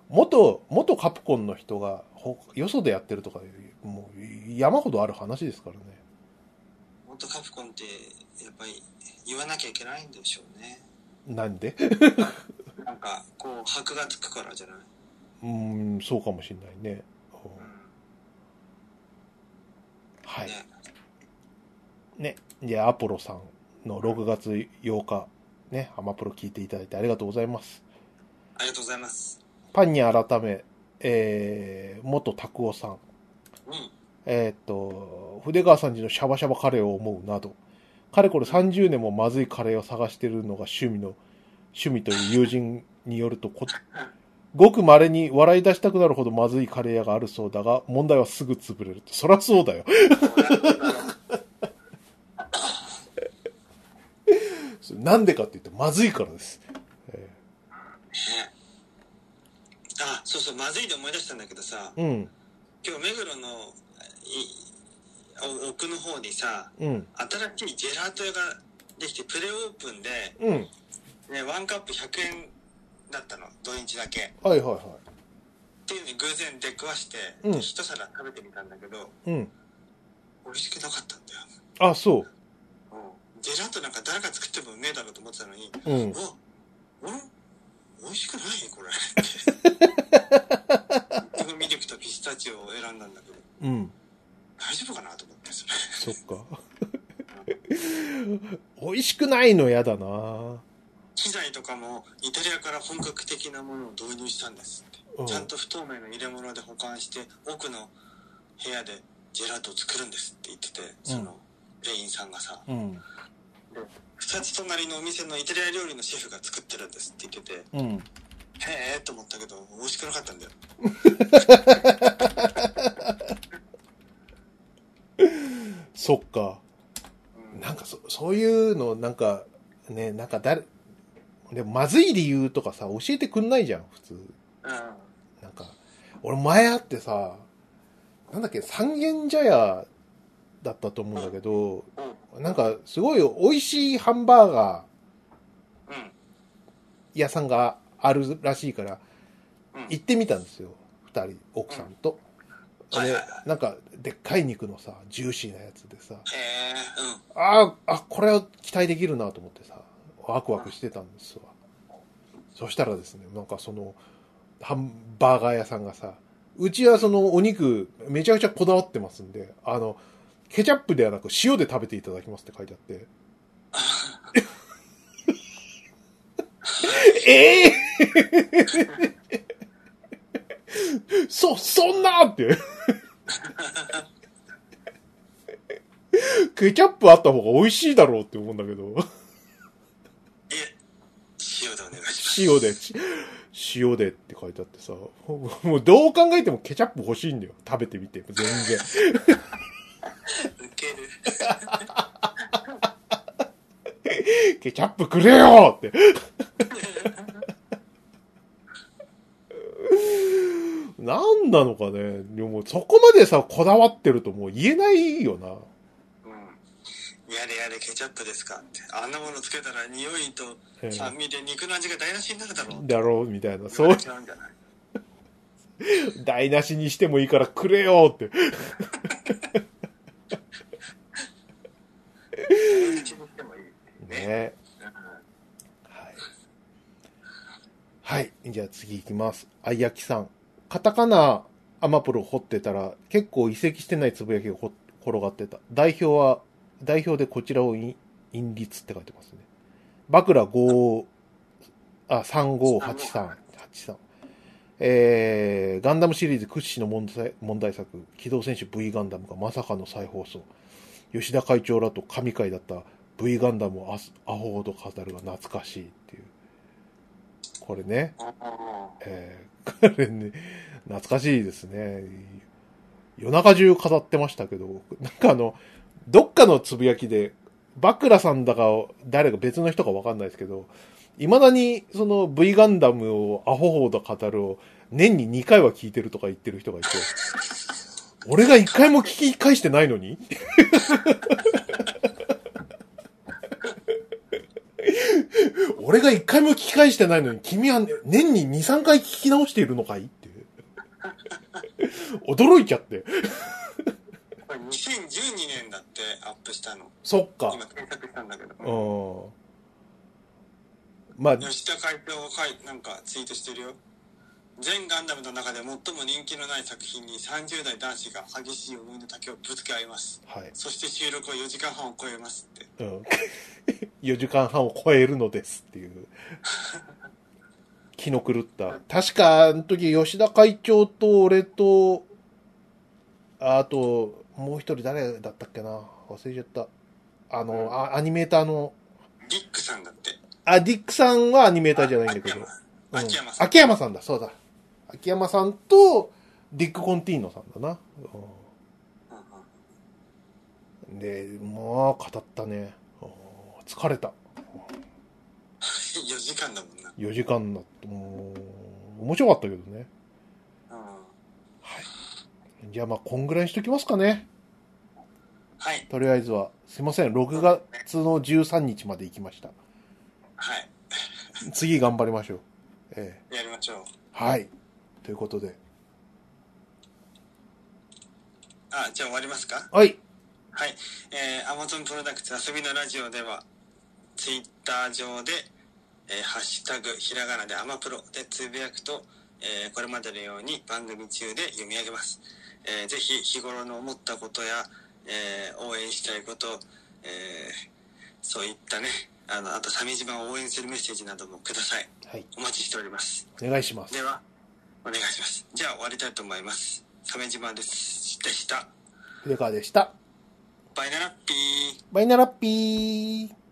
Speaker 2: 元、元カプコンの人が、ほよそでやってるとか、もう山ほどある話ですからね。
Speaker 1: 元カプコンってやっぱり言わなきゃいけないんでしょうね
Speaker 2: なんで
Speaker 1: なんかこう箔がつくからじゃない、
Speaker 2: うん、そうかもしんないね。うん
Speaker 1: う
Speaker 2: は
Speaker 1: ん
Speaker 2: い。
Speaker 1: ね、
Speaker 2: ね。じゃあ、アポロさんの6月8日、ね、アマプロ聞いていただいてありがとうございます。
Speaker 1: ありがとうございます
Speaker 2: パンに改め、えー、元拓夫さん、
Speaker 1: うん
Speaker 2: えーっと、筆川さんちのシャバシャバカレーを思うなど、かれこれ30年もまずいカレーを探してるのが趣味の、趣味という友人によるとこ、ごく稀に笑い出したくなるほどまずいカレー屋があるそうだが、問題はすぐ潰れると。そりゃそうだよ。 それなんでかって言うと、まずいからです。え
Speaker 1: ねあそうそうまずいで思い出したんだけどさ
Speaker 2: ーうん、
Speaker 1: 今日目黒のいお奥の方にさ
Speaker 2: うん、
Speaker 1: 新しいジェラート屋ができてプレオープンで、
Speaker 2: うん。
Speaker 1: ね、ワンカップ100円だったの土日だけ
Speaker 2: はいはいは
Speaker 1: っていうのに偶然出くわして、
Speaker 2: うん
Speaker 1: 一皿食べてみたんだけど
Speaker 2: い。うん。
Speaker 1: 美味しくなかったんだよ
Speaker 2: あ、そ
Speaker 1: ジェラートなんか誰か作ってもうめえだろうと思ってたのに、
Speaker 2: う。うん。
Speaker 1: おん美味しくないこ れ。僕ミルクとピスタチオを選んだんだけど、
Speaker 2: うん。
Speaker 1: 大丈夫かなと思って、それ。
Speaker 2: そっか。美味しくないの嫌だな
Speaker 1: 機材とかもイタリアから本格的なものを導入したんですって。
Speaker 2: うん
Speaker 1: ちゃんと不透明の入れ物で保管して、奥の部屋でジェラートを作るんですって言ってて、その店員さんがさ、
Speaker 2: うん。
Speaker 1: 二つ隣のお店のイタリア料理のシェフが作ってるんですって言ってて、
Speaker 2: うん。
Speaker 1: へえと思ったけど美味しくなかったんだよ
Speaker 2: そっか。
Speaker 1: うん
Speaker 2: なんかそ、そういうの、なんか、ね、なんか誰、でもまずい理由とかさ、教えてくんないじゃん、普通。
Speaker 1: う
Speaker 2: なんか、俺前あってさ、なんだっけ、三軒茶屋だったと思うんだけど、
Speaker 1: んうん
Speaker 2: なんか、すごい美味しいハンバーガ
Speaker 1: うん
Speaker 2: ー屋さんがあるらしいから、
Speaker 1: うん
Speaker 2: 行ってみたんですよ。二人、奥さんと。
Speaker 1: うんはいはい
Speaker 2: で
Speaker 1: は、
Speaker 2: なんか、でっかい肉のさ、ジューシーなやつでさ、
Speaker 1: へえうん
Speaker 2: ああ、あ、これは期待できるなと思ってさ、ワクワクしてたんですわ。そしたらですね、なんかその、ハンバーガー屋さんがさ、うちはそのお肉めちゃくちゃこだわってますんで、あの、ケチャップではなく塩で食べていただきますって書いてあって。ええ そ、そんなって。ケチャップあった方が美味しいだろうって思うんだけど。
Speaker 1: いえ塩でお願いします
Speaker 2: 塩で、ち塩でって書いてあってさ、もうもうどう考えてもケチャップ欲しいんだよ。食べてみて。全然。
Speaker 1: ウケる
Speaker 2: ケチャップくれよって。 なんなのかね。でもそこまでさ、こだわってるともう言えないよな。
Speaker 1: うんやれやれケチャップですかってあんなものつけたら匂いと
Speaker 2: えー
Speaker 1: 酸味で肉の味が台無しになるだろう
Speaker 2: だろうみたいな。そう、
Speaker 1: 違うんじゃない
Speaker 2: 台無しにしてもいいからくれよって。
Speaker 1: 口にしてもいいね
Speaker 2: ね。
Speaker 1: うん
Speaker 2: はい。はい。じゃあ次行きます。あいやきさん。カタカナアマプロ掘ってたら結構移籍してないつぶやきがこ転がってた。代表は、代表でこちらをイン隠律って書いてますね。バクラ5、あ、3583。83えー、ガンダムシリーズ屈指の問題問題作、機動戦士 V ガンダムがまさかの再放送。吉田会長らと神会だった V ガンダムをアスアホほど語るが懐かしいっていう。これね、
Speaker 1: ああ
Speaker 2: えー、これね、懐かしいですね。夜中中飾ってましたけど、なんかあの、どっかのつぶやきで、バクラさんだか、誰か別の人かわかんないですけど、未だにその V ガンダムをアホほど語るを年に2回は聞いてるとか言ってる人がいて、俺が1回も聞き返してないのに俺が一回も聞き返してないのに、君は年に2、3回聞き直しているのかいって。驚いちゃって。
Speaker 1: これ2012年だってアップしたの。
Speaker 2: そっか。
Speaker 1: 今検索したんだけど。
Speaker 2: うん。まあ、
Speaker 1: 吉田会長が書いなんかツイートしてるよ全ガンダムの中で最も人気のない作品に30代男子が激しい思いの丈をぶつけ合います
Speaker 2: はい。
Speaker 1: そして収録は4時間半を超えますって
Speaker 2: うん。4時間半を超えるのですっていう。気の狂った。確か、あの時、吉田会長と俺と、あと、もう一人誰だったっけな忘れちゃった。あの、あアニメーターの、
Speaker 1: ディックさんだって
Speaker 2: あ、ディックさんはアニメーターじゃないんだけど。うん
Speaker 1: 秋山さん
Speaker 2: 秋山さんだ、そうだ。秋山さんと、ディック・コンティーノさんだな。
Speaker 1: うんうん
Speaker 2: うんで、まあ、語ったね。うん疲れた。
Speaker 1: 4時間だもんな
Speaker 2: 4時間だと、もう面白かったけどね。
Speaker 1: うん
Speaker 2: じゃあまあ、こんぐらいにしときますかね。
Speaker 1: はい
Speaker 2: とりあえずは。すいません、6月の13日まで行きました。
Speaker 1: はい
Speaker 2: 次頑張りましょう。え
Speaker 1: やりましょう
Speaker 2: えはい。ということで。
Speaker 1: あじゃあ終わりますか
Speaker 2: はい。
Speaker 1: はいえー、Amazon プロダクツ遊びのラジオではツイッター上で、えーハッシュタグひらがなでアマプロでつぶやくと、えーこれまでのように番組中で読み上げます、えーぜひ日頃の思ったことや、えー応援したいこと、えーそういったねあのあと鮫島を応援するメッセージなどもください
Speaker 2: はい。
Speaker 1: お待ちしております
Speaker 2: お願いします。
Speaker 1: ではお願いしますじゃあ終わりたいと思います鮫島ですでした
Speaker 2: 筆川でした。
Speaker 1: バイナラッピー
Speaker 2: バイナラッピー。